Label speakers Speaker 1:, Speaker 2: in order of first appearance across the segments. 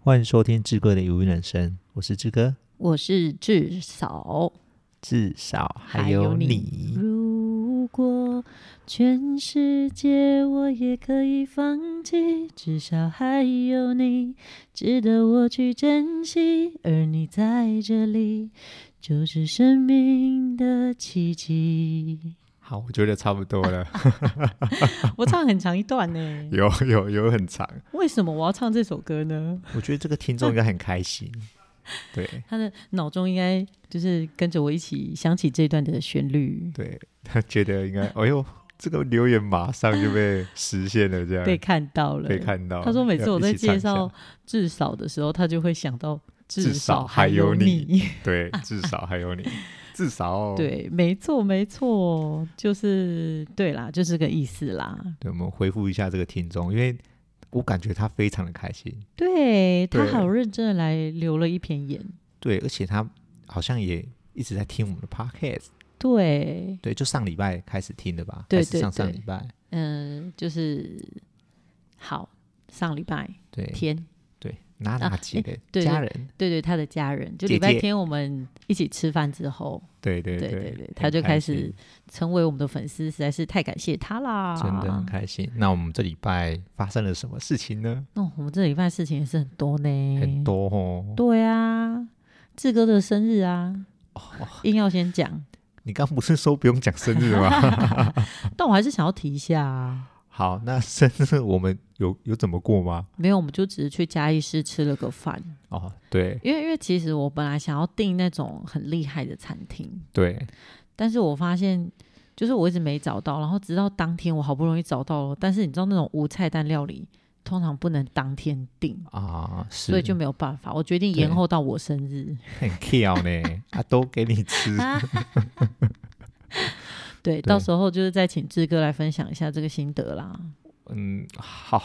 Speaker 1: 欢迎收听志哥的有韵人生，我是志哥，
Speaker 2: 我是至少。
Speaker 1: 至少还
Speaker 2: 还有
Speaker 1: 有
Speaker 2: 你
Speaker 1: 你。
Speaker 2: 如果全世界我也可以放弃，至少还有你值得我去珍惜，而你在这里就是生命的奇迹。
Speaker 3: 好，我觉得差不多 了。
Speaker 2: 我唱很长一段 呢，
Speaker 3: 有有有很长，
Speaker 2: 为什么我要唱这首歌呢？
Speaker 1: 我觉得这个听众应该很开心，
Speaker 3: 对
Speaker 2: 他的脑中应该就是跟着我一起想起这段的旋律，
Speaker 3: 对，他觉得应该，哎呦，这个留言马上就被实现了，这样
Speaker 2: 被看到了，
Speaker 3: 被看到。
Speaker 2: 他说每次我在
Speaker 3: 要一起唱
Speaker 2: 介
Speaker 3: 一下
Speaker 2: 绍，至少的时候，他就会想到至
Speaker 3: 至
Speaker 2: 少
Speaker 3: 少
Speaker 2: 还
Speaker 3: 还
Speaker 2: 有
Speaker 3: 有
Speaker 2: 你
Speaker 3: 你。 对，至少还有你，至少，
Speaker 2: 对，没错，没错，就是对啦，就是这个意思啦。
Speaker 3: 对，我们回复一下这个听众，因为我感觉他非常的开心，
Speaker 2: 对他
Speaker 3: 对
Speaker 2: 好认真的来留了一篇言，
Speaker 3: 对，而且他好像也一直在听我们的 podcast，
Speaker 2: 对，
Speaker 3: 对，就上礼拜开始听的吧，
Speaker 2: 对
Speaker 3: 还是
Speaker 2: 对
Speaker 3: 上上
Speaker 2: 对
Speaker 3: 礼拜，
Speaker 2: 嗯、就是好，上礼拜
Speaker 3: 对
Speaker 2: 天，
Speaker 3: 对，娜
Speaker 2: 啊
Speaker 3: 娜姐
Speaker 2: 诶
Speaker 3: 的
Speaker 2: 对
Speaker 3: 家
Speaker 2: 对
Speaker 3: 人，
Speaker 2: 对对，他的家人，就
Speaker 3: 姐
Speaker 2: 礼拜
Speaker 3: 姐
Speaker 2: 天我们一起吃饭之后，
Speaker 3: 对对
Speaker 2: 对对
Speaker 3: 对
Speaker 2: 对
Speaker 3: 很
Speaker 2: 他就
Speaker 3: 开
Speaker 2: 开
Speaker 3: 心
Speaker 2: 始成为我们的粉丝，实在是太感谢他啦，
Speaker 3: 真的很开心。那我们这礼拜发生了什么事情呢？
Speaker 2: 哦，我们这礼拜事情也是很多呢，
Speaker 3: 很多哦。
Speaker 2: 对啊，志哥的生日啊，硬要先讲，
Speaker 3: 你刚不是说不用讲生日吗？
Speaker 2: 但我还是想要提一下啊。
Speaker 3: 好，那生日我们有有怎么过吗？
Speaker 2: 没有，我们就只是去嘉义市吃了个饭，
Speaker 3: 哦，对
Speaker 2: 因为因为其实我本来想要订那种很厉害的餐厅，
Speaker 3: 对，
Speaker 2: 但是我发现就是我一直没找到，然后直到当天我好不容易找到了，但是你知道那种无菜单料理通常不能当天订，
Speaker 3: 啊，是，
Speaker 2: 所以就没有办法，我决定
Speaker 3: 对
Speaker 2: 延后到我生日。
Speaker 3: 很 kill 呢，啊，都给你吃，
Speaker 2: 啊对，
Speaker 3: 对
Speaker 2: 到时候就是再请志哥来分享一下这个心得啦。
Speaker 3: 嗯，好，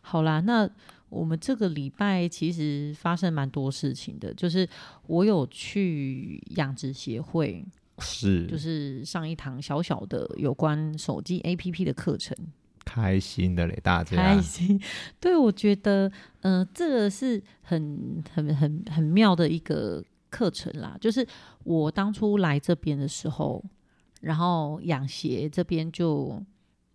Speaker 2: 好啦，那我们这个礼拜其实发生蛮多事情的，就是我有去养殖协会，
Speaker 3: 是，
Speaker 2: 就是上一堂小小的有关手机 APP 的课程，
Speaker 3: 开心的嘞，大家
Speaker 2: 开，心。对，我觉得，呃，这个是很很很很妙的一个课程啦。就是我当初来这边的时候，然后养协这边就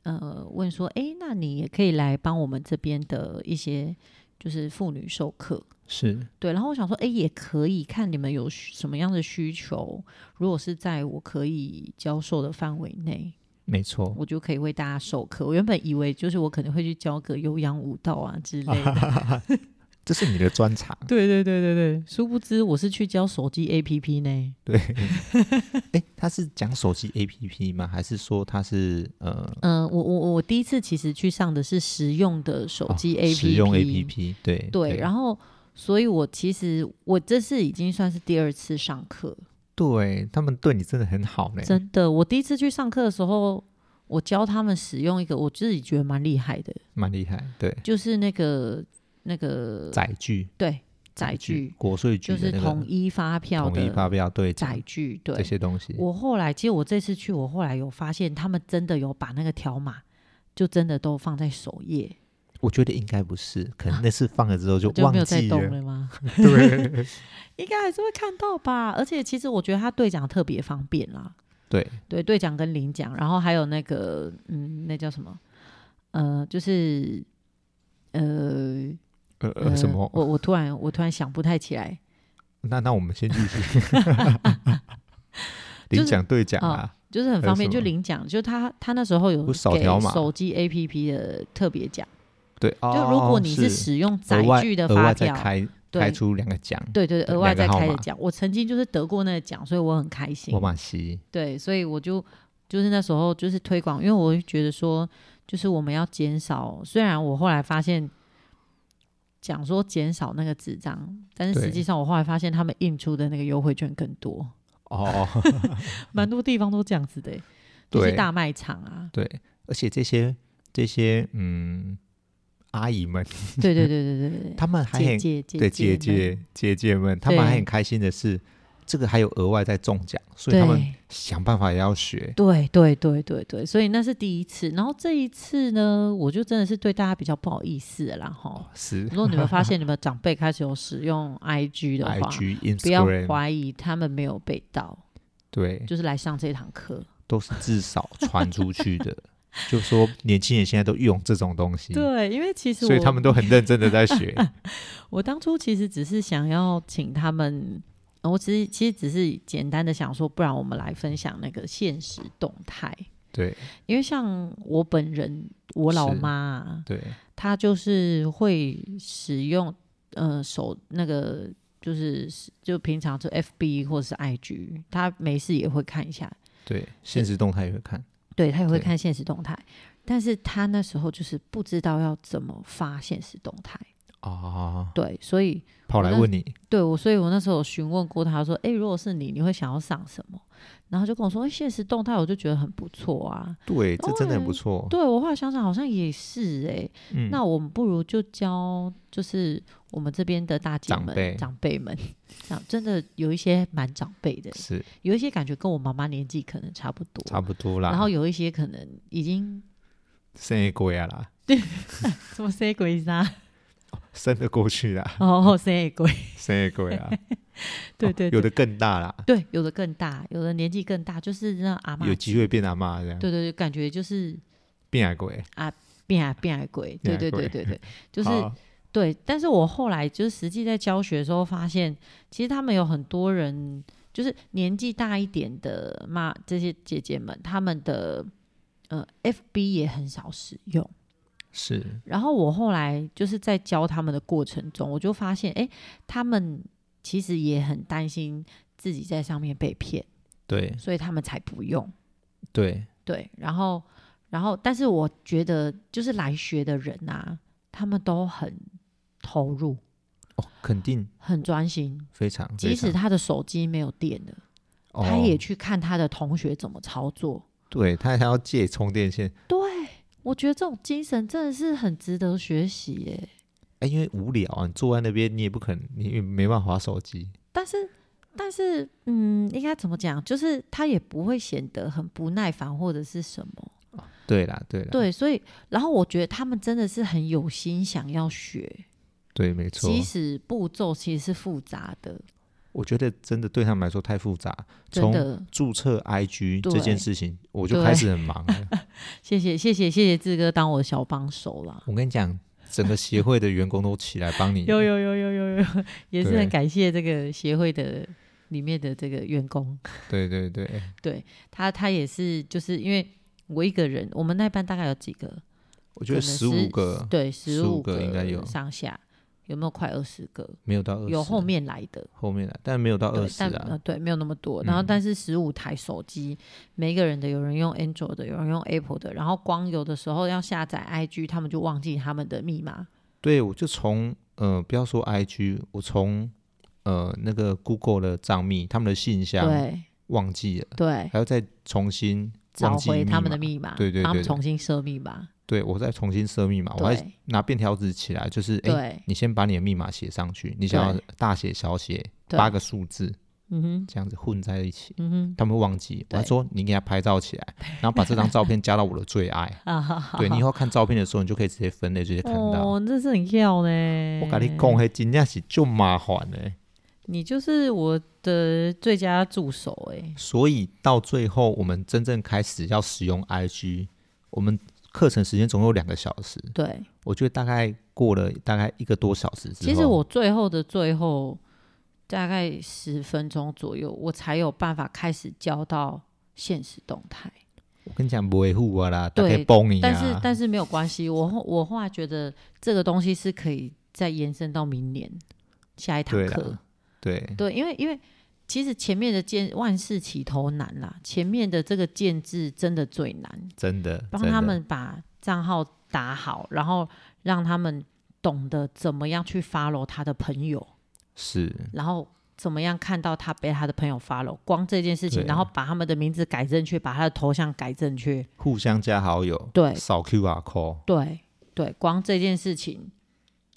Speaker 2: 呃问说，诶，那你也可以来帮我们这边的一些就是妇女授课。
Speaker 3: 是
Speaker 2: 对，然后我想说，诶，也可以看你们有需什么样的需求。如果是在我可以教授的范围内，
Speaker 3: 没错，
Speaker 2: 我就可以为大家授课。我原本以为就是我可能会去教个有氧舞蹈啊之类的，
Speaker 3: 这是你的专场，
Speaker 2: 对对对对对，殊不知我是去教手机 APP 呢。
Speaker 3: 对，哎，他是讲手机 APP 吗？还是说他是呃
Speaker 2: 嗯、我我我第一次其实去上的是实用的手
Speaker 3: 哦
Speaker 2: 机 APP，、
Speaker 3: 使用 APP，对
Speaker 2: 对，
Speaker 3: 后
Speaker 2: 然后。所以，我其实我这次已经算是第二次上课，
Speaker 3: 对他们对你真的很好嘞，
Speaker 2: 真的。我第一次去上课的时候，我教他们使用一个我自己觉得蛮厉害的，
Speaker 3: 蛮厉害，对，
Speaker 2: 就是那个那个
Speaker 3: 载具
Speaker 2: 对载具，
Speaker 3: 国税局
Speaker 2: 就
Speaker 3: 的
Speaker 2: 是
Speaker 3: 那个
Speaker 2: 统一发票
Speaker 3: 统一
Speaker 2: 的
Speaker 3: 发票对
Speaker 2: 载具，对
Speaker 3: 嗯这。些东西，
Speaker 2: 我后来，其实我这次去，我后来有发现，他们真的有把那个条码，就真的都放在首页，
Speaker 3: 我觉得应该不是，可能那次放了之后就
Speaker 2: 啊就
Speaker 3: 忘
Speaker 2: 没有再
Speaker 3: 记
Speaker 2: 动了吗？
Speaker 3: 对
Speaker 2: 应该还是会看到吧。而且，其实我觉得他兑奖特别方便啦，
Speaker 3: 对，
Speaker 2: 对，兑奖跟领奖，然后还有那个，嗯，那叫什么？呃，就是呃
Speaker 3: 呃呃什么？
Speaker 2: 我我突然我突然想不太起来，
Speaker 3: 那那我们先继 续，
Speaker 2: 就是
Speaker 3: 领奖兑奖啊，
Speaker 2: 就是很方便，
Speaker 3: 还有什
Speaker 2: 就
Speaker 3: 么
Speaker 2: 领奖，就他他那时候有
Speaker 3: 不是扫
Speaker 2: 给
Speaker 3: 条码
Speaker 2: 手机 APP 的特别奖，
Speaker 3: 对，哦
Speaker 2: 就如果你
Speaker 3: 是
Speaker 2: 是使用载
Speaker 3: 额外
Speaker 2: 具的
Speaker 3: 额
Speaker 2: 发
Speaker 3: 外再
Speaker 2: 票，
Speaker 3: 开开
Speaker 2: 对
Speaker 3: 出两个奖，
Speaker 2: 对对，
Speaker 3: 对
Speaker 2: 额外
Speaker 3: 两个
Speaker 2: 再
Speaker 3: 号
Speaker 2: 开的
Speaker 3: 码
Speaker 2: 奖。我曾经就是得过那个奖，所以我很开心
Speaker 3: 我。马西
Speaker 2: 对，所以我就就是那时候就是推广，因为我会觉得说，就是我们要减少。虽然我后来发现讲说减少那个纸张，但是实
Speaker 3: 对
Speaker 2: 际上我后来发现他们印出的那个优惠券更多，
Speaker 3: 哦，
Speaker 2: 蛮多地方都这样子的欸，就是
Speaker 3: 对，
Speaker 2: 大卖场 啊
Speaker 3: 对，而且这些这些嗯阿姨们，
Speaker 2: 对对对对对 对。
Speaker 3: 他们还
Speaker 2: 姐
Speaker 3: 很
Speaker 2: 姐姐
Speaker 3: 对
Speaker 2: 姐
Speaker 3: 姐
Speaker 2: 们
Speaker 3: 姐姐姐们，他们
Speaker 2: 对
Speaker 3: 还很开心的是，这个还有额外在中奖，所以他们
Speaker 2: 对
Speaker 3: 想办法也要学。
Speaker 2: 对对对对对，所以那是第一次。然后这一次呢，我就真的是对大家比较不好意思了啦哈。
Speaker 3: 是
Speaker 2: 如果你们发现你们长辈开始有使用 IG 的话
Speaker 3: IG、
Speaker 2: 不要
Speaker 3: Instagram，
Speaker 2: 怀疑他们没有被盗，
Speaker 3: 对，
Speaker 2: 就是来上这堂课。
Speaker 3: 都是至少传出去的。就说年轻人现在都用这种东西，
Speaker 2: 对，因为其实我
Speaker 3: 嗯所以他们都很认真的在学。
Speaker 2: 我当初其实只是想要请他们，呃我其实其实只是简单的想说，不然我们来分享那个现实动态，
Speaker 3: 对
Speaker 2: 因为像我本人，我老
Speaker 3: 是
Speaker 2: 妈、啊、
Speaker 3: 对，
Speaker 2: 她就是会使用呃手那个。就是就平常就 F B 或者是 I G，她没事也会看一下，
Speaker 3: 对，现实动态也会看，
Speaker 2: 对她也会
Speaker 3: 对
Speaker 2: 看现实动态，但是她那时候就是不知道要怎么发现实动态，
Speaker 3: 啊，
Speaker 2: 对，所以
Speaker 3: 跑来问你，
Speaker 2: 对我，所以我那时候有询问过他说：“诶，如果是你，你会想要上什么？”然后就跟我说：“诶，现实动态，我就觉得很不错啊。
Speaker 3: 对，这真的很不错。
Speaker 2: 对我后来想想，好像也是诶，
Speaker 3: 嗯，
Speaker 2: 那我们不如就教，就是我们这边的大姐
Speaker 3: 长
Speaker 2: 们、
Speaker 3: 辈
Speaker 2: 长辈们，长真的有一些蛮长辈的，
Speaker 3: 是
Speaker 2: 有一些感觉跟我妈妈年纪可能差不多，
Speaker 3: 差不多啦。
Speaker 2: 然后有一些可能已经
Speaker 3: 生也过呀啦，
Speaker 2: 什么 say 鬼杀，
Speaker 3: 生得过去啦，
Speaker 2: 哦 say 鬼，
Speaker 3: 生也过呀。
Speaker 2: 对
Speaker 3: 哦
Speaker 2: 对对
Speaker 3: 有的更大啦，
Speaker 2: 对，有的更大，有的年纪更大，就是那阿妈
Speaker 3: 有，机会变阿妈这样，
Speaker 2: 对对对，感觉就是。
Speaker 3: 变阿鬼，
Speaker 2: 变矮变矮鬼，
Speaker 3: 变矮
Speaker 2: 对对
Speaker 3: 鬼
Speaker 2: 对对 对，就是
Speaker 3: 好
Speaker 2: 对。但是我后来就是实际在教学的时候发现，其实他们有很多人，就是年纪大一点的妈这些姐姐们，他们的呃 FB 也很少使用。
Speaker 3: 是
Speaker 2: 然后我后来就是在教他们的过程中，我就发现，哎，他们其实也很担心自己在上面被骗，
Speaker 3: 对
Speaker 2: 所以他们才不用。
Speaker 3: 对
Speaker 2: 对，然后，然后，但是我觉得就是来学的人啊，他们都很投入，
Speaker 3: 哦，肯定
Speaker 2: 很专心。
Speaker 3: 非常，
Speaker 2: 即使
Speaker 3: 非常
Speaker 2: 他的手机没有电了，
Speaker 3: 哦
Speaker 2: 他也去看他的同学怎么操作。
Speaker 3: 对他还要借充电线，
Speaker 2: 对，我觉得这种精神真的是很值得学习耶。
Speaker 3: 哎，因为无聊啊，你坐在那边你也不可能，你也没办法划手机，
Speaker 2: 但是，但是，嗯，应该怎么讲？就是他也不会显得很不耐烦或者是什么。
Speaker 3: 对啦对啊啦，
Speaker 2: 对，所以，然后我觉得他们真的是很有心想要学，
Speaker 3: 对，没错，
Speaker 2: 即使步骤其实是复杂的。
Speaker 3: 我觉得真的对他们来说太复杂，
Speaker 2: 真
Speaker 3: 从
Speaker 2: 的，
Speaker 3: 注册 IG
Speaker 2: 对
Speaker 3: 这件事情，我就
Speaker 2: 对
Speaker 3: 开始很忙了。
Speaker 2: 谢谢谢谢谢谢志哥当我的小帮手啦。
Speaker 3: 我跟你讲，整个协会的员工都起来帮你，
Speaker 2: 有有有有有有，也是
Speaker 3: 嗯对
Speaker 2: 很感谢这个协会的里面的这个员工，
Speaker 3: 对对对，
Speaker 2: 他他也是就是因为我一个人，我们那班大概有几个？
Speaker 3: 我觉得
Speaker 2: 可能
Speaker 3: 十五
Speaker 2: 是
Speaker 3: 个
Speaker 2: 对，十五
Speaker 3: 15个应该有
Speaker 2: 上下，有没有快二十个？
Speaker 3: 没有到二十，啊
Speaker 2: 有后面来的，
Speaker 3: 后面的，但没有到二
Speaker 2: 对，
Speaker 3: 十
Speaker 2: 但
Speaker 3: 啊
Speaker 2: 呃，对，没有那么多。然后
Speaker 3: 嗯
Speaker 2: 但是十五台手机，每一个人的有人用 Android 的，有人用 Apple 的，然后光有的时候要下载 IG，他们就忘记他们的密码。
Speaker 3: 对，我就从呃，不要说 IG，我从呃那个 Google 的账密，他们的信箱
Speaker 2: 对
Speaker 3: 忘记了，
Speaker 2: 对，
Speaker 3: 还要再重新
Speaker 2: 找
Speaker 3: 忘记
Speaker 2: 回他们
Speaker 3: 码
Speaker 2: 的。密码，
Speaker 3: 对对
Speaker 2: 然后他
Speaker 3: 对
Speaker 2: 们
Speaker 3: 对
Speaker 2: 重新设密码。
Speaker 3: 对，我再重新设密码，我还
Speaker 2: 对
Speaker 3: 拿便条纸起来，就是哎，
Speaker 2: 对，
Speaker 3: 你先把你的密码写上去，你想要
Speaker 2: 对
Speaker 3: 大写小写
Speaker 2: 对
Speaker 3: 八个数字
Speaker 2: 嗯哼，
Speaker 3: 这样子混在一起。
Speaker 2: 嗯
Speaker 3: 他们会忘记，我还
Speaker 2: 对
Speaker 3: 说你给他拍照起来，然后把这张照片加到我的最 爱。
Speaker 2: 哼，啊哈哈，
Speaker 3: 对你以后看照片的时候，你就可以直接分类，直接看到。
Speaker 2: 哦，这是很要呢。
Speaker 3: 我跟你讲，，嘿，真正是就麻烦欸嘞。
Speaker 2: 你就是我的最佳助手哎。
Speaker 3: 所以到最后，我们真正开始要使用 IG，我们课程时间总共有两个小时，
Speaker 2: 对，
Speaker 3: 我觉得大概过了大概一个多小时之后，
Speaker 2: 其实我最后的最后大概十分钟左右，我才有办法开始教到现实动态。
Speaker 3: 我跟你讲维护我啊啦，大
Speaker 2: 对
Speaker 3: 概崩你
Speaker 2: 但是
Speaker 3: 啊，
Speaker 2: 但是没有关系，我后我后来觉得这个东西是可以再延伸到明年下一堂
Speaker 3: 对啦
Speaker 2: 课。
Speaker 3: 对
Speaker 2: 对，因为因为其实前面的建万事起头难啦，前面的这个建制真的最难。
Speaker 3: 真的
Speaker 2: 帮
Speaker 3: 真
Speaker 2: 他
Speaker 3: 的
Speaker 2: 们把账号打好，然后让他们懂得怎么样去 follow 他的朋友，
Speaker 3: 是
Speaker 2: 然后怎么样看到他被他的朋友 follow，光这件事情，
Speaker 3: 对啊
Speaker 2: 然后把他们的名字改正确，把他的头像改正确，
Speaker 3: 互相加好友，
Speaker 2: 对
Speaker 3: 扫 QR code，
Speaker 2: 对对，光这件事情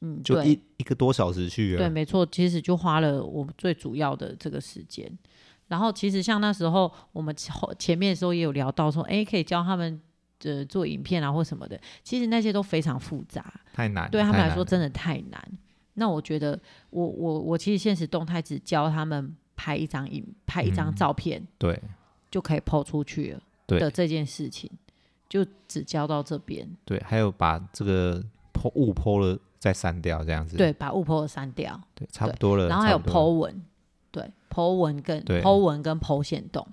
Speaker 2: 嗯，
Speaker 3: 就
Speaker 2: 对
Speaker 3: 一一个多小时去
Speaker 2: 对，
Speaker 3: 了。
Speaker 2: 没错，其实就花了我们最主要的这个时间。然后其实像那时候我们后前面的时候也有聊到说，哎，可以教他们呃做影片啊或什么的，其实那些都非常复杂，
Speaker 3: 太难，
Speaker 2: 对他们
Speaker 3: 太
Speaker 2: 来
Speaker 3: 难了
Speaker 2: 说真的太难。那我觉得我我我其实现实动态只教他们拍一张影拍一张
Speaker 3: 嗯
Speaker 2: 照片
Speaker 3: 对
Speaker 2: 就可以抛出去了
Speaker 3: 对
Speaker 2: 的这件事情，就只教到这边。
Speaker 3: 对，还有把这个剖误剖了再删掉，这样子。
Speaker 2: 对，把误剖的删掉，
Speaker 3: 对，差不多了。
Speaker 2: 然后还有
Speaker 3: 差不多
Speaker 2: 剖
Speaker 3: 了
Speaker 2: 文，对，剖文跟
Speaker 3: 对
Speaker 2: 剖文跟剖线动。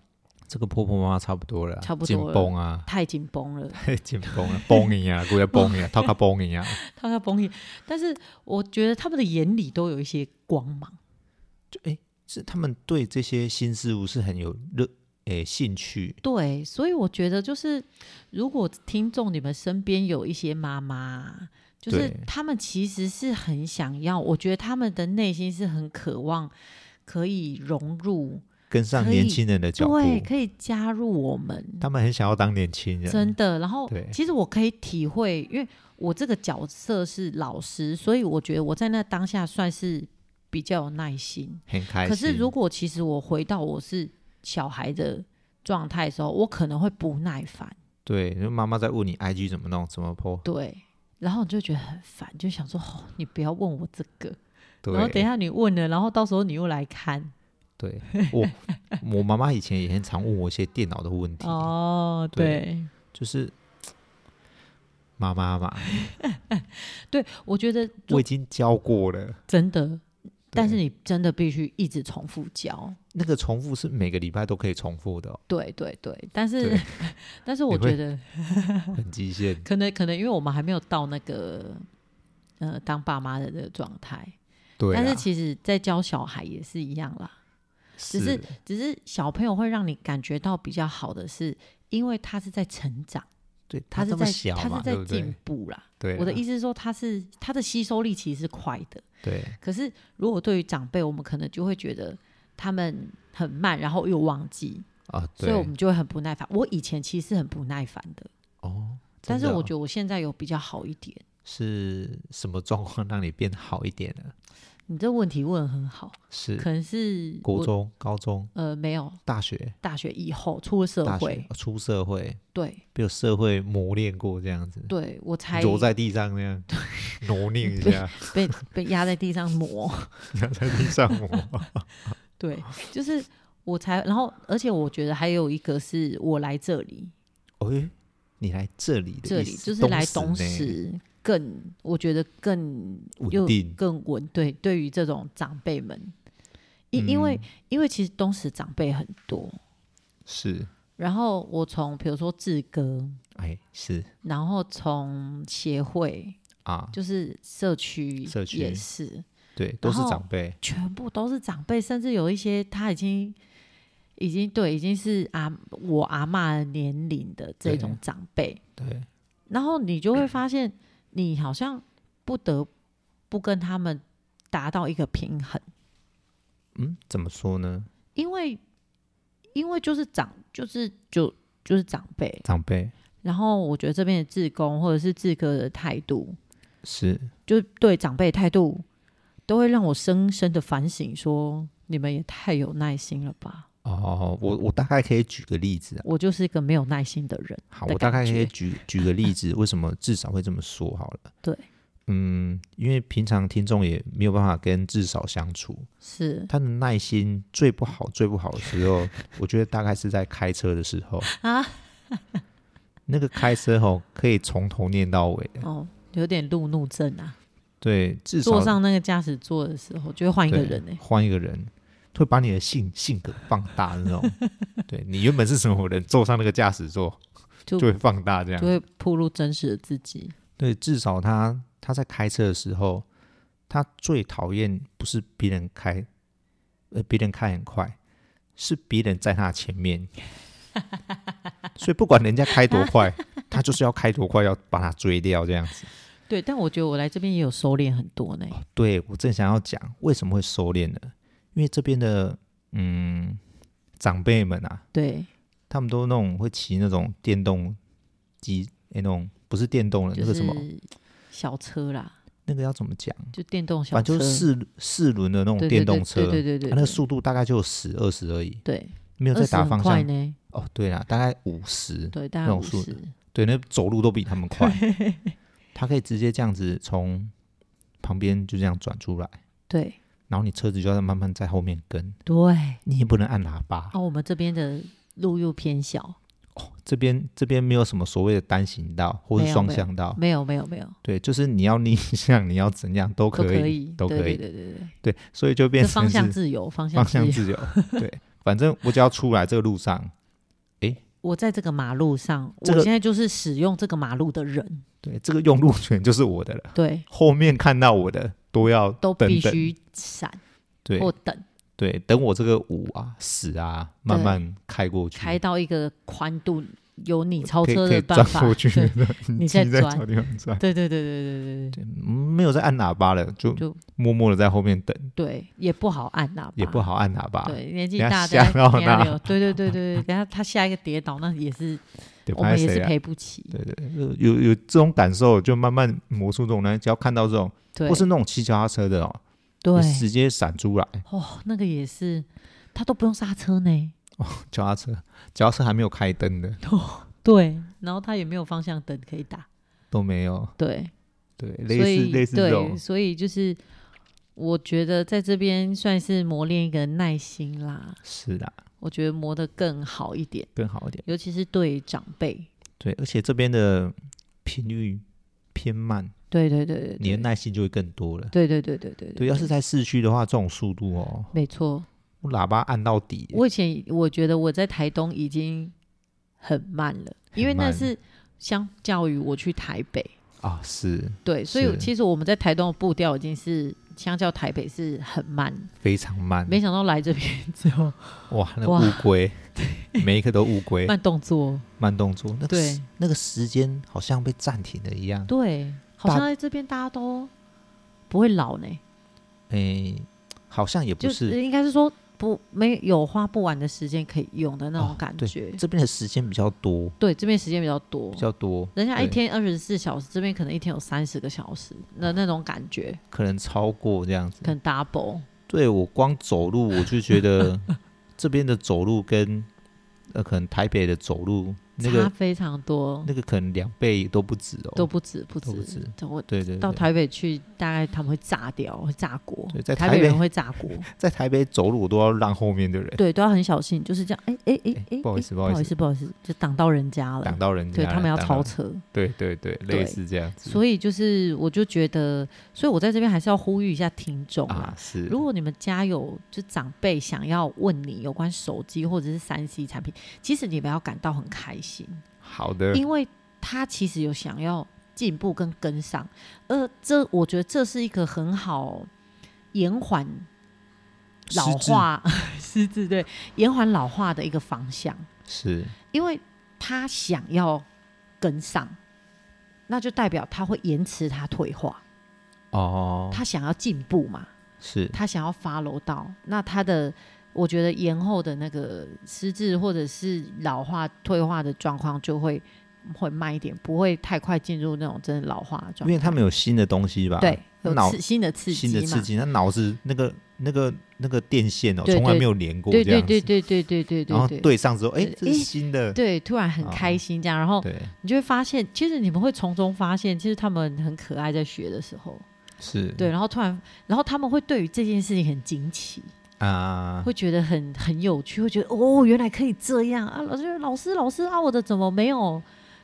Speaker 3: 这个婆婆妈妈差不多了啊，
Speaker 2: 差不
Speaker 3: 紧
Speaker 2: 多了
Speaker 3: 绷啊，
Speaker 2: 太紧绷了，
Speaker 3: 紧绷啊，绷一样，故意绷一样，套卡绷一样。
Speaker 2: 他在绷一，但是我觉得他们的眼里都有一些光芒，
Speaker 3: 就哎，是他们对这些新事物是很有热诶兴趣，
Speaker 2: 对，所以我觉得就是，如果听众你们身边有一些妈妈，就是
Speaker 3: 对
Speaker 2: 他们其实是很想要，我觉得他们的内心是很渴望可以融入，
Speaker 3: 跟上
Speaker 2: 可
Speaker 3: 年
Speaker 2: 以
Speaker 3: 轻人的脚步，
Speaker 2: 对，可以加入我们，
Speaker 3: 他们很想要当年轻人。
Speaker 2: 真的。然后
Speaker 3: 对
Speaker 2: 其实我可以体会，因为我这个角色是老师，所以我觉得我在那当下算是比较有耐心。
Speaker 3: 很开心。
Speaker 2: 可是如果其实我回到我是小孩的状态的时候，我可能会不耐烦，
Speaker 3: 对，就妈妈在问你 IG 怎么弄，怎么剖，
Speaker 2: 对，然后你就觉得很烦，就想说哦，你不要问我这个，
Speaker 3: 对，
Speaker 2: 然后等一下你问了，然后到时候你又来看，
Speaker 3: 对我 我妈妈以前也很常问我一些电脑的问题，
Speaker 2: 哦，对
Speaker 3: 对就是妈妈 嘛，
Speaker 2: 对，我觉得如
Speaker 3: 我已经教过了，
Speaker 2: 真的，但是你真的必须一直重复教。
Speaker 3: 那个重复是每个礼拜都可以重复 的哦、
Speaker 2: 对对对，但是
Speaker 3: 对
Speaker 2: 但是我
Speaker 3: 你会
Speaker 2: 觉得
Speaker 3: 很极限。
Speaker 2: 可能可能因为我们还没有到那个呃当爸妈的这个状态，
Speaker 3: 对啊，
Speaker 2: 但是其实，在教小孩也是一样啦。只是只是小朋友会让你感觉到比较好的是，因为他是在成长，
Speaker 3: 对
Speaker 2: 他是
Speaker 3: 这么
Speaker 2: 在
Speaker 3: 小
Speaker 2: 他
Speaker 3: 嘛，
Speaker 2: 是
Speaker 3: 对
Speaker 2: 在
Speaker 3: 不
Speaker 2: 进
Speaker 3: 对？
Speaker 2: 步啦。
Speaker 3: 对啊啦，
Speaker 2: 我的意思是说，他是他的吸收力其实是快的。
Speaker 3: 对
Speaker 2: 可是如果对于长辈，我们可能就会觉得他们很慢，然后又忘记，
Speaker 3: 啊，
Speaker 2: 所以我
Speaker 3: 对
Speaker 2: 们就会很不耐烦。我以前其实是很不耐烦的，
Speaker 3: 哦，
Speaker 2: 但是
Speaker 3: 真的
Speaker 2: 我
Speaker 3: 哦
Speaker 2: 觉得我现在有比较好一点。
Speaker 3: 是什么状况让你变好一点呢？
Speaker 2: 你这问题问得很好，
Speaker 3: 是
Speaker 2: 可能是
Speaker 3: 国
Speaker 2: 我
Speaker 3: 中、高中、
Speaker 2: 呃没有
Speaker 3: 大学、
Speaker 2: 大学以后出了社
Speaker 3: 大学
Speaker 2: 会，
Speaker 3: 呃出社会，
Speaker 2: 对
Speaker 3: 被社会磨练过这样子，
Speaker 2: 对，我才
Speaker 3: 揉在地上那样 揉捏一
Speaker 2: 对
Speaker 3: 下，
Speaker 2: 被 被压在地上磨。
Speaker 3: 压在地上磨。哦
Speaker 2: 对，就是我才，然后而且我觉得还有一个是我来这里，
Speaker 3: 哦，诶你来这里的
Speaker 2: 这
Speaker 3: 意
Speaker 2: 里
Speaker 3: 思
Speaker 2: 就是来
Speaker 3: 东
Speaker 2: 东
Speaker 3: 石呢
Speaker 2: 石更，我觉得更
Speaker 3: 稳
Speaker 2: 又
Speaker 3: 定，
Speaker 2: 更稳。对，对于这种长辈们，因因为
Speaker 3: 嗯
Speaker 2: 因为其实东石长辈很多，
Speaker 3: 是
Speaker 2: 然后我从比如说志哥，
Speaker 3: 哎是
Speaker 2: 然后从协会，
Speaker 3: 啊，
Speaker 2: 就是社区，
Speaker 3: 社区
Speaker 2: 也是，
Speaker 3: 对，都是
Speaker 2: 然后
Speaker 3: 长辈，
Speaker 2: 全部都是长辈，甚至有一些他已经已经对已经是阿我阿嬷年龄的这种长辈，
Speaker 3: 对
Speaker 2: 然后你就会发现你好像不得不跟他们达到一个平衡，
Speaker 3: 嗯，怎么说呢？
Speaker 2: 因为因为就是长就是就就是长辈，
Speaker 3: 长辈
Speaker 2: 然后我觉得这边的志工或者是志哥的态度，
Speaker 3: 是
Speaker 2: 就是对长辈的态度，都会让我深深的反省说。你们也太有耐心了吧！
Speaker 3: 哦，我我大概可以举个例子啊，
Speaker 2: 我就是一个没有耐心的人。
Speaker 3: 好，
Speaker 2: 的
Speaker 3: 我大
Speaker 2: 感
Speaker 3: 概可以
Speaker 2: 觉
Speaker 3: 举举个例 子，为什么至少会这么说好了？
Speaker 2: 对，
Speaker 3: 嗯，因为平常听众也没有办法跟至少相处，
Speaker 2: 是
Speaker 3: 他的耐心最不好、最不好的时候， 我觉得大概是在开车的时候，
Speaker 2: 啊，
Speaker 3: 那个开车吼可以从头念到尾的，
Speaker 2: 哦，有点路怒症啊。
Speaker 3: 对，至少
Speaker 2: 坐上那个驾驶座的时候，就会换一个
Speaker 3: 对
Speaker 2: 人哎、
Speaker 3: 换一个人，会把你的性性格放大的那 种。对你原本是什么人，坐上那个驾驶座
Speaker 2: 就
Speaker 3: 就会放大这样
Speaker 2: 就。会暴露真实的自己。
Speaker 3: 对，至少他他在开车的时候，他最讨厌不是别人开，呃，别人开很快，是别人在他前 面。所以不管人家开多快，他就是要开多快，要把他追掉这样子。
Speaker 2: 对，但我觉得我来这边也有收敛很多呢、
Speaker 3: 对我正想要讲为什么会收敛呢？因为这边的嗯长辈们啊，
Speaker 2: 对，
Speaker 3: 他们都那种会骑那种哎电动机，诶那种不是电动的，
Speaker 2: 就
Speaker 3: 那个什么
Speaker 2: 是小车啦，
Speaker 3: 那个要怎么讲？
Speaker 2: 就电动小
Speaker 3: 反
Speaker 2: 车，
Speaker 3: 正就是四四轮的那种
Speaker 2: 对对
Speaker 3: 电动车，
Speaker 2: 对对对对
Speaker 3: 它那个速度大概就有十二十而已，
Speaker 2: 对，
Speaker 3: 没有在
Speaker 2: 20
Speaker 3: 打
Speaker 2: 很
Speaker 3: 方
Speaker 2: 快
Speaker 3: 向。
Speaker 2: 呢，
Speaker 3: 哦，对啦，大概五十，
Speaker 2: 对，大
Speaker 3: 那
Speaker 2: 概五
Speaker 3: 种速
Speaker 2: 十，
Speaker 3: 对，那走路都比他们快。它可以直接这样子从旁边就这样转出来，
Speaker 2: 对
Speaker 3: 然后你车子就要慢慢在后面跟，
Speaker 2: 对。哦，
Speaker 3: 你也不能按喇叭。
Speaker 2: 我们这边的路又偏小，
Speaker 3: 这边这边没有什么所谓的单行道或
Speaker 2: 没
Speaker 3: 是
Speaker 2: 有
Speaker 3: 双
Speaker 2: 没有
Speaker 3: 向道，
Speaker 2: 没有没有没有，
Speaker 3: 对，就是你要逆向，你要怎样都
Speaker 2: 都
Speaker 3: 可以，
Speaker 2: 以，
Speaker 3: 都可
Speaker 2: 对
Speaker 3: 以
Speaker 2: 对对对
Speaker 3: 对，所以就
Speaker 2: 对，
Speaker 3: 变
Speaker 2: 就
Speaker 3: 成
Speaker 2: 方向
Speaker 3: 是
Speaker 2: 自由，方向
Speaker 3: 方
Speaker 2: 自由
Speaker 3: 向。自由。 对，反正我只要出来这个路上，
Speaker 2: 我在这个马路上，
Speaker 3: 这个
Speaker 2: 我现在就是使用这个马路的人，
Speaker 3: 对，这个用路权就是我的了。
Speaker 2: 对，
Speaker 3: 后面看到我的都要
Speaker 2: 都
Speaker 3: 等
Speaker 2: 必
Speaker 3: 等
Speaker 2: 须闪
Speaker 3: 对
Speaker 2: 或等，
Speaker 3: 对，等我这个五啊十啊慢
Speaker 2: 对
Speaker 3: 慢开过去，
Speaker 2: 开到一个宽度有你超
Speaker 3: 可以
Speaker 2: 车
Speaker 3: 可以
Speaker 2: 的办
Speaker 3: 钻
Speaker 2: 法。
Speaker 3: 过去，
Speaker 2: 对
Speaker 3: 你
Speaker 2: 你
Speaker 3: 自己在
Speaker 2: 再钻
Speaker 3: 找地方钻。
Speaker 2: 对对对对对对
Speaker 3: 对，
Speaker 2: 对
Speaker 3: 没有在按喇叭了，就
Speaker 2: 就
Speaker 3: 默默的在后面等，
Speaker 2: 对，也不好按喇叭，
Speaker 3: 也不好按喇叭。
Speaker 2: 对，年纪
Speaker 3: 等
Speaker 2: 大
Speaker 3: 下吓
Speaker 2: 家
Speaker 3: 到
Speaker 2: 等下
Speaker 3: 那
Speaker 2: 流对对对对对，等下他下一个跌倒，那也是
Speaker 3: 对，
Speaker 2: 我们也
Speaker 3: 拍
Speaker 2: 是
Speaker 3: 谁啊
Speaker 2: 赔不起。
Speaker 3: 对对，对有有这种感受，就慢慢磨出这种人，只要看到这种，
Speaker 2: 对，
Speaker 3: 或是那种骑脚踏车的哦，
Speaker 2: 对
Speaker 3: 也是直接闪出来。
Speaker 2: 哦，那个也是，他都不用刹车呢。
Speaker 3: 脚踏车，脚踏车还没有开灯的
Speaker 2: 对，然后他也没有方向灯可以打。
Speaker 3: 都没有，
Speaker 2: 对，
Speaker 3: 对，
Speaker 2: 所
Speaker 3: 类似
Speaker 2: 以
Speaker 3: 类似这
Speaker 2: 对，
Speaker 3: 种，
Speaker 2: 所以就是我觉得在这边算是磨练一个耐心啦，
Speaker 3: 是啦，
Speaker 2: 我觉得磨得更好一点，
Speaker 3: 更好一点。
Speaker 2: 尤其是对长辈。
Speaker 3: 对，而且这边的频率偏慢，
Speaker 2: 对对对对，
Speaker 3: 你的耐心就会更多了。
Speaker 2: 对对对对对
Speaker 3: 对，要是在市区的话，这种速度哦，
Speaker 2: 没错，
Speaker 3: 我喇叭按到底耶，
Speaker 2: 我以前我觉得我在台东已经很慢了，因为
Speaker 3: 很慢
Speaker 2: 那是相较于我去台北，
Speaker 3: 啊是
Speaker 2: 对，所以
Speaker 3: 是
Speaker 2: 其实我们在台东的步调已经是相较台北是很慢，
Speaker 3: 非常慢。
Speaker 2: 没想到来这边 之后
Speaker 3: 哇，那
Speaker 2: 哇
Speaker 3: 乌 龟，每一个都乌龟，
Speaker 2: 慢动作，
Speaker 3: 慢动作，那个
Speaker 2: 对
Speaker 3: 时那个时间好像被暂停了一样。
Speaker 2: 对，好像在这边大家都不会老呢，
Speaker 3: 诶，好像也
Speaker 2: 就
Speaker 3: 不是，
Speaker 2: 应该是说不没有花不完的时间可以用的那种
Speaker 3: 哦
Speaker 2: 感
Speaker 3: 对
Speaker 2: 觉，
Speaker 3: 这边的时间比较多，
Speaker 2: 对，这边时间比较多
Speaker 3: 比。较多，
Speaker 2: 人家
Speaker 3: 对
Speaker 2: 一天二十四小时，这边可能一天有三十个小时
Speaker 3: 哦
Speaker 2: 的那种感觉，
Speaker 3: 可能超过这样子。
Speaker 2: 可能 double。
Speaker 3: 对我光走路，我就觉 得这边的走路跟呃，可能台北的走路那
Speaker 2: 差
Speaker 3: 个
Speaker 2: 非常多，
Speaker 3: 那个可能两倍都不止哦。
Speaker 2: 都不止不止
Speaker 3: 都不止。
Speaker 2: 对我
Speaker 3: 对对
Speaker 2: 到
Speaker 3: 对，
Speaker 2: 台北去，大概他们会炸掉，会炸锅
Speaker 3: 对。在
Speaker 2: 台
Speaker 3: 台
Speaker 2: 北
Speaker 3: 北
Speaker 2: 人会炸 锅，
Speaker 3: 在台北走路我都要让后面的人
Speaker 2: 对，都要很小心，就是这样。哎哎哎
Speaker 3: 哎
Speaker 2: 哎，
Speaker 3: 不好意思不
Speaker 2: 哎不
Speaker 3: 好意
Speaker 2: 好意思，不好意思，就挡到人家
Speaker 3: 挡
Speaker 2: 了。
Speaker 3: 到人家
Speaker 2: 对
Speaker 3: 了，
Speaker 2: 他们要
Speaker 3: 挡到
Speaker 2: 超车，
Speaker 3: 对对对，
Speaker 2: 对
Speaker 3: 类似这样子。
Speaker 2: 所以就是我就觉得，所以我在这边还是要呼吁一下听众
Speaker 3: 啊
Speaker 2: 啦。
Speaker 3: 是，
Speaker 2: 如果你们家有就长辈想要问你有关手机或者是三 C 产品，其实你们要感到很开心，
Speaker 3: 好的，
Speaker 2: 因为他其实有想要进步跟跟上，呃，这我觉得这是一个很好延缓老
Speaker 3: 失智
Speaker 2: 化 失智对延缓老化的一个方向，
Speaker 3: 是
Speaker 2: 因为他想要跟上，那就代表他会延迟他退化，
Speaker 3: 哦，
Speaker 2: 他想要进步嘛，
Speaker 3: 是
Speaker 2: 他想要 follow 到，那他的我觉得延后的那个失智或者是老化退化的状况就会会慢一点，不会太快进入那种真的老化的
Speaker 3: 因
Speaker 2: 状
Speaker 3: 为
Speaker 2: 态。
Speaker 3: 他们有新的东西吧？
Speaker 2: 对，有
Speaker 3: 脑
Speaker 2: 刺新的刺激
Speaker 3: 新
Speaker 2: 嘛，
Speaker 3: 的刺激，那脑子那个那个那个电线哦，
Speaker 2: 对
Speaker 3: 从来
Speaker 2: 对
Speaker 3: 没有连过
Speaker 2: 对
Speaker 3: 这样
Speaker 2: 对
Speaker 3: 子，
Speaker 2: 对对对对对
Speaker 3: 然后
Speaker 2: 对对
Speaker 3: 对上之后，哎
Speaker 2: 对，
Speaker 3: 这是
Speaker 2: 诶
Speaker 3: 新的，
Speaker 2: 对，突然很
Speaker 3: 啊
Speaker 2: 开心这样，然后
Speaker 3: 对，
Speaker 2: 你就会发现，其实你们会从中发现，其实他们很可爱，在学的时候，
Speaker 3: 是，
Speaker 2: 对，然后突然，然后他们会对于这件事情很惊奇，
Speaker 3: 啊，
Speaker 2: 会觉得很很有趣，会觉得哦，原来可以这样啊！老师，老师，老师啊，我的怎么没有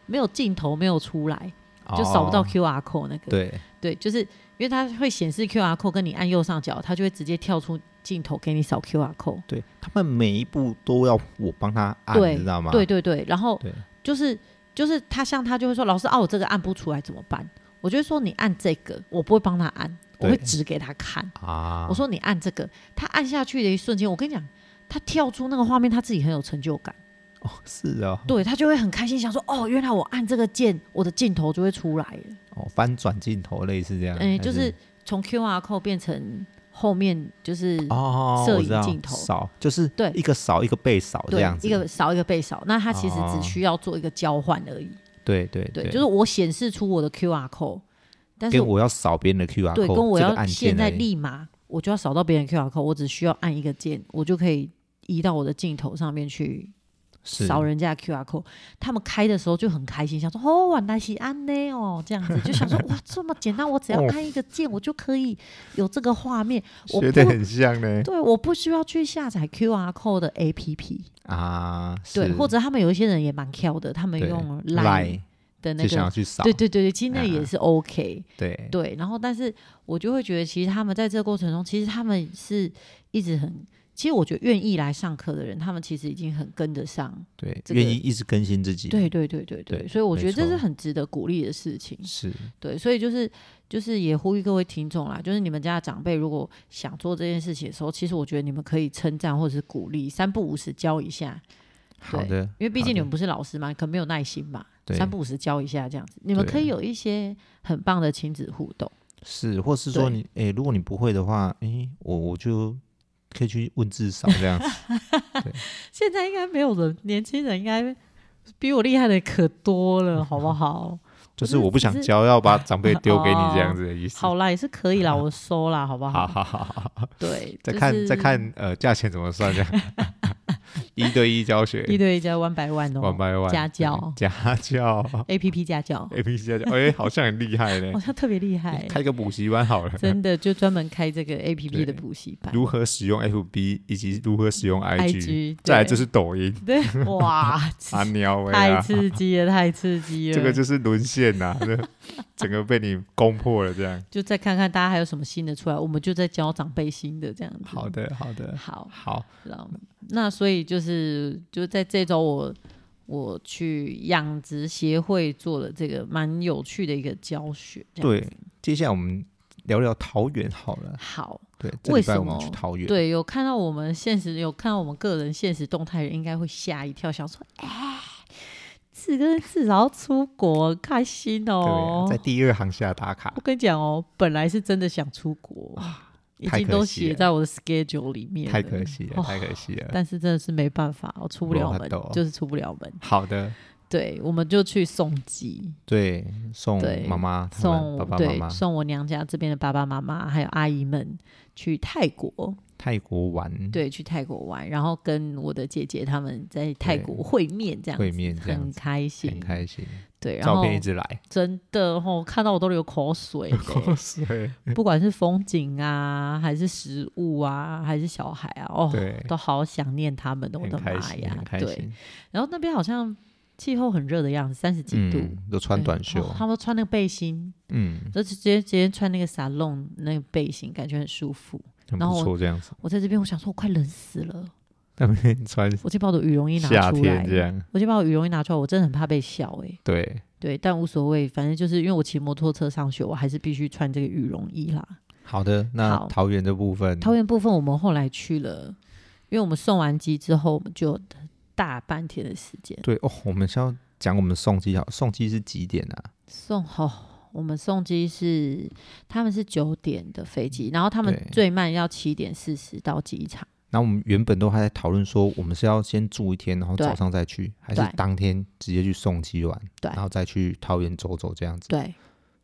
Speaker 2: 没有镜头没有出来，就扫不到
Speaker 3: 哦
Speaker 2: QR code 那个。
Speaker 3: 对，
Speaker 2: 对就是因为它会显示 QR code，跟你按右上角，它就会直接跳出镜头给你扫 QR code。
Speaker 3: 对他们每一步都要我帮他按，
Speaker 2: 对
Speaker 3: 你知道吗？
Speaker 2: 对对对，然后
Speaker 3: 对
Speaker 2: 就是就是他像他就会说，老师啊，我这个按不出来怎么办？我就会说你按这个，我不会帮他按，我
Speaker 3: 对
Speaker 2: 会指给他看。
Speaker 3: 啊，
Speaker 2: 我说你按这个，他按下去的一瞬间，我跟你讲，他跳出那个画面，他自己很有成就感。
Speaker 3: 哦是哦，
Speaker 2: 对他就会很开心，想说哦，原来我按这个键，我的镜头就会出来了。
Speaker 3: 哦翻转镜头类似这样，
Speaker 2: 嗯，
Speaker 3: 还
Speaker 2: 就是从 QR code 变成后面就是、
Speaker 3: 哦，
Speaker 2: 摄
Speaker 3: 我
Speaker 2: 影
Speaker 3: 知道
Speaker 2: 镜头
Speaker 3: 扫，就是
Speaker 2: 对
Speaker 3: 一个扫一个被扫这
Speaker 2: 对
Speaker 3: 样子，
Speaker 2: 一个少一个被扫，那它其实
Speaker 3: 哦
Speaker 2: 只需要做一个交换而已。
Speaker 3: 对对
Speaker 2: 对，就是我显示出我的 QR code，但是
Speaker 3: 跟我要扫别人的 QR
Speaker 2: 对，跟
Speaker 3: code
Speaker 2: 我
Speaker 3: 这个
Speaker 2: 要
Speaker 3: 按
Speaker 2: 现
Speaker 3: 键
Speaker 2: 在
Speaker 3: 而已，
Speaker 2: 立马我就要扫到别人 QR code，我只需要按一个键，我就可以移到我的镜头上面去
Speaker 3: 是
Speaker 2: 扫人家的 QR code。他们开的时候就很开心，想说哦，原来是安呢哦，这样子就想说哇，这么简单，我只要
Speaker 3: 哦
Speaker 2: 按一个键，我就可以有这个画面。我
Speaker 3: 学
Speaker 2: 不
Speaker 3: 的很像呢
Speaker 2: 对，我不需要去下载 QR code 的 APP，
Speaker 3: 啊，
Speaker 2: 对，
Speaker 3: 是
Speaker 2: 或者他们有一些人也蛮挑的，他们
Speaker 3: 对
Speaker 2: 用 Line
Speaker 3: Line
Speaker 2: 的那
Speaker 3: 就想要
Speaker 2: 个，
Speaker 3: 去扫，
Speaker 2: 对对对对，其实那也
Speaker 3: 啊
Speaker 2: 是 OK。
Speaker 3: 对
Speaker 2: 对，然后但是我就会觉得，其实他们在这个过程中，其实他们是一直很，其实我觉得愿意来上课的人，他们其实已经很跟得上。
Speaker 3: 对，
Speaker 2: 这个
Speaker 3: 愿意一直更新自己，
Speaker 2: 对对对对对，
Speaker 3: 对
Speaker 2: 所以我
Speaker 3: 没
Speaker 2: 觉得这是
Speaker 3: 错
Speaker 2: 很值得鼓励的事情。
Speaker 3: 是
Speaker 2: 对，所以就是就是也呼吁各位听众啦，就是你们家的长辈如果想做这件事情的时候，其实我觉得你们可以称赞或者是鼓励，三不五时教一下，
Speaker 3: 好的，
Speaker 2: 因为毕
Speaker 3: 好
Speaker 2: 竟你
Speaker 3: 的
Speaker 2: 们不是老师嘛，可能没有耐心吧，
Speaker 3: 对
Speaker 2: 三不五时教一下这样子，你们
Speaker 3: 对
Speaker 2: 可以有一些很棒的亲子互动。
Speaker 3: 是，或是说
Speaker 2: 对
Speaker 3: 你诶，如果你不会的话，诶，我我就可以去问至少 这样子，
Speaker 2: 现在应该没有人，年轻人应该比我厉害的可多了，好 不好？
Speaker 3: 就
Speaker 2: 不
Speaker 3: 是
Speaker 2: 是
Speaker 3: 我不
Speaker 2: 只
Speaker 3: 想
Speaker 2: 是
Speaker 3: 教，要把长辈丢给你这样
Speaker 2: 哦
Speaker 3: 子的意思。
Speaker 2: 好啦，也是可以啦，我收啦，好不
Speaker 3: 好
Speaker 2: 好？
Speaker 3: 好好好好，
Speaker 2: 对，
Speaker 3: 再
Speaker 2: 就
Speaker 3: 看、
Speaker 2: 是
Speaker 3: 再看呃价钱怎么算这样， 一对一教学，
Speaker 2: 一对一加 one by one
Speaker 3: 万
Speaker 2: 哦
Speaker 3: 百万
Speaker 2: 家教
Speaker 3: 家教
Speaker 2: ，A P P 家教，
Speaker 3: A P C 家教，哎、好像很厉害嘞
Speaker 2: 好，像特别厉害，
Speaker 3: 开个哎补习班好了。
Speaker 2: 真的就专门开这个 A P P
Speaker 3: 对
Speaker 2: 的补习班
Speaker 3: 如何使用 FB 以及如何使用 IG，,
Speaker 2: ，IG，
Speaker 3: 再来
Speaker 2: 对
Speaker 3: 就是抖音
Speaker 2: 对，哇，
Speaker 3: 啊， 鸟喂
Speaker 2: 太
Speaker 3: 啊，
Speaker 2: 刺激 了，太刺激了，
Speaker 3: 这个就是沦陷 呐、这整个被你攻破了这样。
Speaker 2: 就再看看大家还有什么新的出来，我们就在教长辈新的这样子。
Speaker 3: 好，的，好的，
Speaker 2: 好，
Speaker 3: 好，
Speaker 2: 知道吗？那所以就是就在这周我我去养殖协会做了这个蛮有趣的一个教学，这样
Speaker 3: 对，接下来我们聊聊桃园好了。
Speaker 2: 好，
Speaker 3: 对，这
Speaker 2: 为
Speaker 3: 礼拜
Speaker 2: 什
Speaker 3: 我们去
Speaker 2: 么
Speaker 3: 桃园，
Speaker 2: 对，有看到我们现实，有看到我们个人现实动态，人应该会吓一跳，想说，哎、志哥至少要出国，很开心
Speaker 3: 对啊
Speaker 2: 哦。
Speaker 3: 在第二行下打卡
Speaker 2: 我，跟你讲哦，本来是真的想出国，已
Speaker 3: 啊太
Speaker 2: 经
Speaker 3: 可
Speaker 2: 都
Speaker 3: 惜
Speaker 2: 写
Speaker 3: 了
Speaker 2: 在我的 schedule 里面，
Speaker 3: 太可惜了，
Speaker 2: 哦
Speaker 3: 太可惜了。
Speaker 2: 但是真的是没办法，我出不
Speaker 3: 没
Speaker 2: 了
Speaker 3: 办
Speaker 2: 门
Speaker 3: 法，
Speaker 2: 就是出不了门。
Speaker 3: 好的，
Speaker 2: 对，我们就去送机，
Speaker 3: 对，送
Speaker 2: 对
Speaker 3: 妈妈、他
Speaker 2: 送
Speaker 3: 们爸爸妈
Speaker 2: 对
Speaker 3: 妈
Speaker 2: 送我娘家这边的爸爸妈妈还有阿姨们去泰国，
Speaker 3: 泰国玩，，
Speaker 2: 对，去泰国玩，然后跟我的姐姐他们在泰国会面，这样
Speaker 3: 会
Speaker 2: 子
Speaker 3: 面这样
Speaker 2: 很
Speaker 3: 子，
Speaker 2: 开心，
Speaker 3: 很开心。
Speaker 2: 对，然
Speaker 3: 照
Speaker 2: 后
Speaker 3: 片一直来，
Speaker 2: 真的哦，看到我都流口水嘞，
Speaker 3: 对
Speaker 2: 不管是风景啊，还是食物啊，还是小孩啊，哦，
Speaker 3: 对，
Speaker 2: 都好想念他们的，我
Speaker 3: 很
Speaker 2: 的
Speaker 3: 开
Speaker 2: 妈
Speaker 3: 心，
Speaker 2: 呀
Speaker 3: 很，开
Speaker 2: 对，
Speaker 3: 心。
Speaker 2: 然后那边好像气候很热的样子，三十几度。
Speaker 3: 嗯，都穿
Speaker 2: 对
Speaker 3: 短
Speaker 2: 哦
Speaker 3: 袖，
Speaker 2: 他们穿那个背心，
Speaker 3: 嗯，
Speaker 2: 就直接直接穿那个沙龙那个背心，感觉很舒服。
Speaker 3: 很
Speaker 2: 然
Speaker 3: 不
Speaker 2: 后
Speaker 3: 错这样子。
Speaker 2: 我在这边，我想说，我快冷死了，
Speaker 3: 那边穿
Speaker 2: 我就把我的羽绒衣拿
Speaker 3: 夏
Speaker 2: 出
Speaker 3: 天这
Speaker 2: 来，
Speaker 3: 样，
Speaker 2: 我就把我羽绒衣拿出来，我真的很怕被笑哎、
Speaker 3: 对，
Speaker 2: 对，但无所谓，反正就是因为我骑摩托车上学，我还是必须穿这个羽绒衣啦。
Speaker 3: 好的。那
Speaker 2: 好
Speaker 3: 桃园的部分，
Speaker 2: 桃园部分我们后来去了，因为我们送完机之后，我们就有大半天的时间
Speaker 3: 对哦，我们是要讲我们送机好，送机是几点啊？
Speaker 2: 送哦。我们送机是他们是九点的飞机，然后他们
Speaker 3: 嗯对
Speaker 2: 最慢要七点四十到机场。
Speaker 3: 那我们原本都还在讨论说，我们是要先住一天，然后
Speaker 2: 对
Speaker 3: 早上再去，还是
Speaker 2: 对
Speaker 3: 当天直接去送机玩，
Speaker 2: 对
Speaker 3: 然后再去桃园走走这样子。
Speaker 2: 对，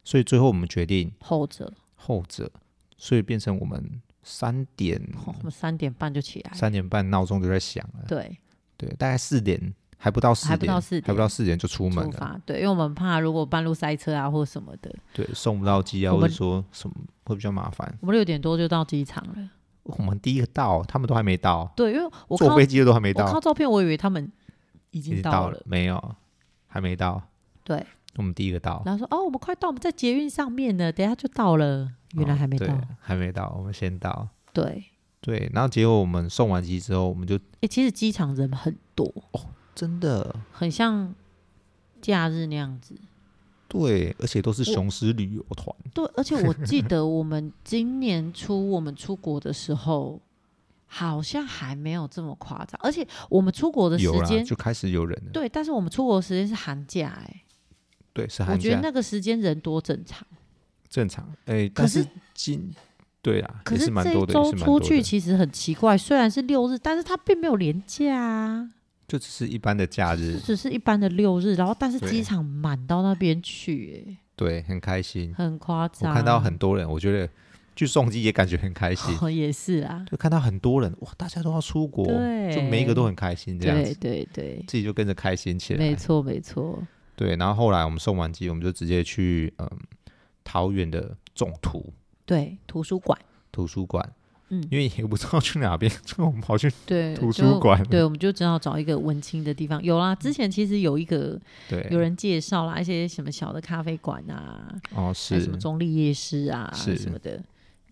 Speaker 3: 所以最后我们决定
Speaker 2: 后者，
Speaker 3: 后者，所以变成我们三点
Speaker 2: 哦我们三点半就起来，
Speaker 3: 三点半闹钟就在响了，
Speaker 2: 对，
Speaker 3: 对，大概四点还不到四点，
Speaker 2: 还不到四点
Speaker 3: 还不到啊四点就出门
Speaker 2: 出
Speaker 3: 了，
Speaker 2: 发，对，因为我们怕如果半路塞车啊或什么的，
Speaker 3: 对，送不到机啊，
Speaker 2: 我
Speaker 3: 或
Speaker 2: 们
Speaker 3: 者说什么会比较麻烦。
Speaker 2: 我们六点多就到机场了。
Speaker 3: 我们第一个到，他们都还没到，
Speaker 2: 对，因为我看
Speaker 3: 坐
Speaker 2: 到
Speaker 3: 飞机的都还没
Speaker 2: 我看
Speaker 3: 到
Speaker 2: 到，照片，我以为他们已
Speaker 3: 已
Speaker 2: 经
Speaker 3: 经
Speaker 2: 到
Speaker 3: 到
Speaker 2: 了，
Speaker 3: 了，没有，还没到，
Speaker 2: 对，
Speaker 3: 我们第一个到，
Speaker 2: 然后说哦，我们快到，我们在捷运上面呢，等一下就到了，原来还没
Speaker 3: 哦对啊
Speaker 2: 到，
Speaker 3: 还没到，我们先到。
Speaker 2: 对，
Speaker 3: 对，然后结果我们送完机之后，我们就
Speaker 2: 哎、其实机场人很多，
Speaker 3: 真的
Speaker 2: 很像假日那样子，
Speaker 3: 对，而且都是雄狮旅游团，
Speaker 2: 对，而且我记 得我们今年初我们出国的时候，好像还没有这么夸张，而且我们出国的时
Speaker 3: 有啦，
Speaker 2: 间
Speaker 3: 就开始有人了。
Speaker 2: 对，但是我们出国的时间是寒假、欸，
Speaker 3: 对，是
Speaker 2: 我
Speaker 3: 寒
Speaker 2: 觉得
Speaker 3: 假
Speaker 2: 那个时间人多正常。
Speaker 3: 正常。哎，
Speaker 2: 可
Speaker 3: 但
Speaker 2: 是
Speaker 3: 是今对啦，
Speaker 2: 可
Speaker 3: 也蛮
Speaker 2: 这一
Speaker 3: 多的，也
Speaker 2: 周
Speaker 3: 是蛮
Speaker 2: 出
Speaker 3: 多
Speaker 2: 去
Speaker 3: 的，
Speaker 2: 其实很奇怪，虽然是六日，但是它并没有连假啊，
Speaker 3: 就只是一般的假
Speaker 2: 就
Speaker 3: 日。
Speaker 2: 只是一般的六日，然后但是
Speaker 3: 对
Speaker 2: 机场满到那边去、欸，
Speaker 3: 对，很开心。
Speaker 2: 很夸
Speaker 3: 我
Speaker 2: 张。。
Speaker 3: 看到很多人，我觉得去送机也感觉很开心
Speaker 2: 哦，也是啊，
Speaker 3: 就看到很多人哇，大家都要出国，
Speaker 2: 对
Speaker 3: 就每一个都很开心这样
Speaker 2: 对
Speaker 3: 子，
Speaker 2: 对对，
Speaker 3: 自己就跟着开心起
Speaker 2: 没
Speaker 3: 来。
Speaker 2: 错没错，
Speaker 3: 对，然后后来我们送完机，我们就直接去嗯桃园的总图
Speaker 2: 对图书馆，
Speaker 3: 图书馆，
Speaker 2: 嗯
Speaker 3: 因为也不知道去哪边，所以我们跑去
Speaker 2: 对
Speaker 3: 图
Speaker 2: 就
Speaker 3: 书馆。嗯
Speaker 2: 对，我们就只好找一个文青的地方。有啦，之前其实有一个
Speaker 3: 对，
Speaker 2: 有人介绍啦，一些什么小的咖啡馆啊，
Speaker 3: 哦
Speaker 2: 还有
Speaker 3: 是
Speaker 2: 什么中立夜市啊
Speaker 3: 是
Speaker 2: 什么的。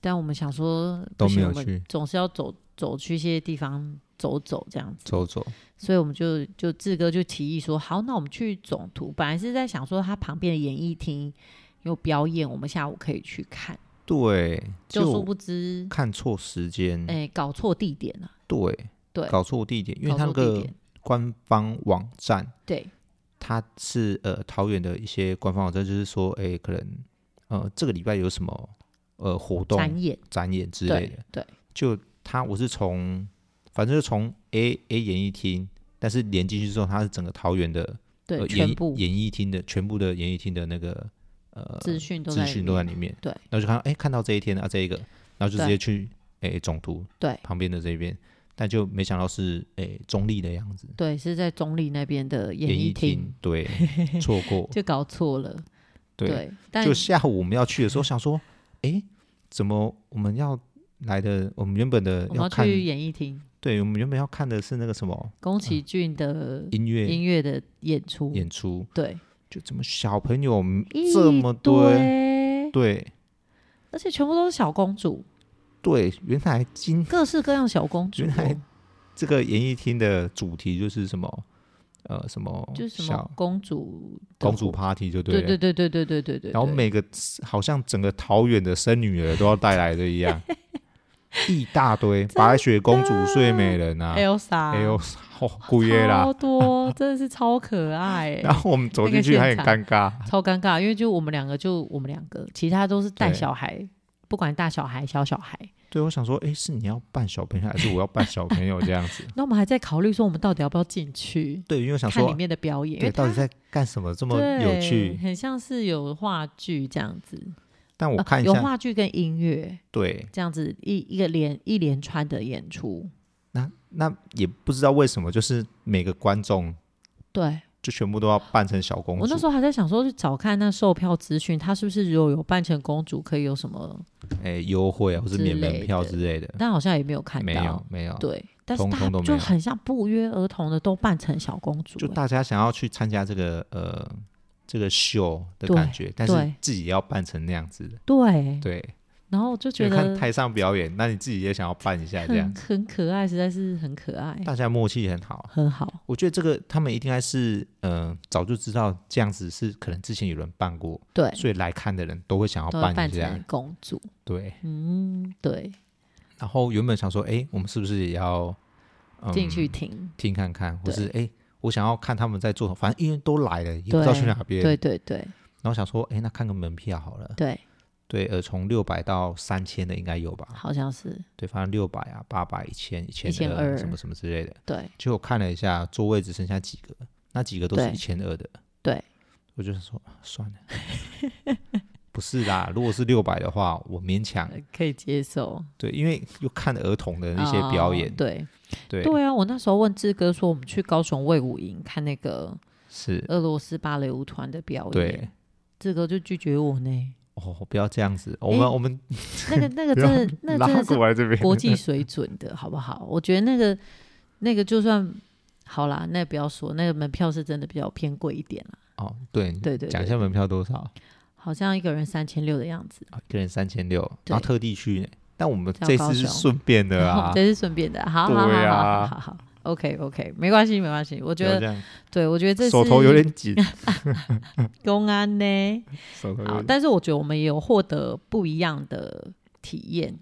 Speaker 2: 但我们想说，
Speaker 3: 都
Speaker 2: 不行
Speaker 3: 没有
Speaker 2: 我们
Speaker 3: 去
Speaker 2: 总是要走走去一些地方走走这样子。
Speaker 3: 走走，
Speaker 2: 所以我们就就志哥就提议说，好，那我们去总图。本来是在想说，它旁边的演艺厅有表演，我们下午可以去看。
Speaker 3: 对，
Speaker 2: 就殊
Speaker 3: 就
Speaker 2: 不知，
Speaker 3: 看错时间，
Speaker 2: 哎、搞错地点了、
Speaker 3: 对
Speaker 2: 对
Speaker 3: 搞错地点，因为
Speaker 2: 搞
Speaker 3: 它那
Speaker 2: 错地
Speaker 3: 个
Speaker 2: 点。
Speaker 3: 官方网站，
Speaker 2: 对
Speaker 3: 它是呃桃园的一些官方网站，就是说，哎，可能呃这个礼拜有什么呃活动
Speaker 2: 展演，
Speaker 3: 展演之类
Speaker 2: 对
Speaker 3: 的，
Speaker 2: 对
Speaker 3: 就它我是从反正就从 A A 演艺厅，但是连进去之后，它是整个桃园的
Speaker 2: 对，
Speaker 3: 呃演
Speaker 2: 全
Speaker 3: 艺
Speaker 2: 部
Speaker 3: 演艺厅的全部的演艺厅的那个呃
Speaker 2: 资讯都
Speaker 3: 资
Speaker 2: 在
Speaker 3: 讯
Speaker 2: 里
Speaker 3: 都在
Speaker 2: 面
Speaker 3: 里面，
Speaker 2: 对，
Speaker 3: 然后就看到哎看到这一天啊这一个，然后就直接
Speaker 2: 对
Speaker 3: 去哎总图
Speaker 2: 对
Speaker 3: 旁边的这边，但就没想到是诶中立的样子，
Speaker 2: 对，是在中立那边的演
Speaker 3: 艺
Speaker 2: 艺
Speaker 3: 厅
Speaker 2: 厅，
Speaker 3: 对 错过，
Speaker 2: 就搞错了。
Speaker 3: 对，
Speaker 2: 但嗯
Speaker 3: 就下午我们要去的时候想说，诶，怎么我们要来的？我们原本的
Speaker 2: 我们
Speaker 3: 要
Speaker 2: 要
Speaker 3: 看，
Speaker 2: 去演艺厅，
Speaker 3: 对我们原本要看的是那个什么
Speaker 2: 宫崎骏的
Speaker 3: 嗯音乐
Speaker 2: 音乐的演出，
Speaker 3: 演出，
Speaker 2: 对，
Speaker 3: 就怎么小朋友
Speaker 2: 一
Speaker 3: 这么多，
Speaker 2: 堆，
Speaker 3: 对
Speaker 2: 而且全部都是小公主，
Speaker 3: 对，原来今
Speaker 2: 各式各样小公主
Speaker 3: 原来
Speaker 2: 哦，
Speaker 3: 这个演艺厅的主题就是什么？呃，什么
Speaker 2: 就是什么
Speaker 3: 小
Speaker 2: 公主的
Speaker 3: 公主
Speaker 2: 活，
Speaker 3: party 就了
Speaker 2: 对对对对对对对对，
Speaker 3: 然后
Speaker 2: 对
Speaker 3: 每个好像整个桃园的生女儿都要带来的一 样，一大堆白雪公主、睡美人啊，
Speaker 2: Elsa，
Speaker 3: 哎呦，好贵耶啦
Speaker 2: 超！多，真的是超可爱、
Speaker 3: 然后我们走进去还很尴尬，
Speaker 2: 超尴尬，因为就我们两个，就我们两个，其他都是带
Speaker 3: 对
Speaker 2: 小孩，不管大小孩、小小孩。
Speaker 3: 对我想说，哎，是你要扮小朋友还是我要扮小朋友这样子？
Speaker 2: 那我们还在考虑说，我们到底要不要进去
Speaker 3: 对，因为我想
Speaker 2: 看里
Speaker 3: 说，
Speaker 2: 面的表演？因
Speaker 3: 对，
Speaker 2: 为
Speaker 3: 到底
Speaker 2: 它
Speaker 3: 在干什么这么
Speaker 2: 对
Speaker 3: 有趣？
Speaker 2: 很像是有话剧这样子。
Speaker 3: 嗯但我
Speaker 2: 呃
Speaker 3: 看一
Speaker 2: 有
Speaker 3: 下，
Speaker 2: 话剧跟音乐
Speaker 3: 对，
Speaker 2: 这样子一一个连一连串的演出，
Speaker 3: 那那也不知道为什么，就是每个观众
Speaker 2: 对
Speaker 3: 就全部都要扮成小公
Speaker 2: 我那时
Speaker 3: 主，
Speaker 2: 候还在想说，去找看那售票资讯，它是不是如果有扮成公主，可以有什么？
Speaker 3: 哎，优惠啊，或是
Speaker 2: 之
Speaker 3: 免
Speaker 2: 类
Speaker 3: 门票
Speaker 2: 的
Speaker 3: 之类的，
Speaker 2: 但好像也没有看
Speaker 3: 嗯
Speaker 2: 到，
Speaker 3: 没有没有，
Speaker 2: 对，但是
Speaker 3: 通
Speaker 2: 它
Speaker 3: 通都没
Speaker 2: 就
Speaker 3: 有
Speaker 2: 很像不约而同的都扮成小公主、
Speaker 3: 就
Speaker 2: 欸
Speaker 3: 大家想要去参加这个呃这个秀的
Speaker 2: 对
Speaker 3: 感觉，但是
Speaker 2: 对
Speaker 3: 自己也要扮成那样子的，
Speaker 2: 对，
Speaker 3: 对，
Speaker 2: 然后我就
Speaker 3: 就
Speaker 2: 觉
Speaker 3: 看
Speaker 2: 得嗯
Speaker 3: 台上表演，那你自己也想要扮一下这样
Speaker 2: 很
Speaker 3: 子，
Speaker 2: 很可爱，实在是很可爱，
Speaker 3: 大家默契很好。
Speaker 2: 很好，
Speaker 3: 我觉得这个他们一定该是呃早就知道这样子是可能之前有人办过，
Speaker 2: 对，
Speaker 3: 所以来看的人都会想要
Speaker 2: 都要扮
Speaker 3: 办一下
Speaker 2: 成，公主，
Speaker 3: 对。
Speaker 2: 嗯，对，
Speaker 3: 然后原本想说，哎，我们是不是也要嗯
Speaker 2: 进去听，
Speaker 3: 听看看，或
Speaker 2: 对
Speaker 3: 是哎，我想要看他们在做什么，反正因为都来了，也不知道去哪边，
Speaker 2: 对对对
Speaker 3: 然后想说，哎，那看个门票好了。
Speaker 2: 对，
Speaker 3: 对，呃，从六百到三千的应该有吧？
Speaker 2: 好像是
Speaker 3: 对，反正六百啊、八百、一千、一千
Speaker 2: 1200
Speaker 3: 什么什么之类的。
Speaker 2: 对
Speaker 3: 结果看了一下，座位只剩下几个，那几个都是
Speaker 2: 对
Speaker 3: 一千二的。
Speaker 2: 对，
Speaker 3: 我就想说啊算了， 不是啦，如果是六百的话，我勉强
Speaker 2: 呃可以接受
Speaker 3: 对，因为又看儿童的一些表演
Speaker 2: 哦，对
Speaker 3: 对
Speaker 2: 对啊，我那时候问志哥说，我们去高雄卫武营看那个
Speaker 3: 是，
Speaker 2: 俄罗斯芭蕾舞团的表演，
Speaker 3: 对。
Speaker 2: 志哥就拒绝我 呢，
Speaker 3: 哦，不要这样子，我们、我们
Speaker 2: 那个那个
Speaker 3: 不要
Speaker 2: 真的那个真
Speaker 3: 拉
Speaker 2: 的是
Speaker 3: 过来这边，
Speaker 2: 国际水准的好不好？我觉得那个那个就算好啦，那不要说那个门票是真的比较偏贵一点啦，
Speaker 3: 哦，对
Speaker 2: 对对
Speaker 3: 讲一
Speaker 2: 对
Speaker 3: 下门票多少？
Speaker 2: 好像一个人三千六的样子。
Speaker 3: 啊，一个人三千六，然后
Speaker 2: 对
Speaker 3: 特地去呢。但我们
Speaker 2: 到
Speaker 3: 这
Speaker 2: 高
Speaker 3: 次是
Speaker 2: 雄
Speaker 3: 顺便的啊，
Speaker 2: 这是顺便的，好好好
Speaker 3: 对
Speaker 2: 好
Speaker 3: 啊
Speaker 2: 好好好，OK OK，没关系没关系，我
Speaker 3: 不
Speaker 2: 觉
Speaker 3: 要
Speaker 2: 得
Speaker 3: 这样，
Speaker 2: 对我觉得这是
Speaker 3: 手头有点 紧，
Speaker 2: 公安呢，
Speaker 3: 手头有
Speaker 2: 好，
Speaker 3: 点
Speaker 2: 但是我觉得我们也有获得不一样的体验，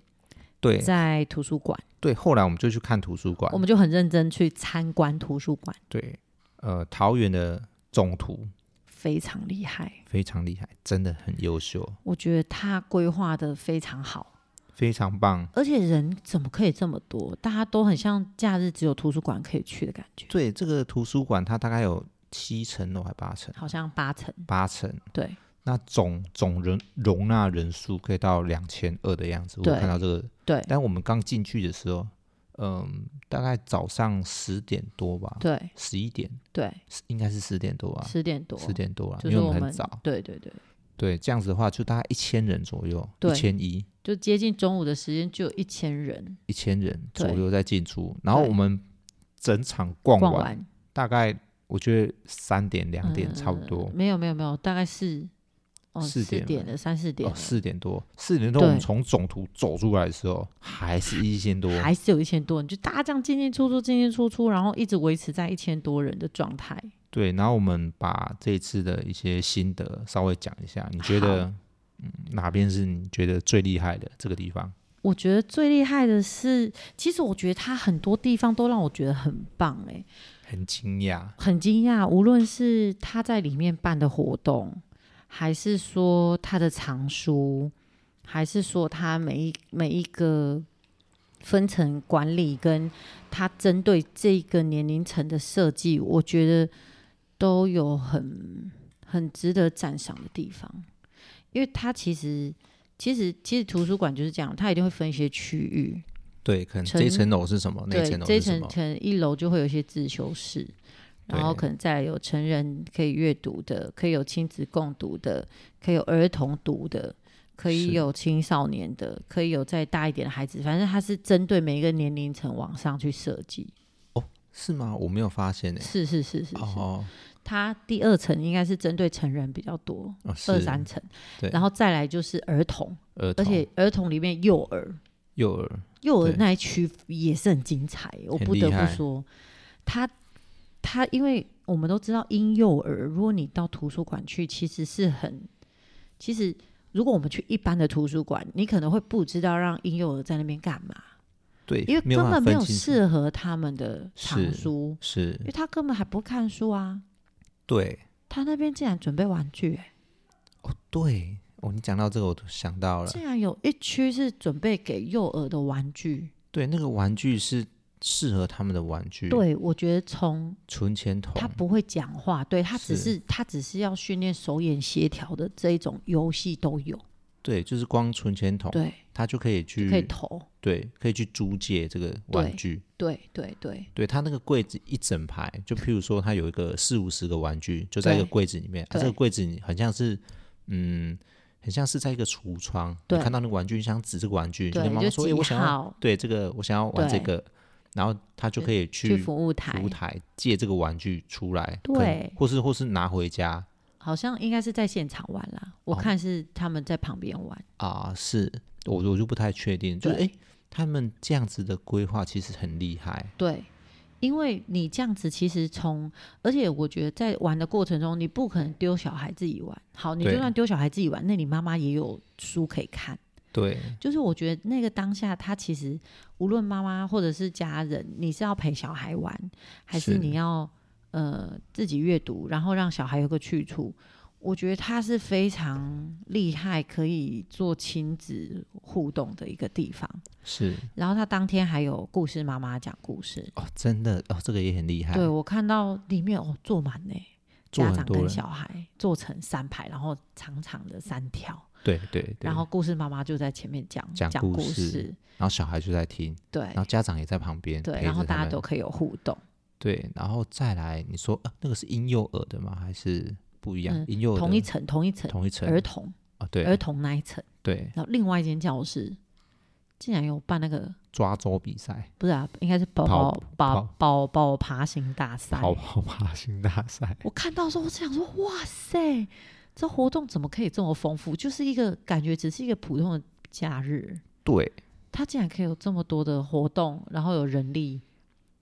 Speaker 3: 对
Speaker 2: 在图书馆，
Speaker 3: 对。后来我们就去看图书馆
Speaker 2: 我，们就很认真去参观图书馆，
Speaker 3: 对，呃，桃园的总图
Speaker 2: 非常厉害，
Speaker 3: 非常厉害，真的很优秀，
Speaker 2: 我觉得他规划的非常好。
Speaker 3: 非常棒。
Speaker 2: 而且人怎么可以这么多？大家都很像假日只有图书馆可以去的感觉，
Speaker 3: 对，这个图书馆它大概有七层楼还八层，
Speaker 2: 好像八层。
Speaker 3: 八层，
Speaker 2: 对，
Speaker 3: 那总总人容纳人数可以到两千二的样子，我
Speaker 2: 对
Speaker 3: 看到这个。
Speaker 2: 对
Speaker 3: 但我们刚进去的时候，嗯，大概早上十点多吧，
Speaker 2: 对
Speaker 3: 十一点，
Speaker 2: 对，
Speaker 3: 是应该是十点多吧，
Speaker 2: 十点多，
Speaker 3: 十点多啊，
Speaker 2: 就
Speaker 3: 因
Speaker 2: 是
Speaker 3: 为我
Speaker 2: 们
Speaker 3: 们很早。
Speaker 2: 对对对，
Speaker 3: 对，这样子的话就大概一千人左右，
Speaker 2: 对
Speaker 3: 一千一，
Speaker 2: 就接近中午的时间就有一千人
Speaker 3: 一千人
Speaker 2: 对
Speaker 3: 左右在进出。然后
Speaker 2: 对
Speaker 3: 我们整场逛
Speaker 2: 逛
Speaker 3: 完，
Speaker 2: 完，
Speaker 3: 大概我觉得三点两点
Speaker 2: 嗯
Speaker 3: 差不多。哦
Speaker 2: 没有没有没有，大概是哦
Speaker 3: 四点
Speaker 2: 点的三四点
Speaker 3: 哦，
Speaker 2: 了，
Speaker 3: 四点多，四点多我们
Speaker 2: 对
Speaker 3: 从总图走出来的时候，还是一千多，
Speaker 2: 还是有一千多人，就大家这样进进出出进进出出，然后一直维持在一千多人的状态。
Speaker 3: 对，然后我们把这一次的一些心得稍微讲一下，你觉得嗯哪边是你觉得最厉害的这个地方？
Speaker 2: 我觉得最厉害的是，其实我觉得它很多地方都让我觉得很棒哎、
Speaker 3: 很惊讶，
Speaker 2: 很惊讶，无论是他在里面办的活动，还是说他的藏书，还是说他每一每一个分层管理，跟他针对这个年龄层的设计，我觉得都有很很值得赞赏的地方，因为他其实。其实，其实图书馆就是这样，它一定会分一些区域，
Speaker 3: 对，可能
Speaker 2: 成
Speaker 3: 这一层楼是什么，那一
Speaker 2: 对
Speaker 3: 层，楼
Speaker 2: 这一
Speaker 3: 是什
Speaker 2: 层
Speaker 3: 么？
Speaker 2: 可能一楼就会有一些自修室，然后
Speaker 3: 对
Speaker 2: 可能再来有成人可以阅读的，可以有亲子共读的，可以有儿童读的，可以
Speaker 3: 是
Speaker 2: 有青少年的，可以有再大一点的孩子，反正它是针对每一个年龄层往上去设计。
Speaker 3: 是吗？我没有发现诶、
Speaker 2: 是是是是是，
Speaker 3: 哦
Speaker 2: 它第二层应该是针对成人比较多，
Speaker 3: 哦，
Speaker 2: 二
Speaker 3: 是
Speaker 2: 三层
Speaker 3: 对，
Speaker 2: 然后再来就是儿童，
Speaker 3: 儿
Speaker 2: 而
Speaker 3: 童
Speaker 2: 且儿童里面幼儿，
Speaker 3: 幼儿
Speaker 2: 幼儿
Speaker 3: 对
Speaker 2: 那一区也是很精彩，我
Speaker 3: 很
Speaker 2: 不得
Speaker 3: 厉
Speaker 2: 不
Speaker 3: 害
Speaker 2: 说，他他因为我们都知道婴幼儿，如果你到图书馆去，其实是很，其实如果我们去一般的图书馆，你可能会不知道让婴幼儿在那边干嘛，
Speaker 3: 对，
Speaker 2: 因为
Speaker 3: 没有
Speaker 2: 根
Speaker 3: 办法
Speaker 2: 本没
Speaker 3: 分
Speaker 2: 有
Speaker 3: 清楚
Speaker 2: 适合他们的藏
Speaker 3: 是嗯
Speaker 2: 书，
Speaker 3: 是
Speaker 2: 因为他根本还不看书啊，
Speaker 3: 对
Speaker 2: 他那边竟然准备玩具、欸，
Speaker 3: 哦对哦，你讲到这个我都想到了，
Speaker 2: 竟然有一区是准备给幼儿的玩具，
Speaker 3: 对，那个玩具是适合他们的玩具，，
Speaker 2: 对我觉得从
Speaker 3: 存钱筒
Speaker 2: 他，不会讲话，对他只是
Speaker 3: 是
Speaker 2: 他只是要训练手眼协调的这一种游戏都有，
Speaker 3: 对，就是光存钱筒，
Speaker 2: 对，
Speaker 3: 他就可以
Speaker 2: 就
Speaker 3: 哦去
Speaker 2: 可以投，
Speaker 3: 对，可以去租借这个玩具。
Speaker 2: 对对对
Speaker 3: 对他那个柜子一整排，就譬如说，他有一个四五十个玩具，就在一个
Speaker 2: 对
Speaker 3: 柜子里面。啊、
Speaker 2: 对
Speaker 3: 这个柜子里很像是，嗯，很像是在一个橱窗。你
Speaker 2: 对
Speaker 3: 看到那个玩具，你想指这个玩具，就
Speaker 2: 对，
Speaker 3: 跟妈
Speaker 2: 就
Speaker 3: 妈说：“哎、
Speaker 2: 几
Speaker 3: 我想要，
Speaker 2: 号
Speaker 3: 对这个，我想要玩这
Speaker 2: 对
Speaker 3: 个。”然后他就可以去
Speaker 2: 去服务台
Speaker 3: 服务，台借这个玩具出来，可能
Speaker 2: 对
Speaker 3: 或是或是拿回家
Speaker 2: 好像应该是在现场玩啦，我
Speaker 3: 哦
Speaker 2: 看是他们在旁边玩，
Speaker 3: 啊、是我我就不太确定，就是哎、
Speaker 2: 对
Speaker 3: 诶他们这样子的规划其实很厉害，
Speaker 2: 对。因为你这样子，其实从而且我觉得在玩的过程中，你不可能丢小孩自己玩。好，你就
Speaker 3: 对
Speaker 2: 算丢小孩自己玩，那你妈妈也有书可以看。
Speaker 3: 对
Speaker 2: 就是我觉得那个当下，他其实无论妈妈或者是家人，你是要陪小孩玩，还是
Speaker 3: 是
Speaker 2: 你要呃自己阅读，然后让小孩有个去处。我觉得他是非常厉害，可以做亲子互动的一个地方。
Speaker 3: 是
Speaker 2: 然后他当天还有故事妈妈讲故事，
Speaker 3: 哦，真的哦，这个也很厉害，
Speaker 2: 对我看到里面哦坐满呢，
Speaker 3: 做
Speaker 2: 家
Speaker 3: 很
Speaker 2: 长
Speaker 3: 多
Speaker 2: 跟
Speaker 3: 人
Speaker 2: 小孩坐成三排，然后长长的三条，
Speaker 3: 对对对，
Speaker 2: 然后故事妈妈就在前面讲
Speaker 3: 讲
Speaker 2: 讲
Speaker 3: 故
Speaker 2: 故
Speaker 3: 事
Speaker 2: 事，
Speaker 3: 然后小孩就在听，
Speaker 2: 对，
Speaker 3: 然后家长也在旁边陪着
Speaker 2: 哎对，
Speaker 3: 他们，
Speaker 2: 然后大家都可以有互动，
Speaker 3: 对，然后再来你说、呃、那个是婴幼儿的吗？还是不一样？
Speaker 2: 嗯
Speaker 3: 婴幼儿
Speaker 2: 同一
Speaker 3: 层
Speaker 2: 层同一层
Speaker 3: 同一层
Speaker 2: 儿童
Speaker 3: 啊，对
Speaker 2: 儿童那一层，
Speaker 3: 对，
Speaker 2: 然后另外一间教室竟然有办那个
Speaker 3: 抓周比赛，
Speaker 2: 不是啊，应该是宝
Speaker 3: 跑
Speaker 2: 宝宝
Speaker 3: 跑
Speaker 2: 宝宝爬行大赛。
Speaker 3: 跑跑爬行大赛，
Speaker 2: 我看到的时候，我只想说，哇塞，这活动怎么可以这么丰富？就是一个感觉只是一个普通的假日，
Speaker 3: 对，
Speaker 2: 它竟然可以有这么多的活动，然后有人力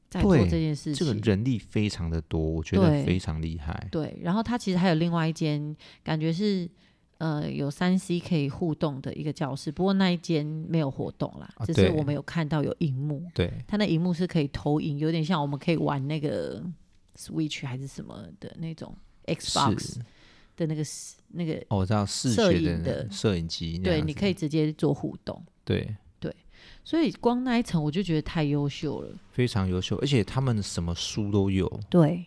Speaker 2: 在做
Speaker 3: 对
Speaker 2: 这件事情。
Speaker 3: 这个人力非常的多，我觉得
Speaker 2: 对
Speaker 3: 非常厉害，
Speaker 2: 对，然后它其实还有另外一间，感觉是呃有三 C 可以互动的一个教室，不过那一间没有活动啦，
Speaker 3: 啊
Speaker 2: 只是
Speaker 3: 对
Speaker 2: 我们有看到有荧幕，
Speaker 3: 对
Speaker 2: 它那荧幕是可以投影，有点像我们可以玩那个 Switch 还是什么的那种 Xbox
Speaker 3: 是
Speaker 2: 的那个 s- 那个，
Speaker 3: 哦，我知道视
Speaker 2: 摄
Speaker 3: 觉
Speaker 2: 影
Speaker 3: 的
Speaker 2: 的
Speaker 3: 摄影机那样
Speaker 2: 对，
Speaker 3: 子，
Speaker 2: 你可以直接做互动，
Speaker 3: 对。
Speaker 2: 所以光那一层我就觉得太优秀了，
Speaker 3: 非常优秀，而且他们什么书都有，
Speaker 2: 对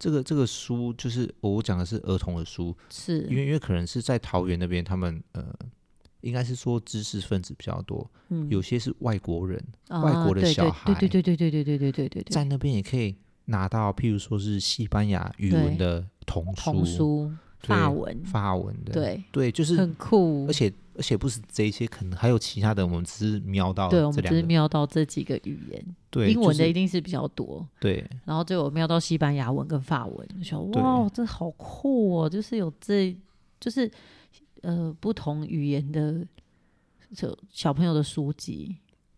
Speaker 3: 这个这个书就是我讲的是儿童的书，
Speaker 2: 是，
Speaker 3: 因为因为可能是在桃园那边，他们呃，应该是说知识分子比较多，
Speaker 2: 嗯
Speaker 3: 有些是外国人，
Speaker 2: 啊
Speaker 3: 外国的
Speaker 2: 对
Speaker 3: 小
Speaker 2: 对
Speaker 3: 孩
Speaker 2: 对对对对对对对对对对，
Speaker 3: 在那边也可以拿到，譬如说是西班牙语文的童书、
Speaker 2: 童书、
Speaker 3: 对
Speaker 2: 法文，
Speaker 3: 法文的，
Speaker 2: 对，
Speaker 3: 对，就是
Speaker 2: 很酷
Speaker 3: 而。且而且不是这一些，可能还有其他的，我们只是瞄到
Speaker 2: 对，我
Speaker 3: 这
Speaker 2: 们只
Speaker 3: 两
Speaker 2: 是
Speaker 3: 个，
Speaker 2: 瞄到这几个语言，
Speaker 3: 对，
Speaker 2: 英文的
Speaker 3: 就是、
Speaker 2: 一定是比较多，
Speaker 3: 对，
Speaker 2: 然后最后我瞄到西班牙文跟法文，我想
Speaker 3: 对
Speaker 2: 哇，这好酷哦！就是有这，就是呃不同语言的就小朋友的书籍，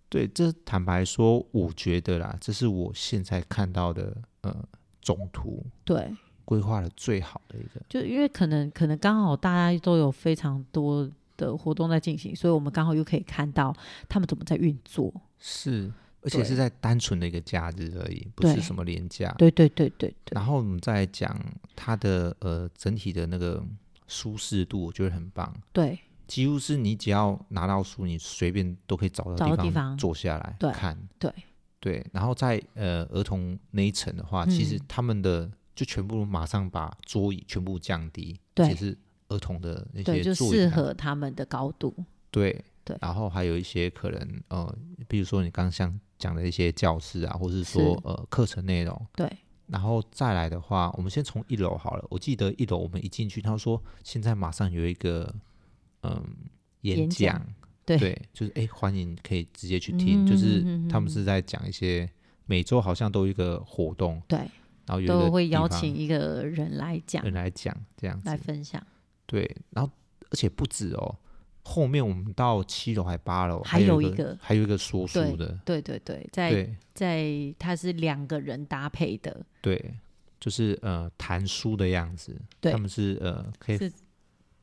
Speaker 3: 对，这坦白说，我觉得啦，这是我现在看到的呃总图
Speaker 2: 对，
Speaker 3: 规划的最好的一个。
Speaker 2: 就因为可能可能刚好大家都有非常多的活动在进行，所以我们刚好又可以看到他们怎么在运作。
Speaker 3: 是，而且是
Speaker 2: 对
Speaker 3: 在单纯的一个假日而已，不
Speaker 2: 对
Speaker 3: 是什么廉价。
Speaker 2: 对对对对对，
Speaker 3: 然后我们再来讲它的呃整体的那个舒适度，我觉得很棒，
Speaker 2: 对
Speaker 3: 几乎是你只要拿到书，你随便都可以找到
Speaker 2: 找到地
Speaker 3: 方
Speaker 2: 方
Speaker 3: 坐下来
Speaker 2: 对
Speaker 3: 看。
Speaker 2: 对
Speaker 3: 对，然后在呃儿童那一层的话，其实
Speaker 2: 嗯
Speaker 3: 他们的就全部马上把桌椅全部降低，
Speaker 2: 对
Speaker 3: 而且是儿童的那
Speaker 2: 对，
Speaker 3: 些
Speaker 2: 就
Speaker 3: 座椅
Speaker 2: 适
Speaker 3: 啊
Speaker 2: 合他们的高度。
Speaker 3: 对
Speaker 2: 对
Speaker 3: 然后还有一些可能呃，比如说你刚刚像讲的一些教室啊，或是说
Speaker 2: 是
Speaker 3: 呃课程内容，
Speaker 2: 对
Speaker 3: 然后再来的话，我们先从一楼好了。我记得一楼我们一进去，他说现在马上有一个嗯演
Speaker 2: 演讲对
Speaker 3: 就是哎欢迎可以直接去听，就是
Speaker 2: 嗯
Speaker 3: 他们是在讲一些每周好像都有一个活动，
Speaker 2: 对，
Speaker 3: 然后有一个
Speaker 2: 都会
Speaker 3: 地
Speaker 2: 邀
Speaker 3: 方
Speaker 2: 请一个人来讲
Speaker 3: 人来讲这样
Speaker 2: 来
Speaker 3: 子，
Speaker 2: 分享，
Speaker 3: 对，然后而且不止哦。后面我们到七楼还八楼，
Speaker 2: 还
Speaker 3: 有
Speaker 2: 有一
Speaker 3: 个
Speaker 2: 个
Speaker 3: 还有一个说书的，
Speaker 2: 对对对，在
Speaker 3: 对
Speaker 2: 在它是两个人搭配的，
Speaker 3: 对，就是呃谈书的样子，
Speaker 2: 对
Speaker 3: 他们是呃可以
Speaker 2: 是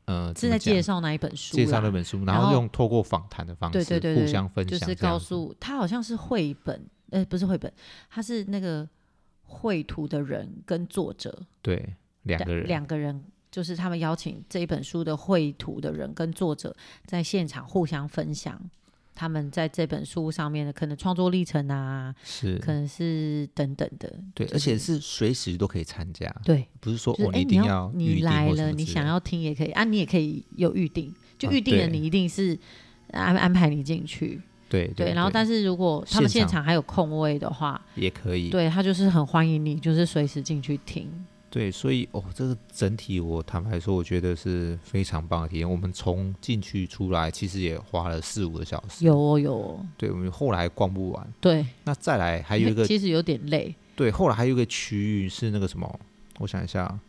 Speaker 3: 呃
Speaker 2: 是
Speaker 3: 怎么
Speaker 2: 在
Speaker 3: 讲
Speaker 2: 介绍那一本书啦，
Speaker 3: 介绍那本书，然
Speaker 2: 然
Speaker 3: 后
Speaker 2: 后
Speaker 3: 用透过访谈的方
Speaker 2: 对
Speaker 3: 式
Speaker 2: 对对
Speaker 3: 互
Speaker 2: 对
Speaker 3: 相分
Speaker 2: 就
Speaker 3: 享这样
Speaker 2: 是
Speaker 3: 子，
Speaker 2: 告诉他好像是绘本，呃，不是绘本，他是那个绘图的人跟作者
Speaker 3: 对两个人
Speaker 2: 两个人。就是他们邀请这一本书的绘图的人跟作者在现场互相分享他们在这本书上面的可能创作历程啊，
Speaker 3: 是
Speaker 2: 可能是等等的。
Speaker 3: 对，
Speaker 2: 就
Speaker 3: 而且是随时都可以参加，
Speaker 2: 对，
Speaker 3: 不是说
Speaker 2: 就是
Speaker 3: 哦
Speaker 2: 哎
Speaker 3: 一
Speaker 2: 你
Speaker 3: 定
Speaker 2: 要
Speaker 3: 预
Speaker 2: 你
Speaker 3: 定
Speaker 2: 来
Speaker 3: 或什
Speaker 2: 了，
Speaker 3: 么
Speaker 2: 你
Speaker 3: 之
Speaker 2: 想
Speaker 3: 类的
Speaker 2: 要听也可以啊，你也可以有预定，就
Speaker 3: 啊
Speaker 2: 预定了，
Speaker 3: 对
Speaker 2: 你一定是安安排你进去。
Speaker 3: 对
Speaker 2: 对，然后但是如果他们
Speaker 3: 现
Speaker 2: 现
Speaker 3: 场
Speaker 2: 场还有空位的话，
Speaker 3: 也可以
Speaker 2: 对他就是很欢迎你，就是随时进去听。
Speaker 3: 对，所以哦，这个整体我坦白说，我觉得是非常棒的体验。我们从进去出来，其实也花了四五个小时，
Speaker 2: 有哦有哦，
Speaker 3: 对我们后来逛不完，
Speaker 2: 对，
Speaker 3: 那再来还有一个
Speaker 2: 其实有点累，
Speaker 3: 对，后来还有一个区域是那个什么，我想一下啊，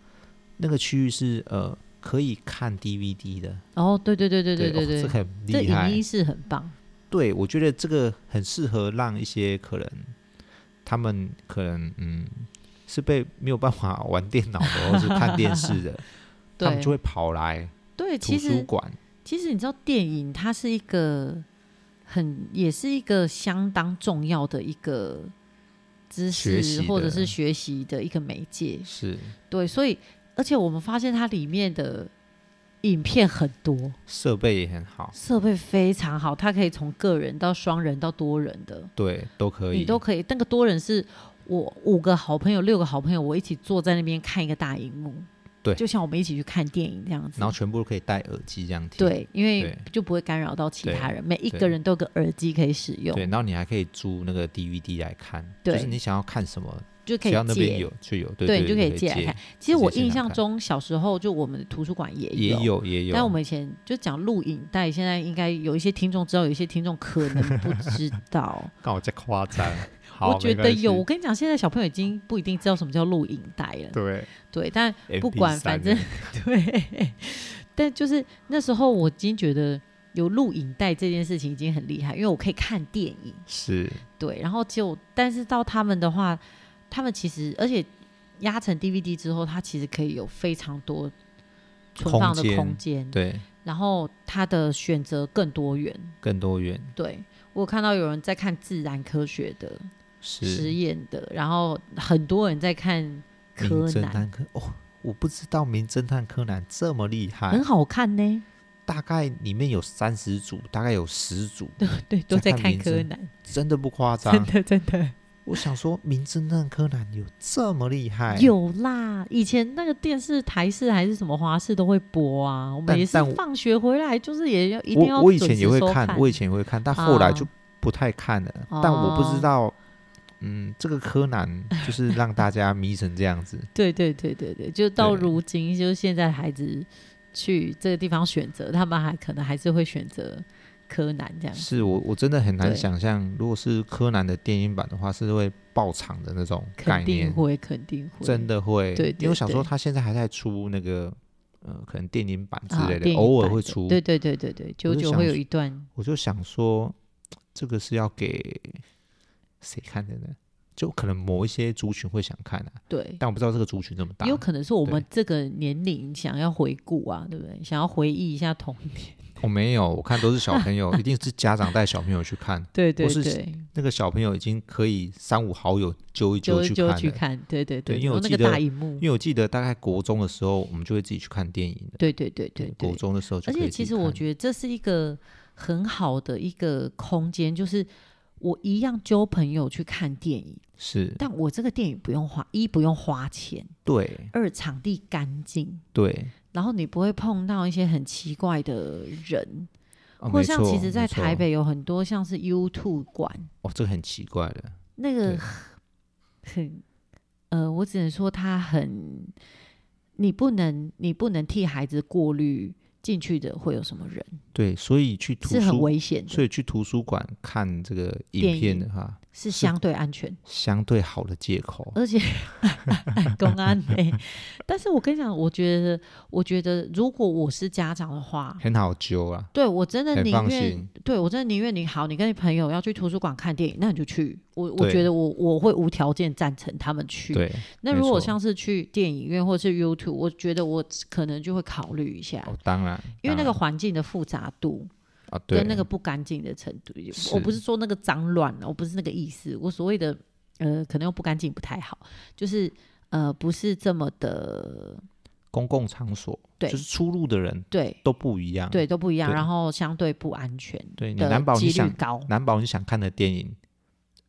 Speaker 3: 那个区域是呃可以看 DVD 的，
Speaker 2: 然后对对对对
Speaker 3: 哦
Speaker 2: 对对
Speaker 3: 这
Speaker 2: 对，
Speaker 3: 很
Speaker 2: 这
Speaker 3: 厉
Speaker 2: 影
Speaker 3: 害
Speaker 2: 音。室很棒，
Speaker 3: 对，我觉得这个很适合让一些可能他们可能嗯是被没有办法玩电脑的，哦或是看电视的，他们
Speaker 2: 对
Speaker 3: 就会跑来
Speaker 2: 对，
Speaker 3: 图
Speaker 2: 其
Speaker 3: 书
Speaker 2: 实
Speaker 3: 馆。
Speaker 2: 其实你知道，电影它是一个很，也是一个相当重要的一个知
Speaker 3: 学习
Speaker 2: 识
Speaker 3: 的
Speaker 2: 或者是学习的一个媒介。
Speaker 3: 是
Speaker 2: 对，所以而且我们发现它里面的影片很多，
Speaker 3: 设备也很好，
Speaker 2: 设备非常好，它可以从个人到双人到多人的，
Speaker 3: 对，都可以，
Speaker 2: 你都可以。那个多人是我五个好朋友、六个好朋友，我一起坐在那边看一个大荧幕，
Speaker 3: 对
Speaker 2: 就像我们一起去看电影这样子。
Speaker 3: 然后全部都可以戴耳机这样听。
Speaker 2: 对，因为
Speaker 3: 对
Speaker 2: 就不会干扰到其他人，每一
Speaker 3: 对
Speaker 2: 个人都有个耳机可以使用
Speaker 3: 对，，然后你还可以租那个 DVD 来看，就是
Speaker 2: 对
Speaker 3: 你想要看什么，
Speaker 2: 就可
Speaker 3: 只
Speaker 2: 以
Speaker 3: 要那边
Speaker 2: 借。
Speaker 3: 有就有，对
Speaker 2: 对
Speaker 3: 对，
Speaker 2: 你就可以借来看。其实我印象中小时候就我们的图书馆也
Speaker 3: 也有也有，
Speaker 2: 但我们以前就讲录影带，现在应该有一些听众知道，有一些听众可能不知 道。
Speaker 3: 刚好在夸张，好
Speaker 2: 我觉
Speaker 3: 没
Speaker 2: 得
Speaker 3: 关系
Speaker 2: 有，我跟你讲，现在小朋友已经不一定知道什么叫录影带了。
Speaker 3: 对，
Speaker 2: 对， 但不管
Speaker 3: MP3
Speaker 2: 反正对，但就是那时候我已经觉得有录影带这件事情已经很厉害，因为我可以看电影。
Speaker 3: 是
Speaker 2: 对，然后就但是到他们的话，他们其实而且压成 DVD 之后，它其实可以有非常多存放的
Speaker 3: 空间
Speaker 2: 空间，
Speaker 3: 对
Speaker 2: 然后它的选择更多元。
Speaker 3: 更多元
Speaker 2: 对我有看到有人在看自然科学的实
Speaker 3: 是
Speaker 2: 验的，然后很多人在看
Speaker 3: 名
Speaker 2: 柯
Speaker 3: 侦
Speaker 2: 南，
Speaker 3: 探柯哦，我不知道名侦探柯南这么厉害
Speaker 2: 很，好看呢。
Speaker 3: 大概里面有三十组，大概有十组，
Speaker 2: 对，都
Speaker 3: 在
Speaker 2: 在
Speaker 3: 看
Speaker 2: 看
Speaker 3: 名
Speaker 2: 柯
Speaker 3: 侦
Speaker 2: 南，
Speaker 3: 真的不夸
Speaker 2: 真
Speaker 3: 张，
Speaker 2: 的真的。
Speaker 3: 我想说，《名侦探柯南》有这么厉害？，
Speaker 2: 有啦，以前那个电视台式还是什么华视都会播啊，我们
Speaker 3: 但
Speaker 2: 也是
Speaker 3: 但我
Speaker 2: 放学回来就是也要一定要
Speaker 3: 我我以
Speaker 2: 准
Speaker 3: 前
Speaker 2: 时
Speaker 3: 也会
Speaker 2: 收啊哦
Speaker 3: 看，我以前也会看，但后来就不太看了。但我不知道，嗯，这个柯 南就是让大家迷成这样子。
Speaker 2: 对对对对对，就到
Speaker 3: 对
Speaker 2: 如今，就是现在孩子去这个地方选择，他们还可能还是会选择柯南这样子。
Speaker 3: 是我我真的很难
Speaker 2: 对
Speaker 3: 想象，如果是柯南的电影版的话，是会爆场的那种概
Speaker 2: 肯定
Speaker 3: 念，
Speaker 2: 会，肯定会，
Speaker 3: 真的会。
Speaker 2: 对
Speaker 3: 因为
Speaker 2: 对
Speaker 3: 我想说，
Speaker 2: 对
Speaker 3: 他现在还在出那个，呃，可能电影版之
Speaker 2: 啊
Speaker 3: 类
Speaker 2: 电
Speaker 3: 的，
Speaker 2: 影
Speaker 3: 偶尔
Speaker 2: 版
Speaker 3: 会
Speaker 2: 的
Speaker 3: 出。
Speaker 2: 对对对对对，久
Speaker 3: 就
Speaker 2: 久
Speaker 3: 想
Speaker 2: 会有
Speaker 3: 说
Speaker 2: 一段
Speaker 3: 我就想说，这个是要给谁看的呢？就可能某一些族群会想看啊，
Speaker 2: 对。
Speaker 3: 但我不知道这个族群这么大
Speaker 2: 也。有可能是我
Speaker 3: 对
Speaker 2: 们这个年龄想要回顾啊，对不对？想要回忆一下童年，
Speaker 3: 我、没有，我看都是小朋友，一定是家长带小朋友去看，
Speaker 2: 对对
Speaker 3: 我是
Speaker 2: 对，
Speaker 3: 那个小朋友已经可以三五好友揪一揪
Speaker 2: 就
Speaker 3: 去
Speaker 2: 就
Speaker 3: 看
Speaker 2: 去
Speaker 3: 了。
Speaker 2: 看，对对
Speaker 3: 对因为
Speaker 2: 然后
Speaker 3: 我
Speaker 2: 那
Speaker 3: 记
Speaker 2: 个
Speaker 3: 得
Speaker 2: 大荧幕
Speaker 3: 因，为我记得大概国中的时候，我们就会自己去看电影的。
Speaker 2: 对对对对对，
Speaker 3: 国中的时候就
Speaker 2: 而
Speaker 3: 可以自己看，
Speaker 2: 且其实我觉得这是一个很好的一个空间，就是我一样揪朋友去看电影，
Speaker 3: 是
Speaker 2: 但我这个电影不用花，一不用花钱，
Speaker 3: 对
Speaker 2: 二场地干净，
Speaker 3: 对，
Speaker 2: 然后你不会碰到一些很奇怪的人，
Speaker 3: 哦、
Speaker 2: 或
Speaker 3: 没
Speaker 2: 像其
Speaker 3: 错
Speaker 2: 实在
Speaker 3: 没错
Speaker 2: 台北有很多像是 YouTube 馆，
Speaker 3: 哦，这个很奇怪的，
Speaker 2: 那
Speaker 3: 对
Speaker 2: 个 很呃，我只能说它很，你不能你不能替孩子过滤进去的会有什么人，
Speaker 3: 对，所以去图
Speaker 2: 是很
Speaker 3: 书，
Speaker 2: 危险的，
Speaker 3: 所以去图书馆看这个
Speaker 2: 电
Speaker 3: 影
Speaker 2: 影
Speaker 3: 片的话，
Speaker 2: 是相对安全。
Speaker 3: 相对好的借口。
Speaker 2: 而且公安呢、但是我跟你讲，我觉得，我觉得如果我是家长的话，
Speaker 3: 很好揪啊，
Speaker 2: 对我真的
Speaker 3: 很
Speaker 2: 宁
Speaker 3: 放
Speaker 2: 愿
Speaker 3: 心，。
Speaker 2: 对我真的宁愿你好，你跟你朋友要去图书馆看电影，那你就去。我我
Speaker 3: 对
Speaker 2: 觉得我我会无条件赞成他们去。
Speaker 3: 对，
Speaker 2: 那
Speaker 3: 没
Speaker 2: 如果
Speaker 3: 错
Speaker 2: 像是去电影院或是 YouTube，我觉得我可能就会考虑一下。
Speaker 3: 哦，当然，
Speaker 2: 因为
Speaker 3: 当
Speaker 2: 那个
Speaker 3: 然
Speaker 2: 环境的复杂度
Speaker 3: 啊，对
Speaker 2: 跟那个不干净的程度，
Speaker 3: 是
Speaker 2: 我不是说那个脏乱，我不是那个意思，我所谓的呃，可能又不干净不太好，就是呃，不是这么的
Speaker 3: 公共场所，
Speaker 2: 对
Speaker 3: 就是出入的人
Speaker 2: 对
Speaker 3: 都不一样，
Speaker 2: 对，都不一样，
Speaker 3: 啊对
Speaker 2: 然后相对不安全
Speaker 3: 对，你
Speaker 2: 的
Speaker 3: 难保你
Speaker 2: 几率
Speaker 3: 想
Speaker 2: 高，
Speaker 3: 难保你想看的电影，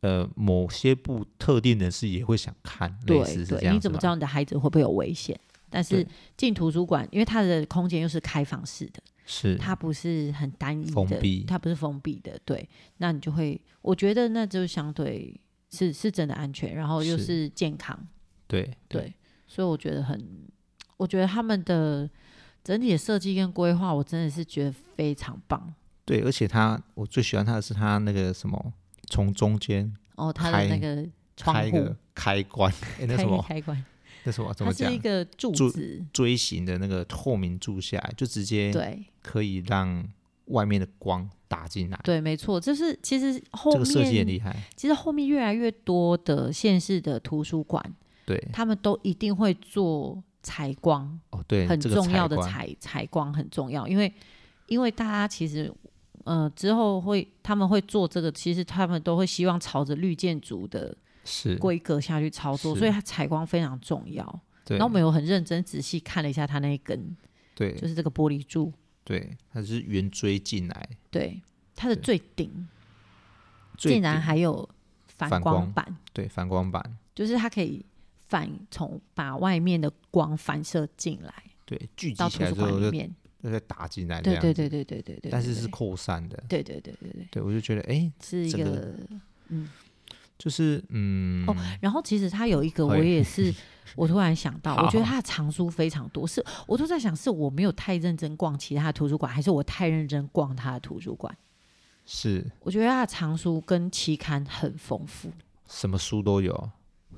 Speaker 3: 呃，某些部特定人士也会想看，类似
Speaker 2: 对
Speaker 3: 是这
Speaker 2: 对，
Speaker 3: 样
Speaker 2: 你
Speaker 3: 子
Speaker 2: 怎么
Speaker 3: 吧
Speaker 2: 知道你的孩子会不会有危险？但是
Speaker 3: 对
Speaker 2: 进图书馆，因为它的空间又是开放式的，
Speaker 3: 是
Speaker 2: 它不是很单一的，
Speaker 3: 封闭
Speaker 2: 它不是封闭的，对，那你就会，我觉得那就相对是是真的安全，然后又
Speaker 3: 是
Speaker 2: 是健康，
Speaker 3: 对
Speaker 2: 对，所以我觉得很，我觉得他们的整体的设计跟规划，我真的是觉得非常棒。
Speaker 3: 对，而且他我最喜欢他的是他那个什么，从中间
Speaker 2: 哦，它的
Speaker 3: 开
Speaker 2: 那个窗
Speaker 3: 开一
Speaker 2: 户
Speaker 3: 个开关， 诶那
Speaker 2: 开
Speaker 3: 什
Speaker 2: 一个
Speaker 3: 么
Speaker 2: 开关，
Speaker 3: 那什么怎
Speaker 2: 它
Speaker 3: 么讲
Speaker 2: 是一？个柱
Speaker 3: 柱
Speaker 2: 子，
Speaker 3: 锥形的那个透明柱下来，就直接
Speaker 2: 对
Speaker 3: 可以让外面的光打进来，
Speaker 2: 对，没错，就是其实后
Speaker 3: 这
Speaker 2: 面
Speaker 3: 个设计很厉害。
Speaker 2: 其实后面越来越多的县市的图书馆，
Speaker 3: 对，
Speaker 2: 他们都一定会做采光，
Speaker 3: 哦对，
Speaker 2: 很
Speaker 3: 这个
Speaker 2: 重要的
Speaker 3: 采光
Speaker 2: 采采光很重要，因为因为大家其实呃之后会他们会做这个，其实他们都会希望朝着绿建筑的
Speaker 3: 是，
Speaker 2: 规格下去操作，
Speaker 3: 是
Speaker 2: 所以它采光非常重要。
Speaker 3: 对
Speaker 2: 然后我们有很认真仔细看了一下它那一根，
Speaker 3: 对
Speaker 2: 就是这个玻璃柱，
Speaker 3: 对，它是圆锥进来，
Speaker 2: 对它的
Speaker 3: 对
Speaker 2: 最顶
Speaker 3: 最
Speaker 2: 竟然
Speaker 3: 顶
Speaker 2: 还有反
Speaker 3: 反
Speaker 2: 光
Speaker 3: 光
Speaker 2: 板，
Speaker 3: 对反光板，
Speaker 2: 就是它可以反从把外面的光反射进来
Speaker 3: 对，聚集
Speaker 2: 到
Speaker 3: 起
Speaker 2: 图
Speaker 3: 来
Speaker 2: 书
Speaker 3: 之后
Speaker 2: 馆
Speaker 3: 就
Speaker 2: 里面。
Speaker 3: 就再打进来这
Speaker 2: 对
Speaker 3: 样
Speaker 2: 对
Speaker 3: 子
Speaker 2: 对对对对对，
Speaker 3: 但是是
Speaker 2: 对
Speaker 3: 扩散的。
Speaker 2: 对对对对对，
Speaker 3: 对，我就觉得，哎，
Speaker 2: 是一
Speaker 3: 整个
Speaker 2: 个嗯。
Speaker 3: 就是，嗯，
Speaker 2: 哦然后其实它有一个，我
Speaker 3: 会
Speaker 2: 也是，我突然想到，
Speaker 3: 好
Speaker 2: 我觉得它的藏书非常多，是我都在想，是我没有太认真逛其他的图书馆，还是我太认真逛它的图书馆？
Speaker 3: 是
Speaker 2: 我觉得它的藏书跟期刊很丰富，
Speaker 3: 什么书都有，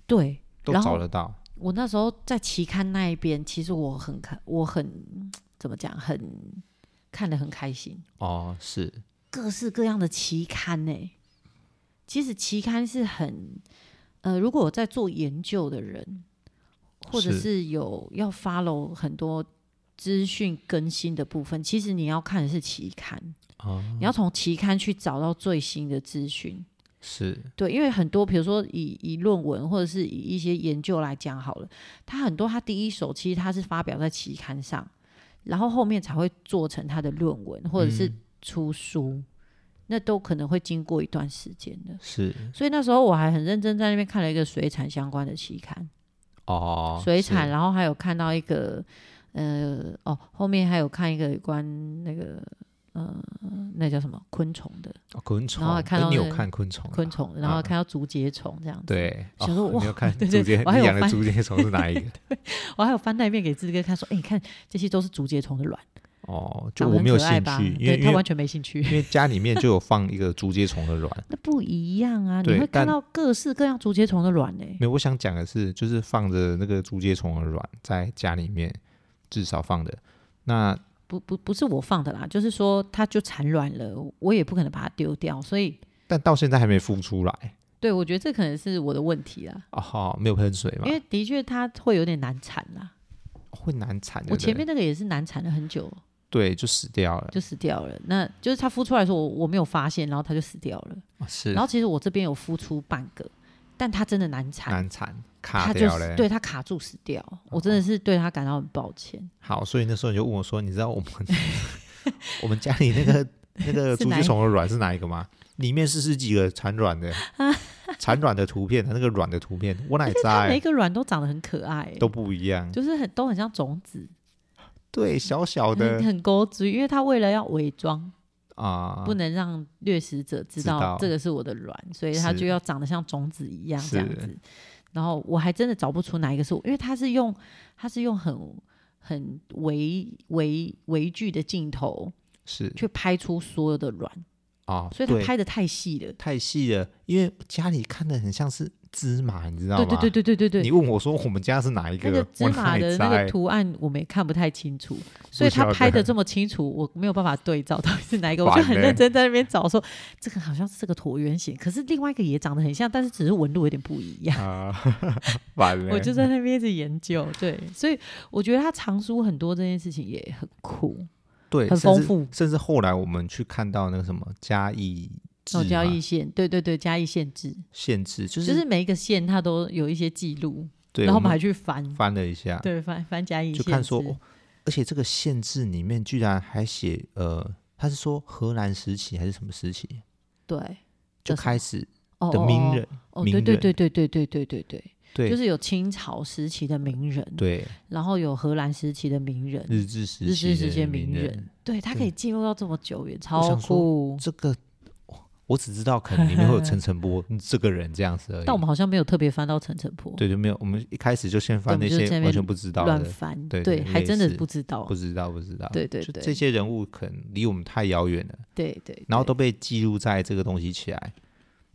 Speaker 2: 对。
Speaker 3: 都
Speaker 2: 然
Speaker 3: 找
Speaker 2: 后
Speaker 3: 得到。
Speaker 2: 我那时候在期刊那一边，其实我很看，我很怎么讲，很看得很开心，
Speaker 3: 哦，是
Speaker 2: 各式各样的期刊呢、其实期刊是很，呃，如果我在做研究的人，或者
Speaker 3: 是
Speaker 2: 是有要 follow 很多资讯更新的部分，其实你要看的是期刊，
Speaker 3: 哦
Speaker 2: 你要从期刊去找到最新的资讯。
Speaker 3: 是，
Speaker 2: 对，因为很多，比如说以以论文或者是以一些研究来讲好了，它很多它第一手其实它是发表在期刊上，然后后面才会做成它的论文或者是
Speaker 3: 嗯
Speaker 2: 出书，那都可能会经过一段时间的。
Speaker 3: 是
Speaker 2: 所以那时候我还很认真在那边看了一个水产相关的期刊，
Speaker 3: 哦，
Speaker 2: 水
Speaker 3: 是
Speaker 2: 产，然后还有看到一个，呃，哦，后面还有看一个有关那个，呃，那叫什么昆虫的
Speaker 3: 哦昆虫，
Speaker 2: 然后还看
Speaker 3: 诶
Speaker 2: 到
Speaker 3: 你
Speaker 2: 那
Speaker 3: 有
Speaker 2: 个
Speaker 3: 看昆虫吧？
Speaker 2: 昆虫，然后
Speaker 3: 嗯
Speaker 2: 看到竹节虫这样子。
Speaker 3: 对，
Speaker 2: 想说
Speaker 3: 哦
Speaker 2: 哇
Speaker 3: 你有看
Speaker 2: 对
Speaker 3: 竹
Speaker 2: 对
Speaker 3: 节，
Speaker 2: 我还
Speaker 3: 你
Speaker 2: 有
Speaker 3: 养的
Speaker 2: 翻
Speaker 3: 竹节虫是哪 一个？
Speaker 2: 我哦还有翻那一遍给志哥看，说，哎、你看这些都是竹节虫的卵，
Speaker 3: 哦，就
Speaker 2: 长
Speaker 3: 我
Speaker 2: 得
Speaker 3: 没有
Speaker 2: 很可
Speaker 3: 兴
Speaker 2: 爱吧？
Speaker 3: 趣，因为
Speaker 2: 对
Speaker 3: 因
Speaker 2: 他完
Speaker 3: 为
Speaker 2: 全没兴趣
Speaker 3: 因。 为家里面就有放一个竹节虫的卵。
Speaker 2: 那不一样啊，你
Speaker 3: 对
Speaker 2: 会
Speaker 3: 但
Speaker 2: 看到各式各样竹节虫的卵欸呢、
Speaker 3: 没有，我想讲的是，就是放着那个竹节虫的卵在家里面，至少放的。那
Speaker 2: 不不不是我放的啦，就是说它就产卵了，我也不可能把它丢掉，所以
Speaker 3: 但到现在还没孵出来
Speaker 2: 对我觉得这可能是我的问题啦，
Speaker 3: 哦，好没有喷水嘛
Speaker 2: 因，为的确它会有点难产啦。
Speaker 3: 会难产的。
Speaker 2: 我前面那个也是难产了很久，
Speaker 3: 对就死掉了，
Speaker 2: 就死掉了。那就是它孵出来的时候，我我没有发现，然后它就死掉了。
Speaker 3: 哦是
Speaker 2: 然后其实我这边有孵出半个，但它真的难产，
Speaker 3: 难产
Speaker 2: 它
Speaker 3: 卡
Speaker 2: 就
Speaker 3: 掉哦
Speaker 2: 是
Speaker 3: 了。
Speaker 2: 对它卡住死掉。我真的是对它感到很抱歉。
Speaker 3: 好，所以那时候你就问我说：“你知道我 们我们家里那个那个竹节虫的卵是哪一个吗？里面是十几个产卵 的产卵的图片，它那个卵的图片，我哪知道
Speaker 2: 它每一
Speaker 3: 欸
Speaker 2: 个卵都长得很可爱、欸
Speaker 3: 都不一样。
Speaker 2: 就是很都很像种子，
Speaker 3: 哦对，小小
Speaker 2: 很
Speaker 3: 的
Speaker 2: 很勾嘴，因为它为了要伪装，
Speaker 3: 啊，
Speaker 2: 不能让掠食者知
Speaker 3: 知道
Speaker 2: 道这个是我的卵，所以它
Speaker 3: 是
Speaker 2: 就要长得像种子一样这样
Speaker 3: 是
Speaker 2: 子。然后我还真的找不出哪一个是我，因为它是用它是用很很微微微距的镜头
Speaker 3: 是
Speaker 2: 去拍出所有的卵，
Speaker 3: 啊，
Speaker 2: 所以
Speaker 3: 对
Speaker 2: 它拍的太细了。
Speaker 3: 太细了，因为家里看的很像是芝麻，你知道吗？
Speaker 2: 对对对对对对对，
Speaker 3: 你问我说我们家是哪一
Speaker 2: 那个芝
Speaker 3: 我哪
Speaker 2: 麻
Speaker 3: 里
Speaker 2: 的
Speaker 3: 知
Speaker 2: 那
Speaker 3: 道
Speaker 2: 个
Speaker 3: 欸？
Speaker 2: 图案我们也看不太清楚，所以他
Speaker 3: 晓
Speaker 2: 拍
Speaker 3: 得
Speaker 2: 的这么清楚，我没有办法对照到底是哪一个，我就
Speaker 3: 烦
Speaker 2: 很
Speaker 3: 欸
Speaker 2: 认真在那边找说，这个好像是这个椭圆形，可是另外一个也长得很像，但是只是纹路有点不一样。
Speaker 3: 啊， 完了，
Speaker 2: 我就在那边一直研究，对，所以我觉得他藏书很多这件事情也很酷，
Speaker 3: 对，
Speaker 2: 很
Speaker 3: 甚
Speaker 2: 丰
Speaker 3: 至
Speaker 2: 富
Speaker 3: 甚至后来我们去看到那个什么嘉义制
Speaker 2: 哦，交
Speaker 3: 嘛
Speaker 2: 易线，对对对，加一限制，
Speaker 3: 限制，就
Speaker 2: 就是是每一个线它都有一些记录，
Speaker 3: 对，
Speaker 2: 然后我
Speaker 3: 我
Speaker 2: 们还
Speaker 3: 们
Speaker 2: 去翻，
Speaker 3: 翻了一下，
Speaker 2: 对，翻翻加一限
Speaker 3: 就
Speaker 2: 制，
Speaker 3: 看说、哦，而且这个限制里面居然还写呃，他是说荷兰时期还是什么时期
Speaker 2: 对，
Speaker 3: 就
Speaker 2: 的什么
Speaker 3: 开始
Speaker 2: 哦
Speaker 3: 的
Speaker 2: 哦
Speaker 3: 名
Speaker 2: 哦
Speaker 3: 人，
Speaker 2: 哦，
Speaker 3: 名
Speaker 2: 对对
Speaker 3: 人
Speaker 2: 对对对对对对对，
Speaker 3: 对、
Speaker 2: 就是有清朝时期的名人，
Speaker 3: 对，
Speaker 2: 然后有荷兰时期的名人，
Speaker 3: 日治时
Speaker 2: 日
Speaker 3: 期
Speaker 2: 治时期
Speaker 3: 的
Speaker 2: 的名
Speaker 3: 人
Speaker 2: 人，，对他
Speaker 3: 对
Speaker 2: 可以记录到这么久远，
Speaker 3: 我
Speaker 2: 超
Speaker 3: 想说
Speaker 2: 酷。
Speaker 3: 这个。我只知道可能里面会有陈晨波 这个人这样子而已，
Speaker 2: 但我们好像没有特别翻到陈澄波，
Speaker 3: 对就没有。我们一开始就先翻那
Speaker 2: 对我们就
Speaker 3: 些
Speaker 2: 在那
Speaker 3: 完
Speaker 2: 边
Speaker 3: 全不知道
Speaker 2: 乱
Speaker 3: 的，
Speaker 2: 翻，
Speaker 3: 对对
Speaker 2: 还真的
Speaker 3: 类似
Speaker 2: 不知道
Speaker 3: 不，知道不知道。
Speaker 2: 哦对对
Speaker 3: 就
Speaker 2: 对
Speaker 3: 这些人物可能离我们太遥远了，
Speaker 2: 对对，
Speaker 3: 然后
Speaker 2: 对
Speaker 3: 都被记录在这个东西起来。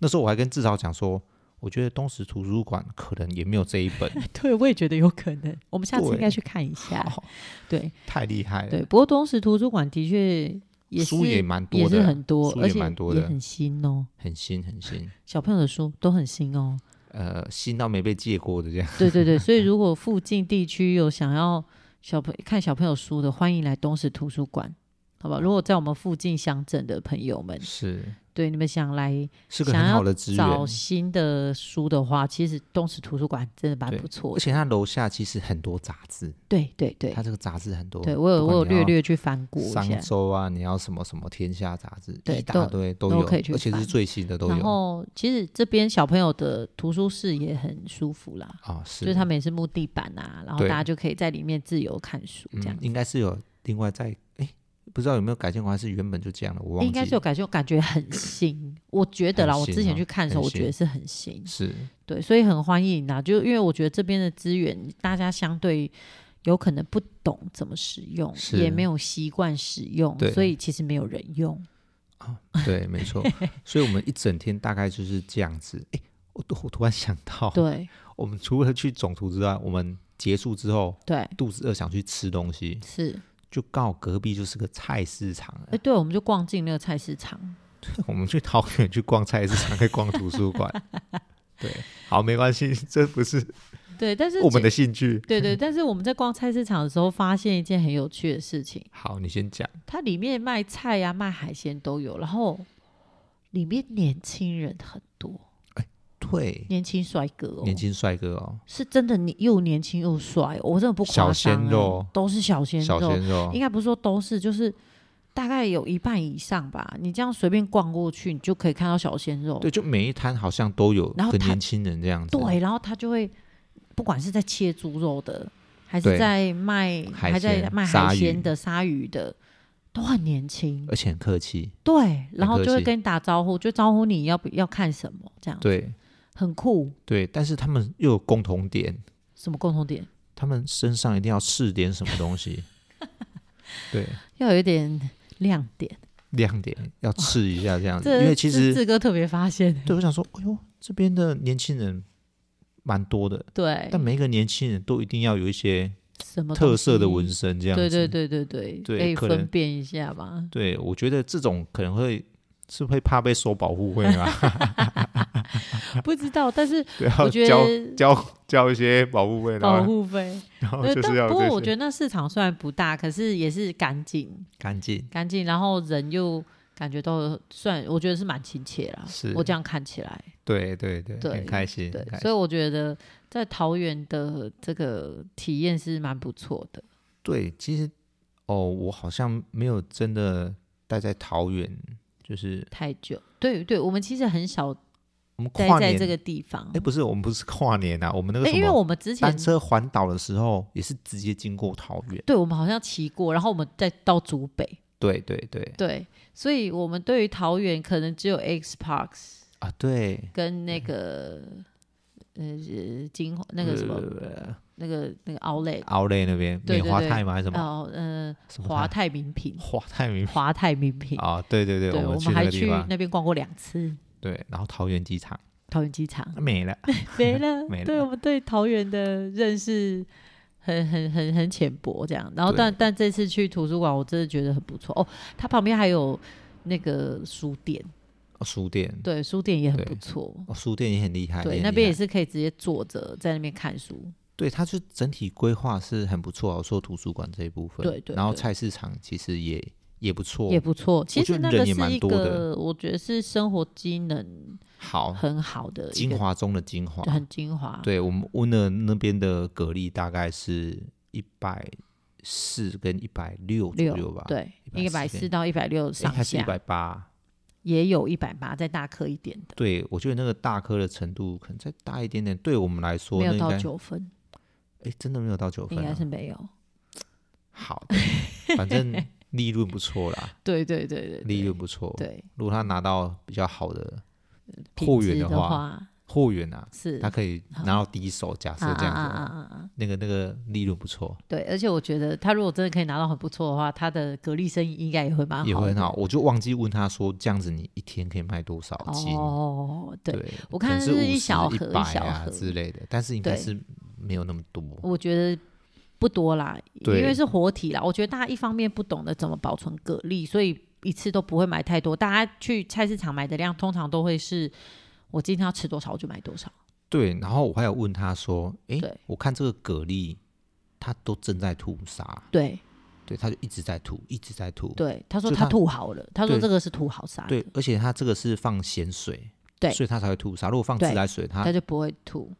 Speaker 3: 那时候我还跟志超讲说，我觉得东石图书馆可能也没有这一 本，
Speaker 2: 对，我也觉得有可能，我们下次
Speaker 3: 对
Speaker 2: 应该去看一下。
Speaker 3: 好
Speaker 2: 对
Speaker 3: 太厉害了。
Speaker 2: 哦对，不过东石图书馆的确也是
Speaker 3: 书也蛮多
Speaker 2: 也
Speaker 3: 的，
Speaker 2: 是很多，
Speaker 3: 书
Speaker 2: 而
Speaker 3: 也
Speaker 2: 且
Speaker 3: 蛮多
Speaker 2: 也
Speaker 3: 的
Speaker 2: 很新哦，
Speaker 3: 很新很 新，
Speaker 2: 小朋友的书都很新哦。
Speaker 3: 呃，新到没被借过的这样。
Speaker 2: 对对对，所以如果附近地区有想要小朋看小朋友书的，欢迎来东石图书馆，好吧？如果在我们附近乡镇的朋友们，
Speaker 3: 是
Speaker 2: 对你们想来
Speaker 3: 是个
Speaker 2: 想
Speaker 3: 很
Speaker 2: 要
Speaker 3: 好的资源，
Speaker 2: 找新的书的话，其实东石图书馆真的蛮
Speaker 3: 对
Speaker 2: 不错
Speaker 3: 而
Speaker 2: 的。
Speaker 3: 且它楼下其实很多杂志，
Speaker 2: 对对对
Speaker 3: 它这个杂志很多。
Speaker 2: 对，我有
Speaker 3: 不管
Speaker 2: 我有
Speaker 3: 你
Speaker 2: 略
Speaker 3: 要
Speaker 2: 略去翻过一
Speaker 3: 商
Speaker 2: 下，
Speaker 3: 周啊，你要什么什么天下杂志，
Speaker 2: 对
Speaker 3: 一大
Speaker 2: 都
Speaker 3: 堆都
Speaker 2: 都
Speaker 3: 有，
Speaker 2: 可以去
Speaker 3: 而且是
Speaker 2: 翻
Speaker 3: 最新的都
Speaker 2: 然
Speaker 3: 有。
Speaker 2: 后其实这边小朋友的图书室也很舒服啦。
Speaker 3: 啊，是，
Speaker 2: 就是他们也是木地板啊，然后
Speaker 3: 对
Speaker 2: 大家就可以在里面自由看书，这样
Speaker 3: 嗯、应该是有另外在哎，不知道有没有改建过，还是原本就这样的，我忘记
Speaker 2: 应该是有感觉，感觉很 新。我觉得啦，
Speaker 3: 很
Speaker 2: 我
Speaker 3: 新
Speaker 2: 之前
Speaker 3: 哦
Speaker 2: 去看的时候，
Speaker 3: 很
Speaker 2: 我
Speaker 3: 新
Speaker 2: 觉得是很新，
Speaker 3: 是
Speaker 2: 对，所以很欢迎啦。就因为我觉得这边的资源，大家相对有可能不懂怎么使用，
Speaker 3: 是
Speaker 2: 也没有习惯使用
Speaker 3: 对，
Speaker 2: 所以其实没有人用。
Speaker 3: 啊， 对，没错。所以我们一整天大概就是这样子。哎，我我突然想到，
Speaker 2: 对
Speaker 3: 我们除了去总图之外，我们结束之后
Speaker 2: 对，
Speaker 3: 肚子饿想去吃东西，
Speaker 2: 是，
Speaker 3: 就刚好隔壁就是个菜市场了
Speaker 2: 哎，对，我们就逛进那个菜市场。
Speaker 3: 我们去桃园去逛菜市场，跟逛图书 馆。对，好，没关系， 这不是
Speaker 2: 对，但是
Speaker 3: 我们
Speaker 2: 其
Speaker 3: 的兴趣。
Speaker 2: 对 对，但是我们在逛菜市场的时候，发现一件很有趣的事情，
Speaker 3: 好，你先讲。
Speaker 2: 它里面卖菜呀、卖海鲜都有，然后里面年轻人很多，
Speaker 3: 对，
Speaker 2: 年轻帅哥哦，
Speaker 3: 年轻帅哥哦，
Speaker 2: 是真的你又年轻又帅，我真的不夸张、
Speaker 3: 小鲜肉
Speaker 2: 欸都是小鲜肉，
Speaker 3: 小鲜肉
Speaker 2: 应，该不是说都是，就是大概有一半以上吧。你这样随便逛过去，你就可以看到小鲜肉。
Speaker 3: 对，就每一摊好像都有
Speaker 2: 哦然后
Speaker 3: 跟
Speaker 2: 他
Speaker 3: 年轻人这样子，
Speaker 2: 对，然后他就会不管是在切猪肉的，还是
Speaker 3: 对
Speaker 2: 在卖，
Speaker 3: 海
Speaker 2: 还在
Speaker 3: 鲜
Speaker 2: 卖
Speaker 3: 鲨
Speaker 2: 海
Speaker 3: 鱼
Speaker 2: 鲜的、鲨鱼的，都很年轻。
Speaker 3: 而且很客气，
Speaker 2: 对，然
Speaker 3: 客
Speaker 2: 后就会
Speaker 3: 气
Speaker 2: 跟你打招呼，就招呼你要不要看什么这样。，
Speaker 3: 对
Speaker 2: 很酷。
Speaker 3: 对，但是他们又有共同点，
Speaker 2: 什么共同点？
Speaker 3: 他们身上一定要试点什么东 西，对，
Speaker 2: 要有一点亮点。
Speaker 3: 亮点要试一下这样子，
Speaker 2: 这
Speaker 3: 因为其
Speaker 2: 是
Speaker 3: 实
Speaker 2: 志哥特别发现的。
Speaker 3: 对我想说，哎呦，这边的年轻人蛮多的，
Speaker 2: 对，
Speaker 3: 但每一个年轻人都一定要有一些
Speaker 2: 什么
Speaker 3: 特色的
Speaker 2: 文。
Speaker 3: 纹身这样子，
Speaker 2: 对对对对对，
Speaker 3: 对
Speaker 2: 可以
Speaker 3: 可能
Speaker 2: 分辨一下吧。
Speaker 3: 对，我觉得这种可能会是会怕被收保护费啊，
Speaker 2: 不知道，但是
Speaker 3: 对，
Speaker 2: 我
Speaker 3: 要
Speaker 2: 觉
Speaker 3: 交
Speaker 2: 得
Speaker 3: 交交一些保护费，然
Speaker 2: 保
Speaker 3: 后
Speaker 2: 护费，
Speaker 3: 然后
Speaker 2: 对
Speaker 3: 就是要有
Speaker 2: 呃但不过
Speaker 3: 这
Speaker 2: 我
Speaker 3: 些
Speaker 2: 觉得那市场虽然不大，可是也是干净
Speaker 3: 干净，
Speaker 2: 干净，然后人又感觉到算，我觉得是蛮亲切啦。
Speaker 3: 是
Speaker 2: 我这样看起来，
Speaker 3: 对对对，
Speaker 2: 对
Speaker 3: 很开心，
Speaker 2: 对
Speaker 3: 很，开
Speaker 2: 所以我觉得在桃园的这个体验是蛮不错的。
Speaker 3: 对，其实哦，我好像没有真的待在桃园，就是
Speaker 2: 太久，对对，我们其实很少
Speaker 3: 我们
Speaker 2: 待
Speaker 3: 跨
Speaker 2: 在
Speaker 3: 年
Speaker 2: 这个地方
Speaker 3: 哎，。不是，我们不是跨年啊，我们那个
Speaker 2: 哎，
Speaker 3: 什
Speaker 2: 因为
Speaker 3: 么
Speaker 2: 我们之前
Speaker 3: 单车环岛的时候也是直接经过桃园，
Speaker 2: 对我们好像骑过，然后我们再到竹北，
Speaker 3: 对对对
Speaker 2: 对，所以我们对于桃园可能只有 X Parks
Speaker 3: 啊，对，
Speaker 2: 跟那个呃金华那个什么、
Speaker 3: 呃
Speaker 2: 那个那个 Outlet，
Speaker 3: 奥莱那边
Speaker 2: 对
Speaker 3: 美
Speaker 2: 对
Speaker 3: 华
Speaker 2: 对
Speaker 3: 泰吗？还是什
Speaker 2: 然
Speaker 3: 么
Speaker 2: 后呃
Speaker 3: 什么
Speaker 2: 华
Speaker 3: 泰
Speaker 2: 泰名品，
Speaker 3: 华泰名
Speaker 2: 华泰名品，
Speaker 3: 啊，对对对，
Speaker 2: 对
Speaker 3: 我
Speaker 2: 我
Speaker 3: 们去那
Speaker 2: 还
Speaker 3: 个
Speaker 2: 去
Speaker 3: 地方，
Speaker 2: 那边逛过两次，
Speaker 3: 对，然后桃园机场
Speaker 2: 桃园机 场
Speaker 3: 没了，
Speaker 2: 没了，
Speaker 3: 没
Speaker 2: 对
Speaker 3: 了
Speaker 2: 我们对桃园的认识。很很很很浅薄这样，然后
Speaker 3: 对
Speaker 2: 但但这次去图书馆，我真的觉得很不错哦。它旁边还有那个书店，
Speaker 3: 哦书店，
Speaker 2: 对，书店也很
Speaker 3: 对
Speaker 2: 不错。
Speaker 3: 哦书店也很厉害，
Speaker 2: 对，
Speaker 3: 很
Speaker 2: 那
Speaker 3: 厉
Speaker 2: 边也
Speaker 3: 害
Speaker 2: 是可以直接坐着在那边看书。
Speaker 3: 对，它就整体规划是很不错啊。我说图书馆这一部分，
Speaker 2: 对对
Speaker 3: 然后
Speaker 2: 对
Speaker 3: 菜市场其实也也不错，
Speaker 2: 也不错。其
Speaker 3: 觉
Speaker 2: 实
Speaker 3: 得
Speaker 2: 那
Speaker 3: 人
Speaker 2: 个
Speaker 3: 也蛮
Speaker 2: 是一
Speaker 3: 多的
Speaker 2: 个，我觉得是生活机能
Speaker 3: 好，
Speaker 2: 很好的一
Speaker 3: 精
Speaker 2: 个，
Speaker 3: 华中的精华。
Speaker 2: 很精华。
Speaker 3: 对我们温了那边的蛤蜊大概是一百四跟一百六左右
Speaker 2: 六
Speaker 3: 吧，，
Speaker 2: 对，一
Speaker 3: 140
Speaker 2: 百四到一百六上
Speaker 3: 还是一
Speaker 2: 下，
Speaker 3: 百八。
Speaker 2: 也有一百八，再大颗一点的，
Speaker 3: 对，我觉得那个大颗的程度可能再大一点点，对我们来说
Speaker 2: 没
Speaker 3: 那
Speaker 2: 有
Speaker 3: 应
Speaker 2: 到
Speaker 3: 该，
Speaker 2: 九分，
Speaker 3: 哎，真的没有到九分、
Speaker 2: 应
Speaker 3: 啊，
Speaker 2: 该是没有。
Speaker 3: 好的，反正利润不错啦，
Speaker 2: 对对对 对，对
Speaker 3: 利润不错。，
Speaker 2: 对
Speaker 3: 如果他拿到比较好的
Speaker 2: 品
Speaker 3: 货
Speaker 2: 质
Speaker 3: 源
Speaker 2: 的
Speaker 3: 话，
Speaker 2: 话
Speaker 3: 货源啊，
Speaker 2: 是
Speaker 3: 他可以拿到第一手，假设
Speaker 2: 啊
Speaker 3: 这
Speaker 2: 啊
Speaker 3: 样子，
Speaker 2: 啊啊啊啊！
Speaker 3: 那个那个利润不错，
Speaker 2: 对，而且我觉得他如果真的可以拿到很不错的话，他的蛤蜊生意应该也会蛮
Speaker 3: 也
Speaker 2: 啊好
Speaker 3: 会
Speaker 2: 的，
Speaker 3: 很好。我就忘记问他说，这样子你一天可以卖多少斤？
Speaker 2: 哦，对，
Speaker 3: 对，
Speaker 2: 我
Speaker 3: 可能
Speaker 2: 看
Speaker 3: 是
Speaker 2: 是
Speaker 3: 五
Speaker 2: 一
Speaker 3: 十
Speaker 2: 小盒
Speaker 3: 一
Speaker 2: 一
Speaker 3: 百
Speaker 2: 小
Speaker 3: 啊
Speaker 2: 盒
Speaker 3: 之类的，但是应该
Speaker 2: 对
Speaker 3: 是没有那么多。
Speaker 2: 我觉得不多啦，因
Speaker 3: 对
Speaker 2: 为是活体啦。我觉得大家一方面不懂得怎么保存蛤蜊，所以一次都不会买太多。大家去菜市场买的量，通常都会是我今天要吃多少我就买多少。
Speaker 3: 对，然后我还有问他说，诶，
Speaker 2: 对
Speaker 3: 我看这个蛤蜊，它都正在吐沙，
Speaker 2: 对
Speaker 3: 对，它就一直在吐，一直在吐。
Speaker 2: 对，他说
Speaker 3: 就
Speaker 2: 他
Speaker 3: 他
Speaker 2: 吐好了，他说
Speaker 3: 对
Speaker 2: 这个是吐好沙的
Speaker 3: 对，，而且它这个是放咸水，
Speaker 2: 对
Speaker 3: 所以它才会吐沙。如果放自
Speaker 2: 对
Speaker 3: 来水，它
Speaker 2: 他就不会吐，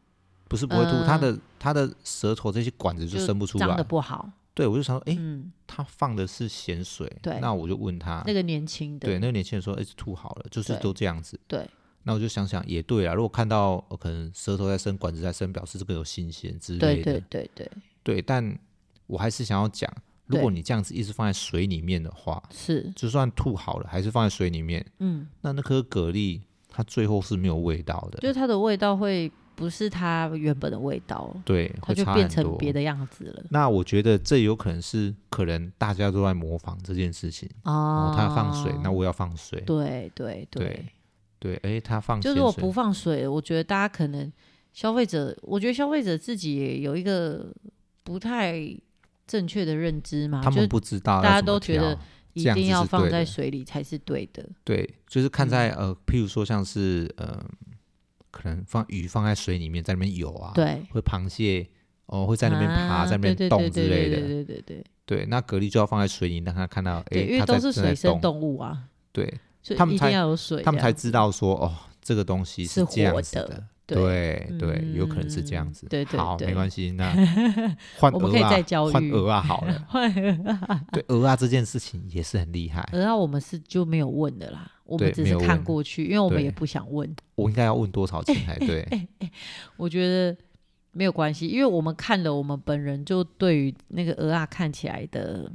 Speaker 3: 不是不会吐，
Speaker 2: 呃
Speaker 3: 它的它的舌头这些管子就
Speaker 2: 就
Speaker 3: 伸不出
Speaker 2: 脏的
Speaker 3: 来。
Speaker 2: 不好。
Speaker 3: 对，我就想说，哎、
Speaker 2: 嗯，
Speaker 3: 它放的是咸水，
Speaker 2: 对
Speaker 3: 那我就问他，
Speaker 2: 那个年轻
Speaker 3: 啊对，
Speaker 2: 的，
Speaker 3: 那个年轻人说，哎、吐好了，就是
Speaker 2: 对
Speaker 3: 都这样子。
Speaker 2: 对，
Speaker 3: 那我就想想也对啊，如果看到、呃可能舌头在伸，管子在伸，表示这个有新鲜之类
Speaker 2: 对
Speaker 3: 的。
Speaker 2: 对对对，
Speaker 3: 对但我还是想要讲，如
Speaker 2: 对
Speaker 3: 果你这样子一直放在水里面的话，
Speaker 2: 是，
Speaker 3: 就算吐好了，还是放在水里面，
Speaker 2: 嗯，
Speaker 3: 那那颗蛤蜊它最后是没有味道的。
Speaker 2: 就是它的味道会不是它原本的味道，
Speaker 3: 对，
Speaker 2: 它
Speaker 3: 会
Speaker 2: 就
Speaker 3: 差
Speaker 2: 变
Speaker 3: 很
Speaker 2: 成
Speaker 3: 多
Speaker 2: 别的样子了。
Speaker 3: 那我觉得这有可能是可能大家都在模仿这件事情。
Speaker 2: 哦
Speaker 3: 哦，，他放水，那我要放水。
Speaker 2: 对对
Speaker 3: 对对，哎，他放
Speaker 2: 就
Speaker 3: 咸
Speaker 2: 如果
Speaker 3: 水
Speaker 2: 不放水，我觉得大家可能消费者，我觉得消费者自己也有一个不太正确的认知嘛，
Speaker 3: 他
Speaker 2: 啊就
Speaker 3: 们不知道要
Speaker 2: 大家
Speaker 3: 怎么
Speaker 2: 都觉得
Speaker 3: 调
Speaker 2: 一
Speaker 3: 这样
Speaker 2: 定
Speaker 3: 子
Speaker 2: 要
Speaker 3: 是
Speaker 2: 放
Speaker 3: 对
Speaker 2: 在
Speaker 3: 的
Speaker 2: 水嗯里才是对的。
Speaker 3: 对，就是看在呃，譬如说像是呃，可能放鱼放在水里面，在那边游啊，，
Speaker 2: 对，
Speaker 3: 会螃蟹哦会在那边爬，
Speaker 2: 啊
Speaker 3: 在那
Speaker 2: 对
Speaker 3: 边
Speaker 2: 对
Speaker 3: 动
Speaker 2: 对
Speaker 3: 之类
Speaker 2: 对
Speaker 3: 的。
Speaker 2: 对对对
Speaker 3: 对，那蛤蜊就要放在水里，让他看到，
Speaker 2: 对，因
Speaker 3: 哎，
Speaker 2: 为
Speaker 3: 它
Speaker 2: 都
Speaker 3: 在
Speaker 2: 是
Speaker 3: 正
Speaker 2: 水
Speaker 3: 在
Speaker 2: 生
Speaker 3: 动。
Speaker 2: 动物啊，
Speaker 3: 对
Speaker 2: 所以
Speaker 3: 他们
Speaker 2: 一定
Speaker 3: 才
Speaker 2: 要有水，
Speaker 3: 他们才知。道说，哦，这个东西
Speaker 2: 是
Speaker 3: 这样
Speaker 2: 活
Speaker 3: 子
Speaker 2: 的
Speaker 3: 的。
Speaker 2: 对，
Speaker 3: 对对，有可能是这样子。
Speaker 2: 嗯对对
Speaker 3: 好，
Speaker 2: 对
Speaker 3: 没关系， 那换
Speaker 2: 我
Speaker 3: 鹅
Speaker 2: 们可以
Speaker 3: 啊
Speaker 2: 再教，
Speaker 3: 换
Speaker 2: 育。
Speaker 3: 鹅啊，好了
Speaker 2: 会
Speaker 3: 对鹅啊这件事情也是很厉害，
Speaker 2: 然后我们是就没有问的啦，我们
Speaker 3: 对
Speaker 2: 只
Speaker 3: 没
Speaker 2: 是
Speaker 3: 有
Speaker 2: 看
Speaker 3: 问
Speaker 2: 过去，因为我们
Speaker 3: 对
Speaker 2: 也不想问。
Speaker 3: 我应该要问多少钱
Speaker 2: 哎
Speaker 3: 才对？
Speaker 2: 我觉得没有关系，因为我们看了我们本人就对于那个鹅啊看起来的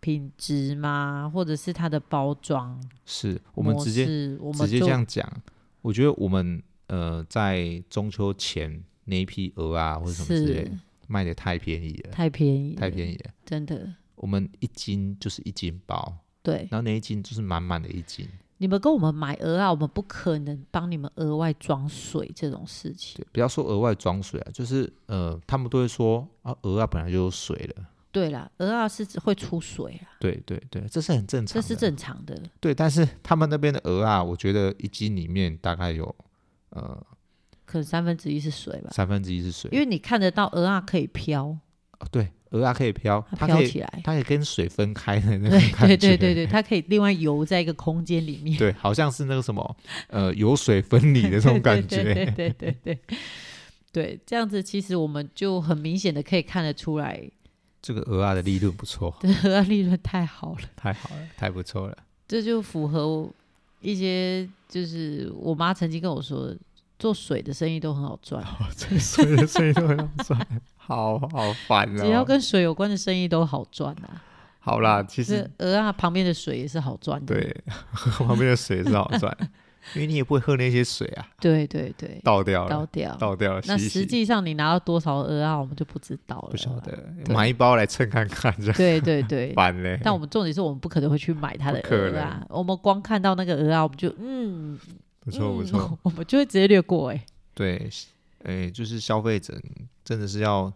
Speaker 2: 品质嘛，或者是它的包装，
Speaker 3: 是我们
Speaker 2: 模
Speaker 3: 直接
Speaker 2: 式我们
Speaker 3: 直接
Speaker 2: 就
Speaker 3: 这样讲，我觉得我们呃在中秋前那一批鹅啊或者什么之类
Speaker 2: 是
Speaker 3: 卖的太便宜了，
Speaker 2: 太便宜，
Speaker 3: 太便
Speaker 2: 宜，
Speaker 3: 宜了。
Speaker 2: 真的。
Speaker 3: 我们一斤就是一斤包，
Speaker 2: 对，
Speaker 3: 然后那一斤就是满满的一斤，
Speaker 2: 你们跟我们买鹅啊，我们不可能帮你们额外装水这种事情。
Speaker 3: 对，不要说额外装水啊，就是呃，他们都会说啊，鹅啊本来就有水了，
Speaker 2: 对啦，鹅啊是只会出水啦，
Speaker 3: 对对对，这是很正常
Speaker 2: 这
Speaker 3: 的，
Speaker 2: 是正常的。
Speaker 3: 对，但是他们那边的鹅啊，我觉得一斤里面大概有呃
Speaker 2: 可能三分之一是水吧，
Speaker 3: 三分之一是水，
Speaker 2: 啊因为你看得到鹅啊可以飘，
Speaker 3: 哦对，鹅啊可以飘，
Speaker 2: 它
Speaker 3: 它
Speaker 2: 飘
Speaker 3: 可
Speaker 2: 起
Speaker 3: 以
Speaker 2: 来。
Speaker 3: 它可以跟水分开的那种
Speaker 2: 对
Speaker 3: 感
Speaker 2: 对
Speaker 3: 觉，
Speaker 2: 对对对，它可以另外游在一个空间里面。
Speaker 3: 对好像是那个什么呃有水分离的这种感觉，
Speaker 2: 对对对对对对对，这样子其实我们就很明显的可以看得出来，
Speaker 3: 这个鹅啊的利润不错，
Speaker 2: 这个利润太好了，
Speaker 3: 太好了，太不错了，
Speaker 2: 这就符合一些就是我妈曾经跟我说，做水的生意都很好赚，
Speaker 3: 这水的水都很赚，好好烦
Speaker 2: 只要
Speaker 3: 哦。
Speaker 2: 跟水有关的生意都好赚啊。
Speaker 3: 好啦，其实
Speaker 2: 这鹅啊旁边的水也是好赚的，
Speaker 3: 对，喝旁边的水是好赚，因为你也不会喝那些水啊，
Speaker 2: 对对对，
Speaker 3: 倒掉
Speaker 2: 倒
Speaker 3: 了，
Speaker 2: 掉。
Speaker 3: 倒掉了，
Speaker 2: 那
Speaker 3: 洗一洗
Speaker 2: 实际上你拿到多少鹅啊，我们就不知道了，
Speaker 3: 不晓。得，
Speaker 2: 对
Speaker 3: 买一包来称看看，这样
Speaker 2: 对 对对，
Speaker 3: 烦嘞。
Speaker 2: 但我们重点是我们不可能会去买它的
Speaker 3: 不可
Speaker 2: 鹅啊，我们光看到那个鹅啊，我们就嗯，
Speaker 3: 不错不
Speaker 2: 嗯
Speaker 3: 错，，
Speaker 2: 我们就会直接略过哎、
Speaker 3: 对，诶，就是消费者真的是要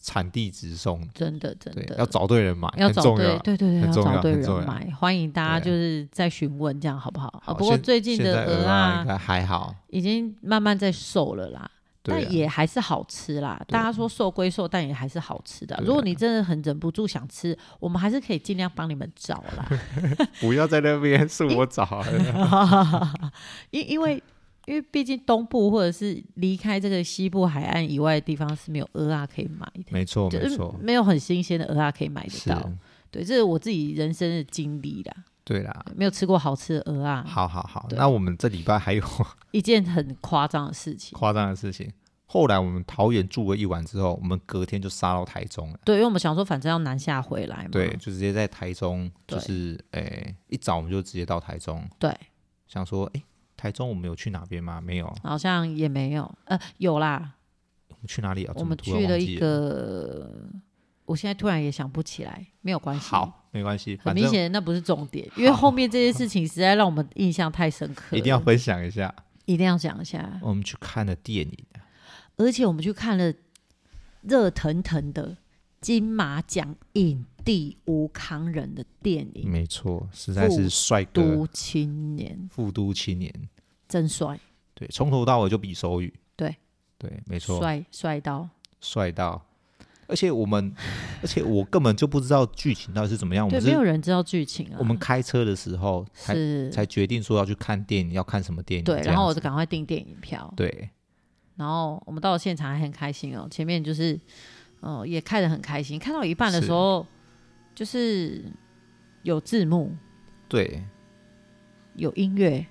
Speaker 3: 产地直送，
Speaker 2: 真的真
Speaker 3: 对，
Speaker 2: 的
Speaker 3: 要找对人买，
Speaker 2: 要
Speaker 3: 很
Speaker 2: 找
Speaker 3: 重
Speaker 2: 对
Speaker 3: 要。
Speaker 2: 对对对，
Speaker 3: 很
Speaker 2: 要
Speaker 3: 重要
Speaker 2: 找对
Speaker 3: 很
Speaker 2: 人
Speaker 3: 重要
Speaker 2: 买，欢迎大家
Speaker 3: 对
Speaker 2: 就是在询问这样好不好？啊，
Speaker 3: 好
Speaker 2: 不过
Speaker 3: 现
Speaker 2: 最近
Speaker 3: 现
Speaker 2: 的
Speaker 3: 在
Speaker 2: 鹅
Speaker 3: 啊应
Speaker 2: 啊
Speaker 3: 该还好，
Speaker 2: 已经慢慢在瘦了啦。
Speaker 3: 对啊
Speaker 2: 但也还是好吃啦，
Speaker 3: 对啊
Speaker 2: 大家说瘦归瘦，但也还是好吃的。
Speaker 3: 对啊
Speaker 2: 如果你真的很忍不住想吃，我们还是可以尽量帮你们找啦。
Speaker 3: 不要在那边是我找啊的，
Speaker 2: 因因为因为毕竟东部或者是离开这个西部海岸以外的地方是没有鹅啊可以买的，
Speaker 3: 没错
Speaker 2: 就
Speaker 3: 没
Speaker 2: 是
Speaker 3: 错，
Speaker 2: 没有很新鲜的鹅啊可以买得
Speaker 3: 是，
Speaker 2: 到。对，这是我自己人生的经历啦，
Speaker 3: 对啦。
Speaker 2: 没有吃过好吃的鹅啊，
Speaker 3: 好好好，
Speaker 2: 对
Speaker 3: 那我们这礼拜还有
Speaker 2: 一件很夸张的事情。
Speaker 3: 夸张的事情。后来我们桃园住了一晚之后，我们隔天就杀到台中了。
Speaker 2: 对，因为我们想说，反正要南下回来嘛。
Speaker 3: 对，就直接在台中，
Speaker 2: 嗯对
Speaker 3: 就是诶、一早我们就直接到台中，
Speaker 2: 对，
Speaker 3: 想说诶、台中我们有去哪边吗？没有，
Speaker 2: 好像也没有，呃，有啦，
Speaker 3: 我们去哪里啊？
Speaker 2: 我
Speaker 3: 怎
Speaker 2: 们
Speaker 3: 么突
Speaker 2: 去
Speaker 3: 然
Speaker 2: 了
Speaker 3: 忘记
Speaker 2: 一个，我现在突然也想不起来，没有关系。
Speaker 3: 好，没关系，
Speaker 2: 很
Speaker 3: 反
Speaker 2: 明
Speaker 3: 正
Speaker 2: 显那不是重点，因为后面这些事情实在让我们印象太深刻了，
Speaker 3: 一定要分享一下。
Speaker 2: 一定要讲一下。
Speaker 3: 我们去看了电影，啊
Speaker 2: 而且我们去看了热腾腾的金马奖影帝吴康仁的电影
Speaker 3: 没错，实在是帅
Speaker 2: 《
Speaker 3: 哥，
Speaker 2: 都青年
Speaker 3: 复都青年，》，
Speaker 2: 真帅，
Speaker 3: 对，从头到尾就比手语，
Speaker 2: 对
Speaker 3: 对，没错，
Speaker 2: 帅帅到
Speaker 3: 帅到。而且我们， 而且我根本就不知道剧情到底是怎么样。我
Speaker 2: 对，
Speaker 3: 们
Speaker 2: 没有
Speaker 3: 是，
Speaker 2: 人知道剧情啊。
Speaker 3: 我们开车的时候才
Speaker 2: 是
Speaker 3: 才决定说要去看电影，要看什么电影。
Speaker 2: 对，
Speaker 3: 这
Speaker 2: 然后
Speaker 3: 样
Speaker 2: 我
Speaker 3: 子
Speaker 2: 就赶快订电影票，
Speaker 3: 对
Speaker 2: 然后我们到了现场还很开心哦，前面就是哦、呃也看得很开心，看到一半的
Speaker 3: 是
Speaker 2: 时候就是有字幕、
Speaker 3: 对
Speaker 2: 有音乐、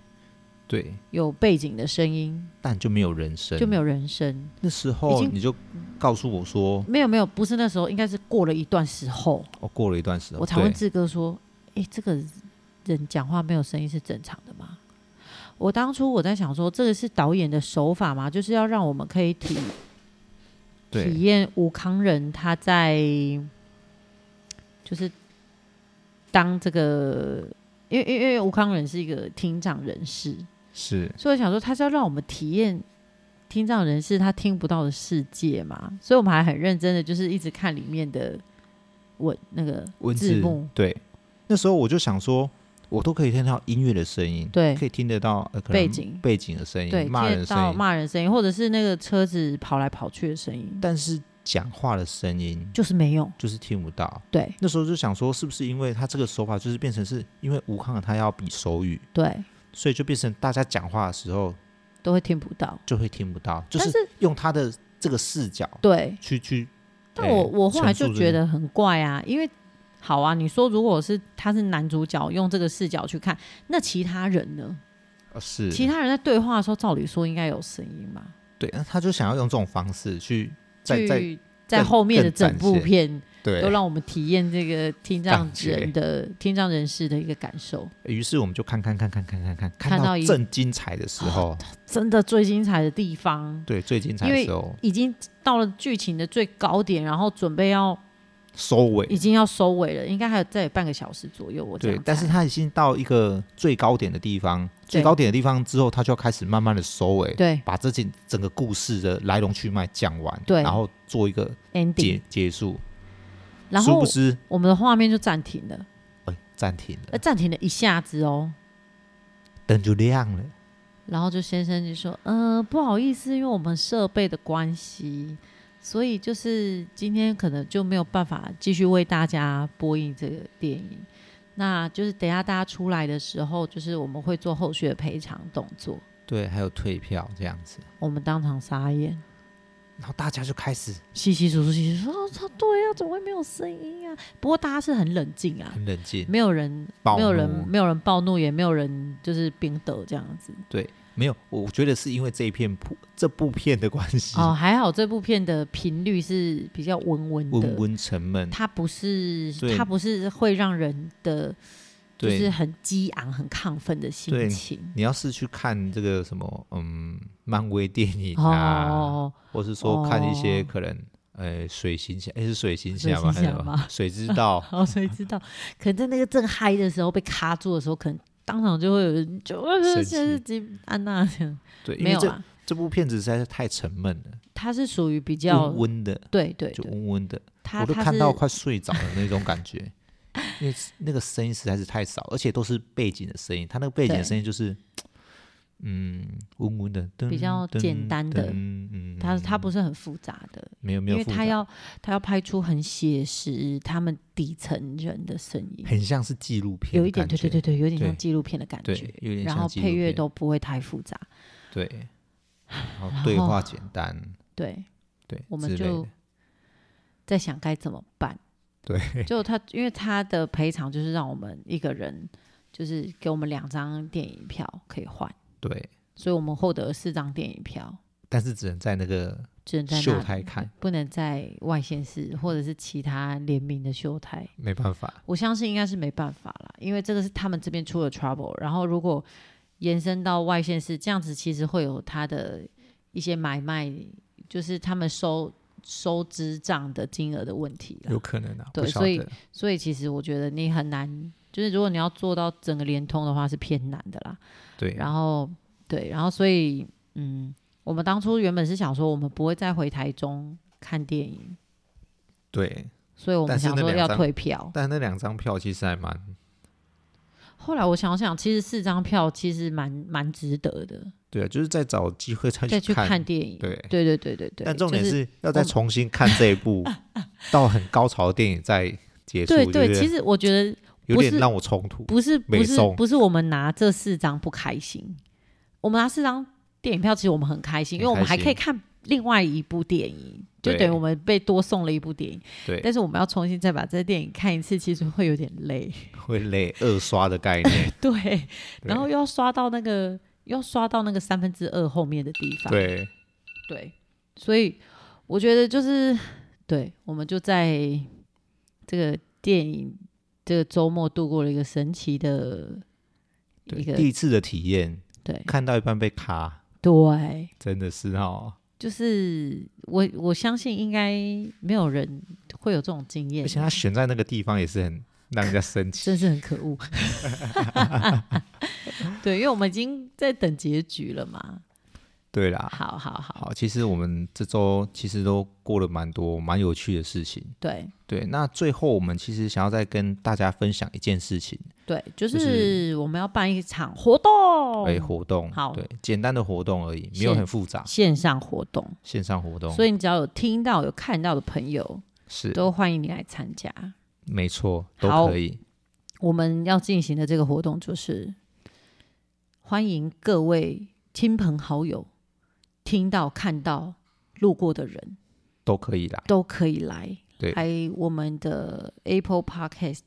Speaker 3: 对，
Speaker 2: 有背景的声音，
Speaker 3: 但就没有人声，
Speaker 2: 就没有人声。
Speaker 3: 那时
Speaker 2: 已
Speaker 3: 候
Speaker 2: 经
Speaker 3: 你就告诉我说，
Speaker 2: 没有没有，不是那时候，应该是过了一段时候，
Speaker 3: 哦，过了一段时候，
Speaker 2: 我才问
Speaker 3: 对
Speaker 2: 志哥说：“诶，这个人讲话没有声音是正常的吗？”我当初我在想说，这个是导演的手法吗？就是要让我们可以体体
Speaker 3: 对
Speaker 2: 验吴康仁他在就是当这个，因为因为因为吴康仁是一个听障人士，
Speaker 3: 是
Speaker 2: 所以我想说，他是要让我们体验听障人士他听不到的世界嘛，所以我们还很认真的，就是一直看里面的文那个
Speaker 3: 文
Speaker 2: 字
Speaker 3: 字
Speaker 2: 幕，
Speaker 3: 对。那时候我就想说，我都可以听到音乐的声音，
Speaker 2: 对
Speaker 3: 可以听得到、呃、可能
Speaker 2: 背景
Speaker 3: 背景的声
Speaker 2: 对，
Speaker 3: 音，骂
Speaker 2: 听
Speaker 3: 人的
Speaker 2: 得到
Speaker 3: 声音，
Speaker 2: 骂人声音，或者是那个车子跑来跑去的声音，
Speaker 3: 但是讲话的声音
Speaker 2: 就是没有。
Speaker 3: 就是听不到。
Speaker 2: 对
Speaker 3: 那时候就想说，是不是因为他这个手法就是变成是因为吴康他要比手语，
Speaker 2: 对
Speaker 3: 所以就变成大家讲话的时候，
Speaker 2: 都会听不到。
Speaker 3: 就会听不到，就
Speaker 2: 但
Speaker 3: 是
Speaker 2: 是
Speaker 3: 用他的这个视角
Speaker 2: 对，
Speaker 3: 去去。
Speaker 2: 但
Speaker 3: 哎
Speaker 2: 我我后来
Speaker 3: 陈
Speaker 2: 就
Speaker 3: 述这
Speaker 2: 觉
Speaker 3: 个
Speaker 2: 得很怪啊，因为好啊，你说如果是他是男主角用这个视角去看，那其他人呢？
Speaker 3: 呃是
Speaker 2: 其他人在对话的时候，照理说应该有声音吧？
Speaker 3: 对，那他就想要用这种方式去在在
Speaker 2: 去在后面的整部片
Speaker 3: 对
Speaker 2: 都，让我们体验这个听障
Speaker 3: 感觉
Speaker 2: 人的听障人士的一个感受。
Speaker 3: 于是我们就看看看看看看看，
Speaker 2: 看
Speaker 3: 看
Speaker 2: 到
Speaker 3: 到
Speaker 2: 一哦
Speaker 3: 正精彩的时候，
Speaker 2: 真的最精彩的地方，
Speaker 3: 对，最精彩
Speaker 2: 因
Speaker 3: 的
Speaker 2: 为
Speaker 3: 时候
Speaker 2: 已经到了剧情的最高点，然后准备要
Speaker 3: 收
Speaker 2: 已
Speaker 3: 尾，
Speaker 2: 经要收尾了，应该还有再有半个小时左右。我这
Speaker 3: 对
Speaker 2: 样，猜
Speaker 3: 但是他已经到一个最高点的地方，最
Speaker 2: 对
Speaker 3: 高点的地方之后，他就要开始慢慢的收尾，
Speaker 2: 对
Speaker 3: 把这件整个故事的来龙去脉讲完，
Speaker 2: 对
Speaker 3: 然后做一个
Speaker 2: ending，
Speaker 3: 结结束。
Speaker 2: 然
Speaker 3: 殊
Speaker 2: 后
Speaker 3: 不知，
Speaker 2: 我们的画面就暂停了，
Speaker 3: 哎，暂停
Speaker 2: 呃，
Speaker 3: 了，
Speaker 2: 暂停了一下子哦。
Speaker 3: 灯就亮了，
Speaker 2: 然后就先生就说：“呃，不好意思，因为我们设备的关系，所以就是今天可能就没有办法继续为大家播映这个电影。那就是等一下大家出来的时候，就是我们会做后续的赔偿动作。
Speaker 3: 对，还有退票这样子，”
Speaker 2: 我们当场傻眼，
Speaker 3: 然后大家就开始
Speaker 2: 稀稀疏疏，稀稀疏疏说：“操，对啊，怎么会没有声音啊？”不过大家是很冷静啊，
Speaker 3: 很冷静，
Speaker 2: 没有人，
Speaker 3: 暴
Speaker 2: 没有人
Speaker 3: 怒，
Speaker 2: 没有人暴怒，也没有人就是冰斗这样子。
Speaker 3: 对，没有，我觉得是因为这一片铺这部片的关系，
Speaker 2: 哦，还好这部片的频率是比较温温的，
Speaker 3: 温温沉闷，
Speaker 2: 它不是
Speaker 3: 对
Speaker 2: 它不是会让人的就是
Speaker 3: 对。
Speaker 2: 很激昂、很亢奋的心
Speaker 3: 对
Speaker 2: 情。
Speaker 3: 你要是去看这个什么，嗯，漫威电影啊，
Speaker 2: 哦，
Speaker 3: 或是说看一些
Speaker 2: 哦
Speaker 3: 可能，呃，水行侠，哎，是水行
Speaker 2: 水
Speaker 3: 侠吗？
Speaker 2: 行
Speaker 3: 还是
Speaker 2: 侠
Speaker 3: 什么
Speaker 2: 吗
Speaker 3: 水之 道
Speaker 2: 好，哦所以知道，可能在那个正嗨的时候被卡住的时候，可能当场就会有人就
Speaker 3: 生气
Speaker 2: 现在是吉安娜这样，
Speaker 3: 对，因
Speaker 2: 没
Speaker 3: 为
Speaker 2: 有啊
Speaker 3: 这
Speaker 2: 啦，
Speaker 3: 这部片子实在是太沉闷了，
Speaker 2: 它是属于比较
Speaker 3: 温温的，
Speaker 2: 对对
Speaker 3: 就
Speaker 2: 对，
Speaker 3: 温温的，
Speaker 2: 它
Speaker 3: 我都
Speaker 2: 它
Speaker 3: 看
Speaker 2: 是
Speaker 3: 到快睡着的那种感觉， 因为那个声音实在是太少，而且都是背景的声音，它那个背景的
Speaker 2: 对
Speaker 3: 声音就是，嗯，温温的，
Speaker 2: 比较
Speaker 3: 噔
Speaker 2: 简单的
Speaker 3: 噔嗯，
Speaker 2: 它它不是很复杂的，
Speaker 3: 没有没有
Speaker 2: 因为
Speaker 3: 复杂，
Speaker 2: 它要它要拍出很写实他们底层人的声音，
Speaker 3: 很像是纪录片
Speaker 2: 有
Speaker 3: 的
Speaker 2: 一点
Speaker 3: 感觉，
Speaker 2: 对对对对，有点像
Speaker 3: 对
Speaker 2: 纪录片的感
Speaker 3: 对
Speaker 2: 觉。
Speaker 3: 有点
Speaker 2: 然
Speaker 3: 像
Speaker 2: 后
Speaker 3: 纪录
Speaker 2: 配乐
Speaker 3: 片
Speaker 2: 都不会太复杂，
Speaker 3: 对，然
Speaker 2: 然
Speaker 3: 后对
Speaker 2: 后
Speaker 3: 话简单，
Speaker 2: 对，
Speaker 3: 对，
Speaker 2: 我们
Speaker 3: 之类
Speaker 2: 就
Speaker 3: 的
Speaker 2: 在想该怎么办。
Speaker 3: 对
Speaker 2: 就他，因为他的赔偿就是让我们一个人，就是给我们两张电影票可以换，
Speaker 3: 对，
Speaker 2: 所以我们获得了四张电影票，
Speaker 3: 但是只能在那个
Speaker 2: 只能在
Speaker 3: 秀
Speaker 2: 那
Speaker 3: 台看，
Speaker 2: 不能在外县市或者是其他联名的秀台。
Speaker 3: 没办法，
Speaker 2: 我相信应该是没办法啦，因为这个是他们这边出了 trouble，然后如果延伸到外县市，这样子其实会有他的一些买卖，就是他们收收支账的金额的问题啦。
Speaker 3: 有可能啊，
Speaker 2: 对
Speaker 3: 不晓
Speaker 2: 所以
Speaker 3: 得，
Speaker 2: 所以其实我觉得你很难，就是如果你要做到整个联通的话是偏难的啦。
Speaker 3: 对，
Speaker 2: 然后对，然后所以嗯，我们当初原本是想说我们不会再回台中看电影，
Speaker 3: 对，
Speaker 2: 所以我们
Speaker 3: 但是
Speaker 2: 想
Speaker 3: 那
Speaker 2: 说
Speaker 3: 两
Speaker 2: 要
Speaker 3: 张
Speaker 2: 退票。
Speaker 3: 但那两张票其实还蛮。
Speaker 2: 后来我想想，其实四张票其实蛮蛮值得的，
Speaker 3: 对啊，就是在找机会再
Speaker 2: 再
Speaker 3: 去
Speaker 2: 去
Speaker 3: 看。
Speaker 2: 看电影。
Speaker 3: 对
Speaker 2: 对对对对对
Speaker 3: 但重点
Speaker 2: 就是
Speaker 3: 要再重新看这一 部，到很高潮的电影再结束，
Speaker 2: 对
Speaker 3: 不
Speaker 2: 对，其实我觉得
Speaker 3: 有
Speaker 2: 不
Speaker 3: 点
Speaker 2: 是
Speaker 3: 让我冲突。
Speaker 2: 不是
Speaker 3: 美
Speaker 2: 不是
Speaker 3: 颂
Speaker 2: 不是我们拿这四张不开心，我们拿四张电影票，其实我们很开心，因为我们还
Speaker 3: 很开心
Speaker 2: 可以看另外一部电影，就
Speaker 3: 对
Speaker 2: 等于我们被多送了一部电影。
Speaker 3: 对，
Speaker 2: 但是我们要重新再把这个电影看一次，其实会有点累。，
Speaker 3: 会累二刷的概念
Speaker 2: 对， 然后又要刷到那个，又要刷到那个三分之二后面的地方。
Speaker 3: 对
Speaker 2: 对，所以我觉得就是，对，我们就在这个电影这个周末度过了一个神奇的
Speaker 3: 对
Speaker 2: 一个
Speaker 3: 第一次的体验，
Speaker 2: 对
Speaker 3: 看到一半被卡，
Speaker 2: 对，
Speaker 3: 真的是哦。
Speaker 2: 就是我我相信应该没有人会有这种经验
Speaker 3: 而，且他选在那个地方也是很让人家生 气。
Speaker 2: 真是很可 恶。对，因为我们已经在等结局了嘛。
Speaker 3: 对啦，
Speaker 2: 好好好，
Speaker 3: 啊好，其实我们这周其实都过了蛮多蛮有趣的事情。
Speaker 2: 对
Speaker 3: 对，那最后我们其实想要再跟大家分享一件事情，
Speaker 2: 对，就
Speaker 3: 就是
Speaker 2: 是我们要办一场活动，
Speaker 3: 哎、活动，
Speaker 2: 哦好
Speaker 3: 对，简单的活动而已，没有
Speaker 2: 线
Speaker 3: 很复杂，
Speaker 2: 线上活动。
Speaker 3: 线上活动，
Speaker 2: 所以你只要有听到、有看到的朋友，
Speaker 3: 是
Speaker 2: 都欢迎你来参加。
Speaker 3: 没错，都
Speaker 2: 好
Speaker 3: 可以，
Speaker 2: 我们要进行的这个活动就是，欢迎各位亲朋好友听到、看到、路过的人
Speaker 3: 都可以来
Speaker 2: 都可以来，
Speaker 3: 对
Speaker 2: 来我们的 Apple Podcast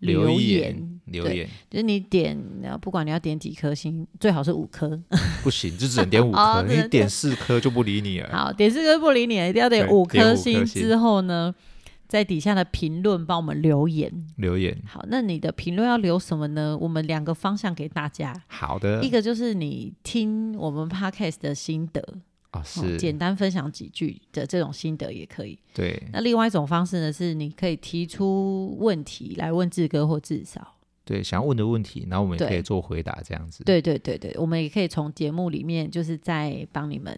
Speaker 3: 留
Speaker 2: 言，
Speaker 3: 留
Speaker 2: 对
Speaker 3: 言
Speaker 2: 就是你点，呃不管你要点几颗星，最好是五颗。
Speaker 3: 不行，就只能 点五颗，
Speaker 2: 哦只
Speaker 3: 你
Speaker 2: 能
Speaker 3: 点四颗就不理你了。
Speaker 2: 好，点四颗不理你，一定要点
Speaker 3: 对
Speaker 2: 五
Speaker 3: 点
Speaker 2: 颗
Speaker 3: 五颗
Speaker 2: 星
Speaker 3: 星
Speaker 2: 之后呢，在底下的评论帮我们留言。
Speaker 3: 留言
Speaker 2: 好，那你的评论要留什么呢？我们两个方向给大家，
Speaker 3: 好的
Speaker 2: 一个就是你听我们 podcast 的心得，
Speaker 3: 啊、
Speaker 2: 哦
Speaker 3: 是，
Speaker 2: 简单分享几句的这种心得也可以。
Speaker 3: 对
Speaker 2: 那另外一种方式呢，是你可以提出问题来问志哥或志嫂。
Speaker 3: 对，想要问的问题，然后我们也可以
Speaker 2: 对
Speaker 3: 做回答这样子。
Speaker 2: 对对对对，我们也可以从节目里面就是在帮你们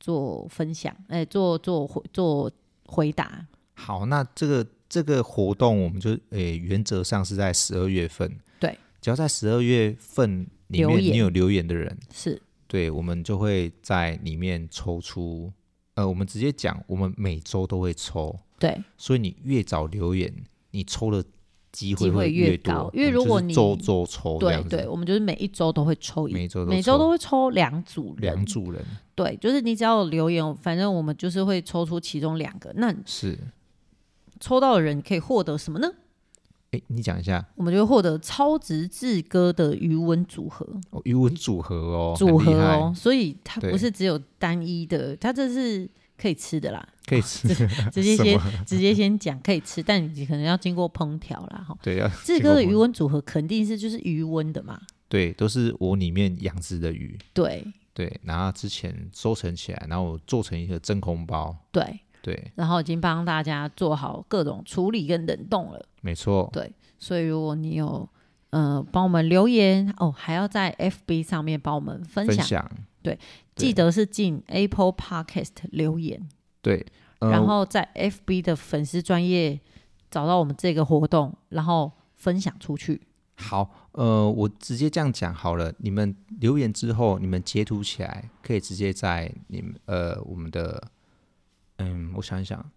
Speaker 2: 做分享，哎、做做回做回答。
Speaker 3: 好，那这个这个活动，我们就诶、原则上是在十二月份。
Speaker 2: 对，
Speaker 3: 只要在十二月份里面
Speaker 2: 留言
Speaker 3: 你有留言的人，
Speaker 2: 是
Speaker 3: 对我们就会在里面抽出。呃，我们直接讲，我们每周都会抽，
Speaker 2: 对
Speaker 3: 所以你越早留言，你抽的机会
Speaker 2: 机会
Speaker 3: 会
Speaker 2: 越
Speaker 3: 多。
Speaker 2: 高
Speaker 3: 我
Speaker 2: 因为
Speaker 3: 们
Speaker 2: 如
Speaker 3: 就
Speaker 2: 果
Speaker 3: 是
Speaker 2: 你
Speaker 3: 周周抽哦这
Speaker 2: 对
Speaker 3: 样子，
Speaker 2: 对，我们就是每一周都会抽一，
Speaker 3: 每周都
Speaker 2: 每周
Speaker 3: 抽
Speaker 2: 都会嗯抽两组人，
Speaker 3: 两组人
Speaker 2: 对，就是你只要有留言，反正我们就是会抽出其中两个。那
Speaker 3: 是。
Speaker 2: 抽到的人可以获得什么呢？
Speaker 3: 诶，你讲一下
Speaker 2: 我们就会获得超值志哥的余文组合，
Speaker 3: 哦，语文组合哦，很
Speaker 2: 组合
Speaker 3: 厉害
Speaker 2: 哦，，所以它
Speaker 3: 对
Speaker 2: 不是只有单一的，它这是可以吃 的啦，
Speaker 3: 可以吃
Speaker 2: 直接
Speaker 3: 什
Speaker 2: 先
Speaker 3: 么？
Speaker 2: 直接先讲可以吃，但你可能要经过烹调啦哈。
Speaker 3: 对，要
Speaker 2: 志
Speaker 3: 经过
Speaker 2: 哥的
Speaker 3: 烹
Speaker 2: 余温组合肯定是就是余温的嘛，
Speaker 3: 对，都是我里面养殖的鱼，
Speaker 2: 对
Speaker 3: 对，然后之前收成起来，然后我做成一个真空包，
Speaker 2: 对，
Speaker 3: 对，
Speaker 2: 然后已经帮大家做好各种处理跟冷冻了。
Speaker 3: 没错，
Speaker 2: 对所以如果你有呃帮我们留言哦，还要在 FB 上面帮我们分
Speaker 3: 分
Speaker 2: 享，
Speaker 3: 享，对
Speaker 2: 记得是进 Apple Podcast 留言，
Speaker 3: 对，呃
Speaker 2: 然后在 FB 的粉丝专业找到我们这个活动，然后分享出去。
Speaker 3: 好，呃，我直接这样讲好了，你们留言之后，你们截图起来，可以直接在你们呃我们的，嗯，我想一想，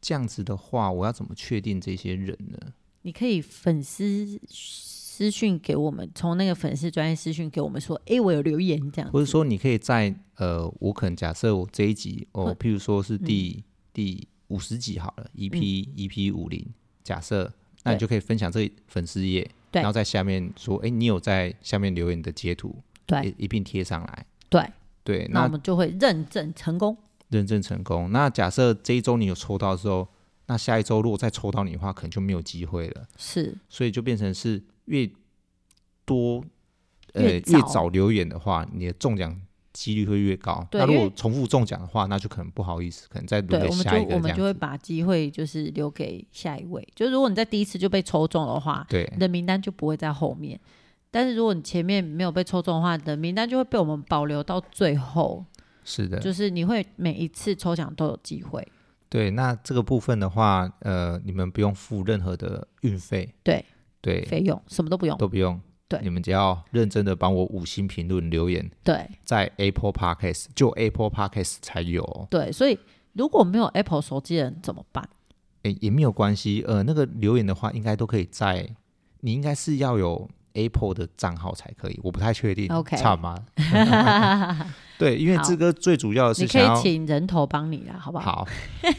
Speaker 3: 这样子的话，我要怎么确定这些人呢？
Speaker 2: 你可以粉丝私讯给我们，从那个粉丝专业私讯给我们说，诶，我有留言这样
Speaker 3: 或者
Speaker 2: 子。
Speaker 3: 说，你可以在呃，我可能假设我这一集
Speaker 2: 或
Speaker 3: 哦，譬如说是
Speaker 2: 嗯
Speaker 3: 第、第五十集好了，EP、EP ，E 五零，假设那你
Speaker 2: 对
Speaker 3: 就可以分享这粉丝页，
Speaker 2: 对
Speaker 3: 然后在下面说，哎，你有在下面留言的截图，
Speaker 2: 对
Speaker 3: 一一并贴上来。
Speaker 2: 对，
Speaker 3: 对，
Speaker 2: 那我
Speaker 3: 那
Speaker 2: 们就会认证成功。
Speaker 3: 认证成功。那假设这一周你有抽到之后，那下一周如果再抽到你的话，可能就没有机会了。
Speaker 2: 是
Speaker 3: 所以就变成是越多呃
Speaker 2: 越
Speaker 3: 越
Speaker 2: 早
Speaker 3: 早留言的话，你的中奖几率会越高。
Speaker 2: 对
Speaker 3: 那如
Speaker 2: 因
Speaker 3: 果
Speaker 2: 为
Speaker 3: 重复中奖的话，那就可能不好意思，可能再留
Speaker 2: 对，
Speaker 3: 给
Speaker 2: 我们
Speaker 3: 下一
Speaker 2: 就
Speaker 3: 个
Speaker 2: 我
Speaker 3: 这
Speaker 2: 们就会
Speaker 3: 样子。
Speaker 2: 把机会就是留给下一位。就如果你在第一次就被抽中的话，
Speaker 3: 对
Speaker 2: 你的名单就不会在后面。但是如果你前面没有被抽中的话，你的名单就会被我们保留到最后，
Speaker 3: 是的，
Speaker 2: 就是你会每一次抽奖都有机会。
Speaker 3: 对。那这个部分的话，呃，你们不用付任何的运费，
Speaker 2: 对
Speaker 3: 对，
Speaker 2: 费用什么都不用，
Speaker 3: 都不用。
Speaker 2: 对
Speaker 3: 你们只要认真的帮我五星评论留言，
Speaker 2: 对
Speaker 3: 在 Apple Podcast 就 Apple Podcast 才有、哦，
Speaker 2: 对，所以如果没有 Apple 手机的人怎么办？
Speaker 3: 诶、也没有关系。呃，那个留言的话，应该都可以在，你应该是要有 Apple 的账号才可以，我不太确定。
Speaker 2: OK
Speaker 3: 差 吗？ 对，因为
Speaker 2: 好
Speaker 3: 这个最主要的
Speaker 2: 你
Speaker 3: 是
Speaker 2: 可
Speaker 3: 想要
Speaker 2: 以请人头帮你啦，好不好？
Speaker 3: 好，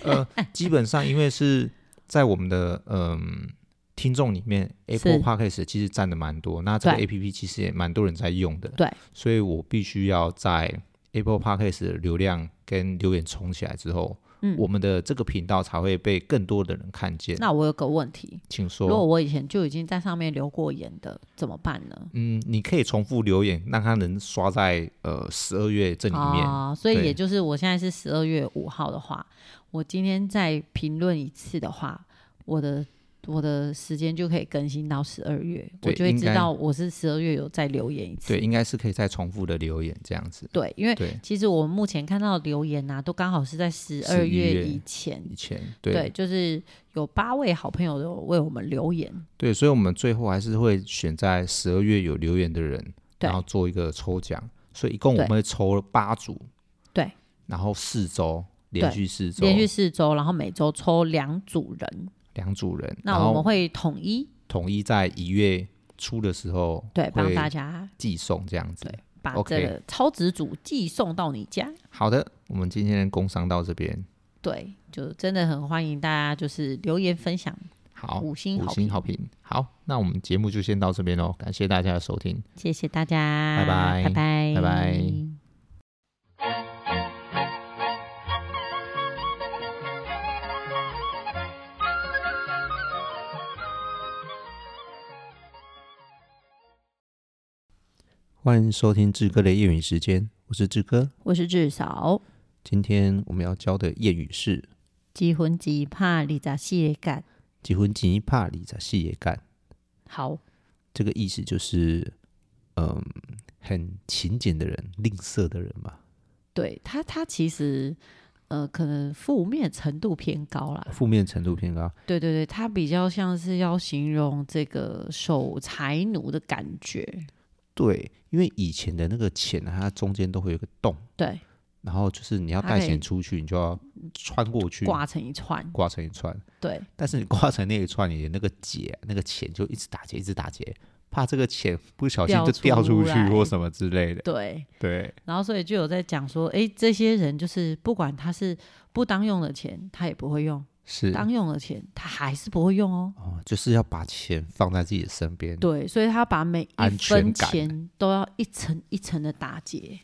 Speaker 3: 呃，基本上因为是在我们的嗯、听众里面，Apple Podcast 其实占的蛮多，那这个
Speaker 2: 对
Speaker 3: APP 其实也蛮多人在用的，
Speaker 2: 对，
Speaker 3: 所以我必须要在 Apple Podcast 的流量跟留言冲起来之后，
Speaker 2: 嗯
Speaker 3: 我们的这个频道才会被更多的人看见。
Speaker 2: 那我有个问题，
Speaker 3: 请
Speaker 2: 如果
Speaker 3: 说，
Speaker 2: 我以前就已经在上面留过言的，怎么办呢？
Speaker 3: 嗯，你可以重复留言，让它能刷在呃十二月这里面，
Speaker 2: 啊、所以
Speaker 3: 对
Speaker 2: 也就是我现在是十二月五号的话，我今天再评论一次的话，我的我的时间就可以更新到十二月，我
Speaker 3: 对
Speaker 2: 就会
Speaker 3: 应
Speaker 2: 知
Speaker 3: 该
Speaker 2: 道我是十二月有再留言一次。
Speaker 3: 对，应该是可以再重复的留言这样子。
Speaker 2: 对因为
Speaker 3: 对，
Speaker 2: 其实我目前看到的留言呐、都刚好是在十二
Speaker 3: 11
Speaker 2: 月
Speaker 3: 月
Speaker 2: 以前。
Speaker 3: 以前
Speaker 2: 对，就是有八位好朋友有为我们留言，
Speaker 3: 对，所以我们最后还是会选在十二月有留言的人，
Speaker 2: 对
Speaker 3: 然后做一个抽奖。所以一共我
Speaker 2: 对
Speaker 3: 们会抽八组，
Speaker 2: 对，
Speaker 3: 然后四周连
Speaker 2: 对
Speaker 3: 续四周，
Speaker 2: 连续四周，然后每周抽两组人，
Speaker 3: 两组人，
Speaker 2: 那
Speaker 3: 然
Speaker 2: 我们
Speaker 3: 后
Speaker 2: 会统一
Speaker 3: 统一在一月初的时候
Speaker 2: 对帮
Speaker 3: 会
Speaker 2: 大家
Speaker 3: 寄送这样子
Speaker 2: 对。把
Speaker 3: OK
Speaker 2: 这个超值组寄送到你家。
Speaker 3: 好的，我们今天的工商到这边，
Speaker 2: 对，就真的很欢迎大家就是留言分享
Speaker 3: 好，
Speaker 2: 五星
Speaker 3: 五
Speaker 2: 好
Speaker 3: 星
Speaker 2: 评，
Speaker 3: 好评。好，那我们节目就先到这边喽，感谢大家的收听。
Speaker 2: 谢谢大家，
Speaker 3: 拜拜
Speaker 2: 拜拜，
Speaker 3: 拜拜。欢迎收听志哥的谚语时间，我是志哥。
Speaker 2: 我是志嫂，
Speaker 3: 今天我们要教的谚语是
Speaker 2: 结婚只怕你咋卸干。
Speaker 3: “结婚急怕理查戏也干
Speaker 2: 好，”，
Speaker 3: 这个意思就是，嗯，很勤俭的人，吝啬的人嘛，
Speaker 2: 对他，他其实呃，可能负面程度偏高啦。
Speaker 3: 负面程度偏高。
Speaker 2: 对对对，他比较像是要形容这个守财奴的感觉。
Speaker 3: 对，因为以前的那个钱啊，它中间都会有个洞，
Speaker 2: 对，
Speaker 3: 然后就是你要
Speaker 2: 它
Speaker 3: 带
Speaker 2: 可以
Speaker 3: 钱出去，你就要穿过去，
Speaker 2: 挂成一串。
Speaker 3: 挂成一串。
Speaker 2: 对，
Speaker 3: 但是你挂成那一串，你的那个结那个钱就一直打结，一直打结，怕这个钱不小心就
Speaker 2: 掉
Speaker 3: 掉出
Speaker 2: 出
Speaker 3: 去
Speaker 2: 来
Speaker 3: 或什么之类的。
Speaker 2: 对，
Speaker 3: 对，
Speaker 2: 然后所以就有在讲说，哎，这些人就是不管他是不当用的钱，他也不会用；
Speaker 3: 是
Speaker 2: 当用的钱，他还是不会用哦。
Speaker 3: 哦，就是要把钱放在自己的身边。
Speaker 2: 对，所以他把每一
Speaker 3: 安全
Speaker 2: 分
Speaker 3: 感
Speaker 2: 钱都要一层一层的打结，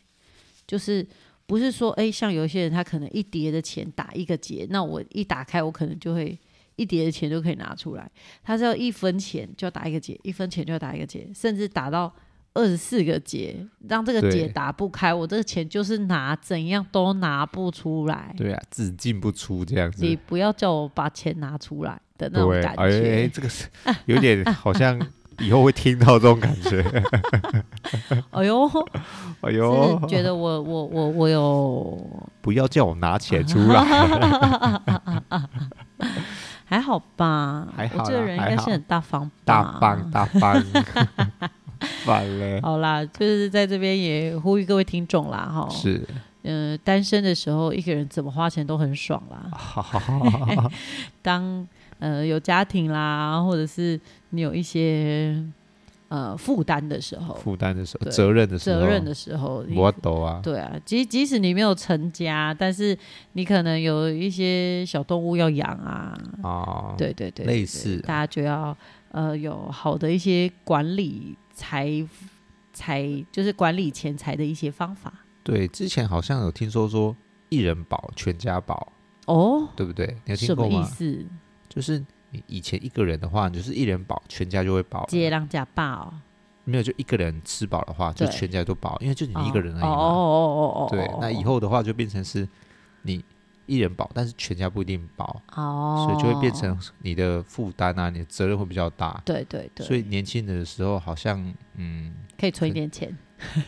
Speaker 2: 就是不是说，哎，像有一些人他可能一叠的钱打一个结，那我一打开我可能就会。一叠的钱就可以拿出来，他是要一分钱就要打一个结，一分钱就要打一个结，甚至打到二十四个结，让这个
Speaker 3: 对
Speaker 2: 结打不开，我这个钱就是拿怎样都拿不出来。
Speaker 3: 对啊，只进不出这样子。
Speaker 2: 你不要叫我把钱拿出来的那种
Speaker 3: 对，
Speaker 2: 感
Speaker 3: 哎
Speaker 2: 觉。
Speaker 3: 哎，这个是有点好像以后会听到这种感 觉。
Speaker 2: 哎呦，
Speaker 3: 哎
Speaker 2: 是
Speaker 3: 呦，
Speaker 2: 觉得我我我我有
Speaker 3: 不要叫我拿钱出来。
Speaker 2: 还好吧？
Speaker 3: 还好啦
Speaker 2: 我这个人应该
Speaker 3: 还好
Speaker 2: 是很大方吧，
Speaker 3: 大方大方， 完了。
Speaker 2: 好啦，就是在这边也呼吁各位听众啦，哈，，
Speaker 3: 是，
Speaker 2: 呃，单身的时候一个人怎么花钱都很爽啦。
Speaker 3: 好好好，
Speaker 2: 当呃有家庭啦，或者是你有一些呃负担的时候、
Speaker 3: 负担的时候，
Speaker 2: 对
Speaker 3: 责任的时候，
Speaker 2: 责任的时候，你
Speaker 3: 我懂啊。
Speaker 2: 对啊，即即使你没有成家，但是你可能有一些小动物要养啊，
Speaker 3: 哦，
Speaker 2: 对对对，
Speaker 3: 类
Speaker 2: 对
Speaker 3: 似
Speaker 2: 大家就要呃有好的一些管理财财，就是管理钱财的一些方法
Speaker 3: 对，之前好像有听说说一人保全家保，
Speaker 2: 哦。
Speaker 3: 对不对？你有听
Speaker 2: 什么
Speaker 3: 过
Speaker 2: 意
Speaker 3: 吗？
Speaker 2: 思？
Speaker 3: 就是你以前一个人的话，你就是一人保，全家就会保了。
Speaker 2: 接浪假霸哦，
Speaker 3: 没有就一个人吃饱的话，就
Speaker 2: 对
Speaker 3: 全家都饱，因为就你
Speaker 2: 哦
Speaker 3: 一个人而已
Speaker 2: 哦哦
Speaker 3: 嘛。
Speaker 2: 哦哦哦哦，
Speaker 3: 对，那以后的话就变成是你一人饱，但是全家不一定饱，
Speaker 2: 哦，
Speaker 3: 所以就会变成你的负担啊，你的责任会比较大。
Speaker 2: 对对对，
Speaker 3: 所以年轻的时候好像，嗯，
Speaker 2: 可以存一点钱，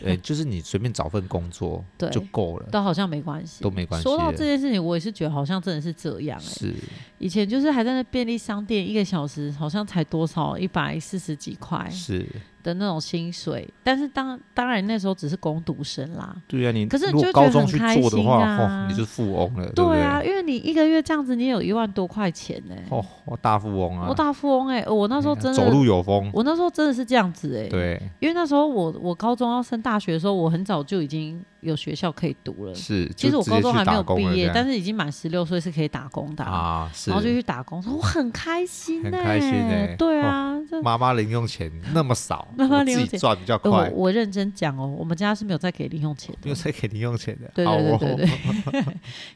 Speaker 3: 呃，就是你随便找份工作
Speaker 2: 对
Speaker 3: 就够了，
Speaker 2: 都好像没关系，
Speaker 3: 都没关系
Speaker 2: 说到
Speaker 3: 的
Speaker 2: 这件事情，我也是觉得好像真的是这样哎、
Speaker 3: 是
Speaker 2: 以前就是还在那便利商店一个小时好像才多少一百四十几块
Speaker 3: 是，
Speaker 2: 的那种薪水，但是当当然那时候只是工读生啦。
Speaker 3: 对啊，你
Speaker 2: 可是
Speaker 3: 如
Speaker 2: 就
Speaker 3: 果
Speaker 2: 觉得
Speaker 3: 高中
Speaker 2: 很
Speaker 3: 去
Speaker 2: 开
Speaker 3: 做的
Speaker 2: 心
Speaker 3: 话，
Speaker 2: 啊
Speaker 3: 哦，你就富翁了，不
Speaker 2: 对
Speaker 3: 对？
Speaker 2: 啊，因为你一个月这样子，你也有一万多块钱呢、
Speaker 3: 哦，我大富翁啊，
Speaker 2: 我大富翁哎、呃我那时候
Speaker 3: 哎呀
Speaker 2: 真的，
Speaker 3: 走路有风，
Speaker 2: 我那时候真的是这样子哎、，
Speaker 3: 对，
Speaker 2: 因为那时候我我高中要升大学的时候，我很早就已经有学校可以读了。
Speaker 3: 是。
Speaker 2: 其实
Speaker 3: 就
Speaker 2: 我
Speaker 3: 直
Speaker 2: 高
Speaker 3: 接
Speaker 2: 中
Speaker 3: 去
Speaker 2: 还没
Speaker 3: 打
Speaker 2: 有
Speaker 3: 工了
Speaker 2: 毕业
Speaker 3: 这，样
Speaker 2: 但是已经满十六岁是可以打工的啊、
Speaker 3: 啊，是
Speaker 2: 然后就去打工，我很开心、欸，
Speaker 3: 很开心欸
Speaker 2: 对啊，这，
Speaker 3: 妈妈零用钱那么少
Speaker 2: 妈妈
Speaker 3: 我
Speaker 2: 零用
Speaker 3: 自己
Speaker 2: 钱
Speaker 3: 赚比较
Speaker 2: 呃
Speaker 3: 快
Speaker 2: 我，我认真讲哦，我们家是没有在给零用钱
Speaker 3: 没有
Speaker 2: 的，
Speaker 3: 在给零用钱的。
Speaker 2: 对
Speaker 3: 好
Speaker 2: 对
Speaker 3: 哦
Speaker 2: 对对对，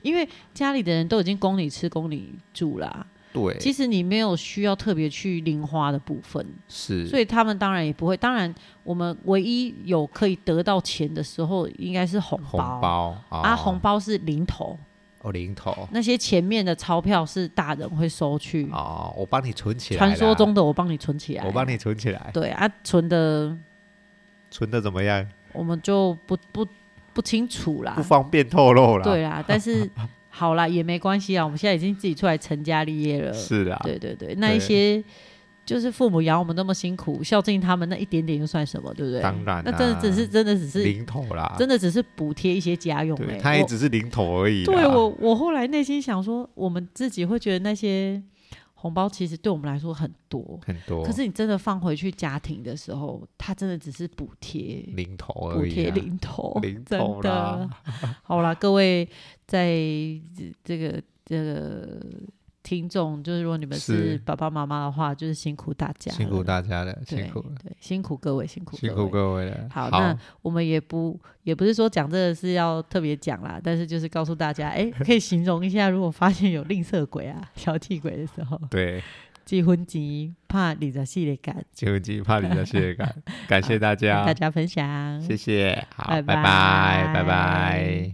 Speaker 2: 因为家里的人都已经供你吃供你住啦，
Speaker 3: 对
Speaker 2: 其实你没有需要特别去零花的部分，
Speaker 3: 是，
Speaker 2: 所以他们当然也不会。当然，我们唯一有可以得到钱的时候，应该是红包
Speaker 3: 红包
Speaker 2: 啊，红包是零头，
Speaker 3: 哦零头
Speaker 2: 那些前面的钞票是大人会收去，
Speaker 3: 哦，我帮你存起来啦。
Speaker 2: 嗯传说中的我帮你存起来，
Speaker 3: 我帮你存起来，
Speaker 2: 对啊，存的
Speaker 3: 存的怎么样？
Speaker 2: 我们就不不不清楚啦
Speaker 3: 不，方便透露啦。
Speaker 2: 啊对啦，但是好啦，也没关系啊，我们现在已经自己出来成家立业了。
Speaker 3: 是啦，
Speaker 2: 对对对，那一些就是父母养我们那么辛苦，孝敬他们那一点点又算什么，对不对？
Speaker 3: 当然啊
Speaker 2: 那真的
Speaker 3: 啦
Speaker 2: 只是真的只是
Speaker 3: 零头啦，
Speaker 2: 真的只是补贴一些家用、欸。
Speaker 3: 对，他也只是零头而已
Speaker 2: 我
Speaker 3: 啦。
Speaker 2: 对我我后来内心想说，我们自己会觉得那些。红包其实对我们来说很多，
Speaker 3: 很多，
Speaker 2: 可是你真的放回去家庭的时候，它真的只是补贴。
Speaker 3: 零头
Speaker 2: 补
Speaker 3: 而已、啊，
Speaker 2: 贴零头，
Speaker 3: 零
Speaker 2: 真
Speaker 3: 头
Speaker 2: 的
Speaker 3: 啦。
Speaker 2: 好啦，各位在这这个这个听众，就是如果你们
Speaker 3: 是
Speaker 2: 是爸爸妈妈的话，就是辛苦大家了，
Speaker 3: 辛苦大家了，
Speaker 2: 对
Speaker 3: 辛苦了，
Speaker 2: 对，辛苦各位，辛苦
Speaker 3: 辛
Speaker 2: 各
Speaker 3: 苦
Speaker 2: 位。
Speaker 3: 各位了。
Speaker 2: 好，那我们也不也不是说讲这个是要特别讲啦，但是就是告诉大家，哎， 可以形容一下，如果发现有吝啬鬼啊、 小气鬼的时候，
Speaker 3: 对，
Speaker 2: 结婚前怕你的系列感，
Speaker 3: 结婚季怕你的谢谢 感，感谢大
Speaker 2: 跟
Speaker 3: 家
Speaker 2: 大，家分享，
Speaker 3: 谢谢，好，
Speaker 2: 拜
Speaker 3: 拜拜
Speaker 2: 拜
Speaker 3: 拜拜